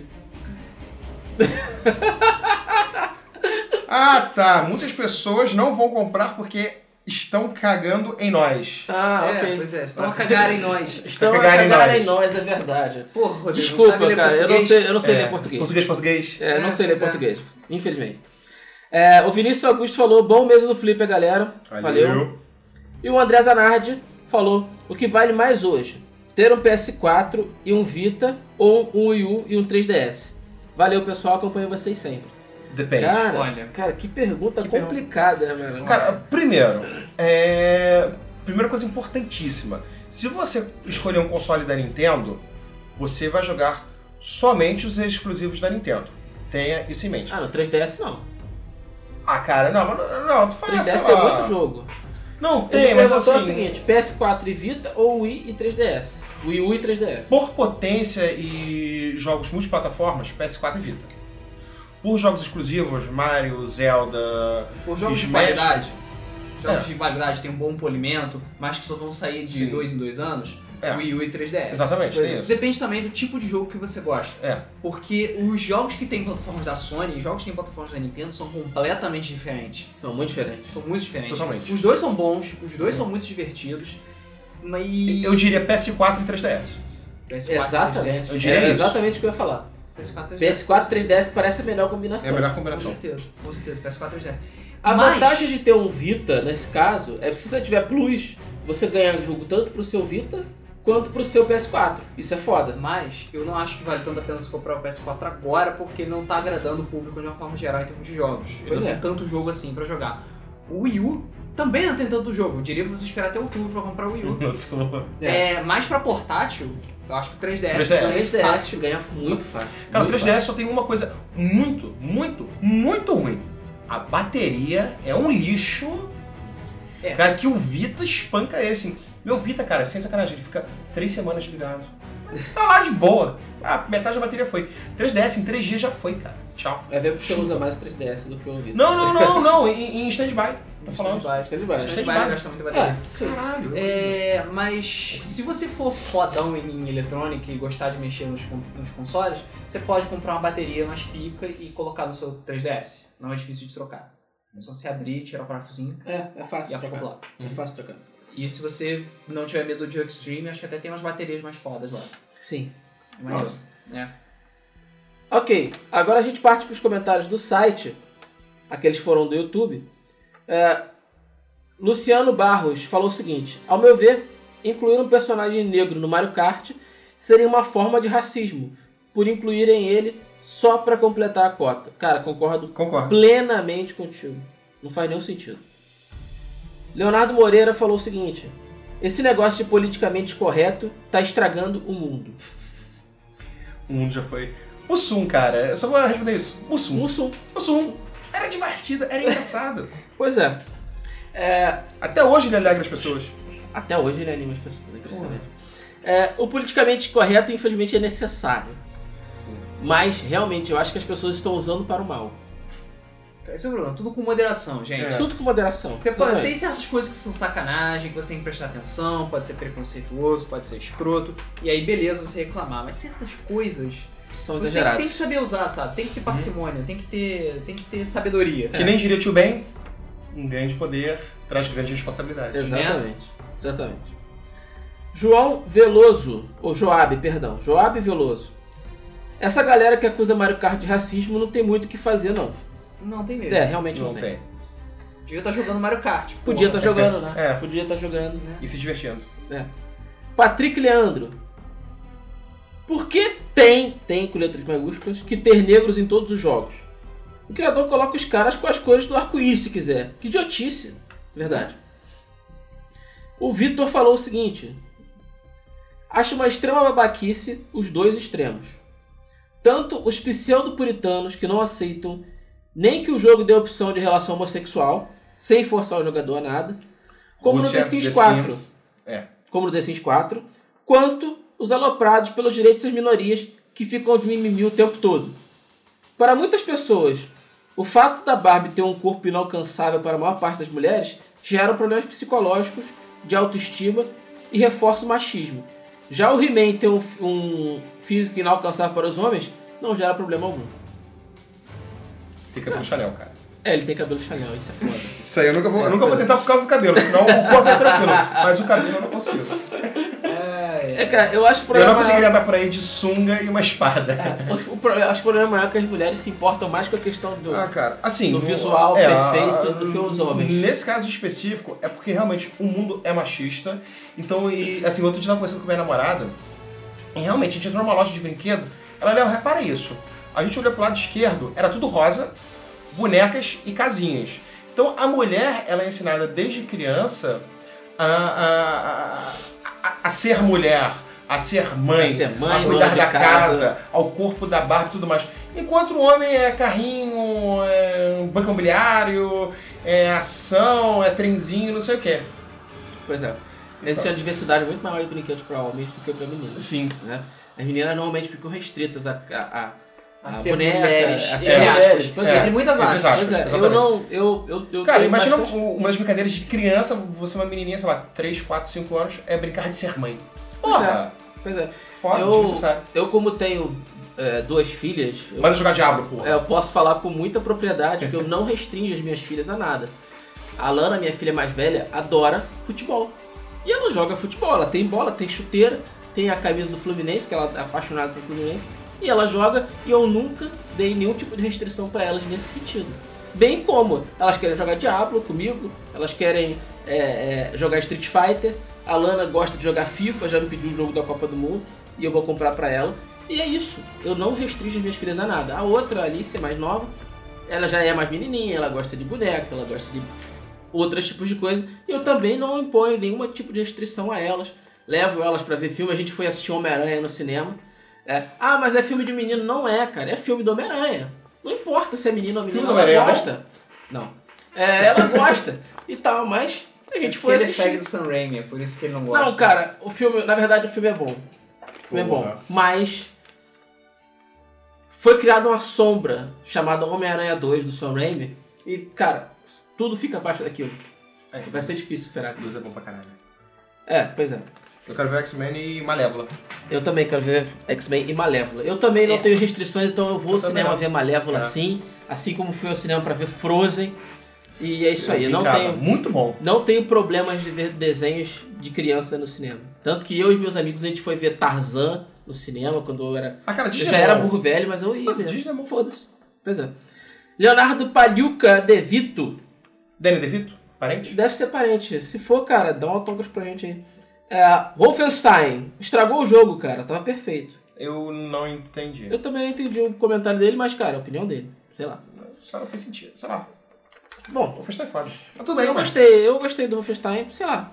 Speaker 2: Ah, tá. Muitas pessoas não vão comprar porque estão cagando em nós.
Speaker 1: Ah,
Speaker 3: é,
Speaker 1: ok.
Speaker 3: pois é, estão a
Speaker 2: Nossa.
Speaker 3: cagar em nós.
Speaker 1: Estão a
Speaker 2: Cagar em
Speaker 1: cagar
Speaker 2: nós.
Speaker 1: em nós, é verdade.
Speaker 3: Porra, Rodrigo, não sabe
Speaker 1: Desculpa,
Speaker 3: ler
Speaker 1: cara, eu não
Speaker 3: português?
Speaker 1: sei, eu não sei
Speaker 2: É,
Speaker 1: ler português.
Speaker 2: Português, português.
Speaker 1: É, não
Speaker 3: É,
Speaker 1: sei ler
Speaker 3: pois é.
Speaker 1: português, infelizmente. É, o Vinícius Augusto falou, bom mesmo no Flip, a galera. É. Valeu. E o André Zanardi falou, o que vale mais hoje? Ter um PS4 e um Vita, ou um Wii U e um 3DS. Valeu, pessoal, acompanho vocês sempre.
Speaker 2: Depende.
Speaker 1: cara,
Speaker 3: olha.
Speaker 1: cara, que pergunta
Speaker 2: Que pergunta.
Speaker 1: complicada, né, mano.
Speaker 2: Cara, primeiro, é. Primeira coisa importantíssima: se você escolher um console da Nintendo, você vai jogar somente os exclusivos da Nintendo. Tenha isso em mente.
Speaker 1: Ah, no 3DS não.
Speaker 2: Ah, cara, não, mas não, não, tu faz
Speaker 1: 3DS
Speaker 2: essa.
Speaker 1: tem muito jogo.
Speaker 2: Não,
Speaker 1: Ele
Speaker 2: Ah, tem, mas
Speaker 1: perguntou o
Speaker 2: assim,
Speaker 1: seguinte, PS4 e Vita, ou Wii e 3DS. Wii U e 3DS.
Speaker 2: por potência e jogos multiplataformas, PS4 e Vita. é Por jogos exclusivos, Mario, Zelda,
Speaker 3: Os jogos de
Speaker 2: Smash.
Speaker 3: qualidade. Jogos
Speaker 2: É.
Speaker 3: de qualidade tem um bom polimento, mas que só vão sair de
Speaker 2: Sim.
Speaker 3: dois em dois anos.
Speaker 2: É.
Speaker 3: Wii U e 3DS.
Speaker 2: Exatamente,
Speaker 3: Pois
Speaker 2: tem
Speaker 3: é.
Speaker 2: isso.
Speaker 3: depende também do tipo de jogo que você gosta.
Speaker 2: É.
Speaker 1: assim.
Speaker 3: Porque os jogos que tem plataformas da Sony e jogos que tem plataformas da Nintendo são completamente diferentes.
Speaker 1: São muito diferentes.
Speaker 3: São muito diferentes.
Speaker 2: Totalmente.
Speaker 3: Os dois são bons, os dois são muito divertidos. Mas.
Speaker 1: Então,
Speaker 2: eu diria PS4 e 3DS.
Speaker 3: PS4,
Speaker 1: Exatamente.
Speaker 2: Eu diria
Speaker 3: É
Speaker 1: Era
Speaker 2: isso.
Speaker 1: É exatamente o que eu ia falar. é
Speaker 3: PS4 3DS.
Speaker 1: PS4 3DS parece a melhor combinação.
Speaker 2: É a melhor
Speaker 3: Com
Speaker 2: combinação.
Speaker 3: certeza, com certeza. PS4 e 3DS.
Speaker 1: A
Speaker 3: Mas-
Speaker 1: vantagem de ter um Vita, nesse caso, é que se você tiver Plus, você ganha jogo tanto pro seu Vita quanto pro seu PS4. Isso é foda.
Speaker 3: Mas eu não acho que vale tanto a pena se comprar o PS4 agora, porque ele não tá agradando o público de uma forma geral em termos de jogos. Ele
Speaker 1: Pois
Speaker 3: não
Speaker 1: é.
Speaker 3: tem tanto jogo assim pra jogar. O Wii U também não tem tanto jogo. Eu diria pra você esperar até outubro pra comprar o Wii U.
Speaker 2: Eu tô-
Speaker 3: é. mais pra portátil, eu acho que o 3DS,
Speaker 2: 3DS.
Speaker 3: ganha
Speaker 1: 3DS
Speaker 3: é fácil.
Speaker 1: ganha muito fácil.
Speaker 2: Cara, o
Speaker 1: muito
Speaker 2: 3DS só tem uma coisa muito, muito, muito ruim. A bateria é um lixo.
Speaker 3: É.
Speaker 2: Cara, que o Vita espanca ele, assim. Meu Vita, cara, sem sacanagem, ele fica três semanas ligado. Tá lá de boa. Ah, metade da bateria foi. 3DS em três dias já foi, cara. Tchau.
Speaker 1: Vai É ver porque você usa mais o 3DS do que o Vita.
Speaker 2: Não, não, não, não. Em, em stand-by. Tô falando.
Speaker 1: Vai, você vai.
Speaker 3: Bastante
Speaker 2: Bastante
Speaker 3: gasta muita bateria.
Speaker 1: É, sim.
Speaker 2: Caralho.
Speaker 3: É, mas se você for fodão em, em eletrônica e gostar de mexer nos, con- nos consoles, você pode comprar uma bateria mais pica e colocar no seu 3DS. Não é difícil de trocar. É só você abrir, tirar o parafusinho
Speaker 1: É, é
Speaker 3: e
Speaker 1: fácil trocar.
Speaker 3: acoplar.
Speaker 1: É fácil trocar.
Speaker 5: E se você não tiver medo do Extreme, acho que até tem umas baterias mais fodas lá.
Speaker 1: Sim.
Speaker 5: É maneiro. É.
Speaker 1: Ok, agora a gente parte para os comentários do site, aqueles foram do YouTube. É, Luciano Barros falou o seguinte: Ao meu ver, incluir um personagem negro no Mario Kart seria uma forma de racismo, por incluírem ele só para completar a cota. Cara, concordo
Speaker 2: Concordo.
Speaker 1: plenamente contigo. Não faz nenhum sentido. Leonardo Moreira falou o seguinte: Esse negócio de politicamente correto tá estragando o mundo.
Speaker 2: O mundo já foi. Mussum, cara. Eu só vou responder isso. Mussum.
Speaker 1: Mussum.
Speaker 2: Mussum. Era divertido, era engraçado.
Speaker 1: Pois é.
Speaker 2: Até hoje ele alegra as pessoas.
Speaker 1: Até hoje ele anima as pessoas, é impressionante. É, o politicamente correto, infelizmente, é necessário.
Speaker 2: Sim.
Speaker 1: Mas, realmente, eu acho que as pessoas estão usando para o mal.
Speaker 5: Esse é o problema, tudo com moderação, gente.
Speaker 2: É.
Speaker 1: Tudo com moderação.
Speaker 5: Você pode,
Speaker 1: Exatamente.
Speaker 5: tem certas coisas que são sacanagem, que você tem que prestar atenção, pode ser preconceituoso, pode ser escroto, e aí beleza você reclamar, mas certas coisas
Speaker 1: São
Speaker 5: você tem, que-
Speaker 1: exagerados.
Speaker 5: tem que saber usar, sabe? Tem que ter parcimônia, tem que ter, tem que ter sabedoria.
Speaker 1: É.
Speaker 2: Que nem diria tio Ben, um grande poder traz grande responsabilidade.
Speaker 5: é.
Speaker 1: Exatamente. Exatamente. João Veloso, ou Joab, perdão. Joab Veloso. Essa galera que acusa Mario Kart de racismo não tem muito o que fazer, não.
Speaker 5: Não tem medo.
Speaker 1: É, realmente não,
Speaker 2: Não
Speaker 1: tem.
Speaker 2: tem.
Speaker 5: Devia estar tá jogando Mario Kart. porra.
Speaker 1: Podia estar jogando, né?
Speaker 2: É.
Speaker 1: Podia estar jogando, né?
Speaker 2: E se divertindo.
Speaker 1: É. Patrick Leandro. Por que tem, tem com letras maiúsculas, que ter negros em todos os jogos? O criador coloca os caras com as cores do arco-íris se quiser. Que idiotice. Verdade. O Vitor falou o seguinte. Acho uma extrema babaquice os dois extremos. Tanto os pseudo-puritanos que não aceitam nem que o jogo dê opção de relação homossexual, sem forçar o jogador a nada, como no
Speaker 2: Lúcia,
Speaker 1: The Sims 4
Speaker 2: Sims. É.
Speaker 1: como no The Sims 4, quanto os aloprados pelos direitos das minorias que ficam de mimimi o tempo todo. Para muitas pessoas, o fato da Barbie ter um corpo inalcançável para a maior parte das mulheres gera problemas psicológicos, de autoestima e reforça o machismo. Já o He-Man ter um, f- um físico inalcançável para os homens não gera problema algum.
Speaker 2: Tem cabelo Chanel, cara.
Speaker 1: É, ele tem cabelo Chanel, isso é foda.
Speaker 2: Isso aí eu nunca vou, eu nunca vou tentar por causa do cabelo, senão o corpo é tranquilo. Mas o cabelo eu não consigo.
Speaker 1: É, cara, eu acho o
Speaker 2: Eu
Speaker 1: problema É.
Speaker 2: não
Speaker 1: maior-
Speaker 2: conseguiria andar por aí de sunga e uma espada.
Speaker 1: o pro- eu acho o problema maior é que as mulheres se importam mais com a questão do,
Speaker 2: Ah, cara, assim.
Speaker 1: No
Speaker 2: no-
Speaker 1: visual
Speaker 2: a-
Speaker 1: perfeito do que os homens.
Speaker 2: Nesse caso específico, é porque realmente o mundo é machista. Então, e assim, outro dia eu tava conversando com minha namorada, e realmente a gente entrou numa loja de brinquedo. Ela, Léo, repara isso. A gente olhou pro lado esquerdo, era tudo rosa, bonecas e casinhas. Então a mulher, ela é ensinada desde criança a, a- a- a- a ser mulher, a ser mãe,
Speaker 1: A ser mãe,
Speaker 2: a cuidar
Speaker 1: dona de
Speaker 2: da
Speaker 1: casa.
Speaker 2: ao corpo da Barbie e tudo mais. Enquanto o homem é carrinho, é banco imobiliário, é ação, é trenzinho, não sei o quê.
Speaker 1: Pois é. Existe uma diversidade é muito maior de brinquedos para homens do que para meninas.
Speaker 2: Sim.
Speaker 1: Né? As meninas normalmente ficam restritas a, a, a,
Speaker 5: A
Speaker 1: a
Speaker 5: ser
Speaker 1: boneca,
Speaker 5: mulheres,
Speaker 1: a
Speaker 5: entre
Speaker 1: ser mulheres.
Speaker 5: aspas.
Speaker 1: Pois
Speaker 2: É,
Speaker 1: é.
Speaker 5: Entre muitas
Speaker 2: entre
Speaker 5: aspas.
Speaker 2: aspas.
Speaker 1: Pois é, eu
Speaker 2: exatamente.
Speaker 1: não. Eu, eu, eu
Speaker 2: Cara,
Speaker 1: tenho
Speaker 2: imagina
Speaker 1: bastante-
Speaker 2: um- uma das brincadeiras de criança, você é uma menininha, sei lá, 3, 4, 5 anos, é brincar de ser mãe.
Speaker 1: Pois é.
Speaker 2: Porra!
Speaker 1: Pois é.
Speaker 2: Foda, tipo,
Speaker 1: Eu-
Speaker 2: desnecessário.
Speaker 1: Eu, como tenho é, duas filhas, eu,
Speaker 2: Manda jogar Diablo, porra.
Speaker 1: é, eu posso falar com muita propriedade que eu não restringo as minhas filhas a nada. A Lana, minha filha mais velha, adora futebol. E ela joga futebol, ela tem bola, tem chuteira, tem a camisa do Fluminense, que ela é apaixonada pelo Fluminense, e ela joga e eu nunca dei nenhum tipo de restrição pra elas nesse sentido. Bem como elas querem jogar Diablo comigo, elas querem é, é, jogar Street Fighter, a Lana gosta de jogar FIFA, já me pediu o jogo da Copa do Mundo e eu vou comprar pra ela. E é isso, eu não restringo as minhas filhas a nada. A outra, a Alice, é mais nova, ela já é mais menininha, ela gosta de boneca, ela gosta de outros tipos de coisa. E eu também não imponho nenhum tipo de restrição a elas. Levo elas pra ver filme. A gente foi assistir Homem-Aranha no cinema. É, Ah, mas é filme de menino? Não é, cara. É filme do Homem-Aranha. Não importa se é menino ou
Speaker 2: Filme
Speaker 1: menina,
Speaker 2: do
Speaker 1: ela
Speaker 2: Homem-Aranha é bom?
Speaker 1: gosta. Não. É, ela gosta e tal, mas a gente foi
Speaker 5: ele é
Speaker 1: assistir.
Speaker 5: fag do Sam Raimi, é por isso que ele não gosta.
Speaker 1: Não, cara, o filme, na verdade, o filme é bom. O filme é
Speaker 2: Porra.
Speaker 1: bom. Mas foi criada uma sombra chamada Homem-Aranha 2 do Sam Raimi. E, cara, tudo fica abaixo daquilo.
Speaker 2: É.
Speaker 1: Vai ser difícil superar.
Speaker 2: Luz é bom pra caralho.
Speaker 1: É, pois é.
Speaker 2: Eu quero ver X-Men e Malévola.
Speaker 1: Eu também quero ver X-Men e Malévola. Eu também não tenho restrições, então eu vou ao
Speaker 2: É. Eu também
Speaker 1: cinema
Speaker 2: não.
Speaker 1: ver Malévola
Speaker 2: É.
Speaker 1: sim. Assim como fui ao cinema pra ver Frozen. E é isso aí.
Speaker 2: Em
Speaker 1: Não
Speaker 2: casa.
Speaker 1: tenho,
Speaker 2: Muito bom.
Speaker 1: não tenho problemas de ver desenhos de criança no cinema. Tanto que eu e os meus amigos, a gente foi ver Tarzan no cinema quando eu era.
Speaker 2: Ah, cara,
Speaker 1: Eu
Speaker 2: Disney
Speaker 1: já
Speaker 2: é
Speaker 1: era
Speaker 2: bom.
Speaker 1: burro velho, mas eu ia
Speaker 2: Mano,
Speaker 1: ver.
Speaker 2: Disney é bom.
Speaker 1: Foda-se. Pois é. Leonardo Paliuca De Vito
Speaker 2: Danny DeVito? Parente?
Speaker 1: Deve ser parente. Se for, cara, dá um autógrafo pra gente aí. É, Wolfenstein. Estragou o jogo, cara. Tava perfeito.
Speaker 2: Eu não entendi.
Speaker 1: Eu também não entendi o comentário dele, mas, cara, a opinião dele. Sei lá.
Speaker 2: Só não fez sentido. Sei lá.
Speaker 1: Bom,
Speaker 2: O festa é foda. Mas tudo bem,
Speaker 1: eu
Speaker 2: cara.
Speaker 1: gostei. Eu gostei do Wolfenstein. Sei lá.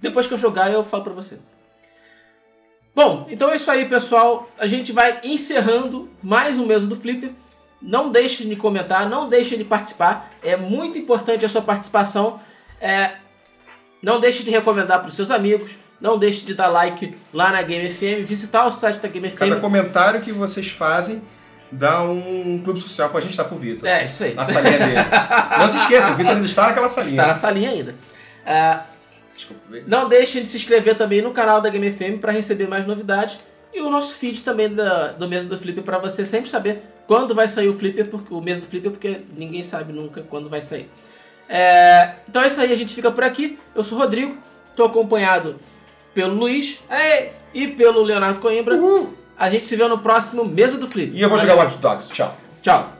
Speaker 1: Depois que eu jogar, eu falo pra você. Bom, então é isso aí, pessoal. A gente vai encerrando mais um mês do Flipper. Não deixe de comentar, não deixe de participar. É muito importante a sua participação. É, não deixe de recomendar para os seus amigos. Não deixe de dar like lá na Game FM, visitar o site da Game
Speaker 2: Cada
Speaker 1: FM.
Speaker 2: comentário que vocês fazem dá um clube social pra gente dar pro Vitor.
Speaker 1: É, isso aí.
Speaker 2: Na salinha dele. não se esqueça, o Vitor ainda está naquela salinha.
Speaker 1: Está na salinha ainda. É,
Speaker 2: Desculpa, Vitor.
Speaker 1: Não deixem de se inscrever também no canal da Game FM para receber mais novidades e o nosso feed também da- do Mesa do Flipper para você sempre saber quando vai sair o Flipper, porque, o Mesa do Flipper, porque ninguém sabe nunca quando vai sair. É, então é isso aí, a gente fica por aqui. Eu sou o Rodrigo, estou acompanhado pelo Luiz e pelo Leonardo Coimbra.
Speaker 2: Uhul.
Speaker 1: A gente se vê no próximo Mesa do Flipper.
Speaker 2: E eu vou jogar Watch Dogs. Tchau.
Speaker 1: Tchau.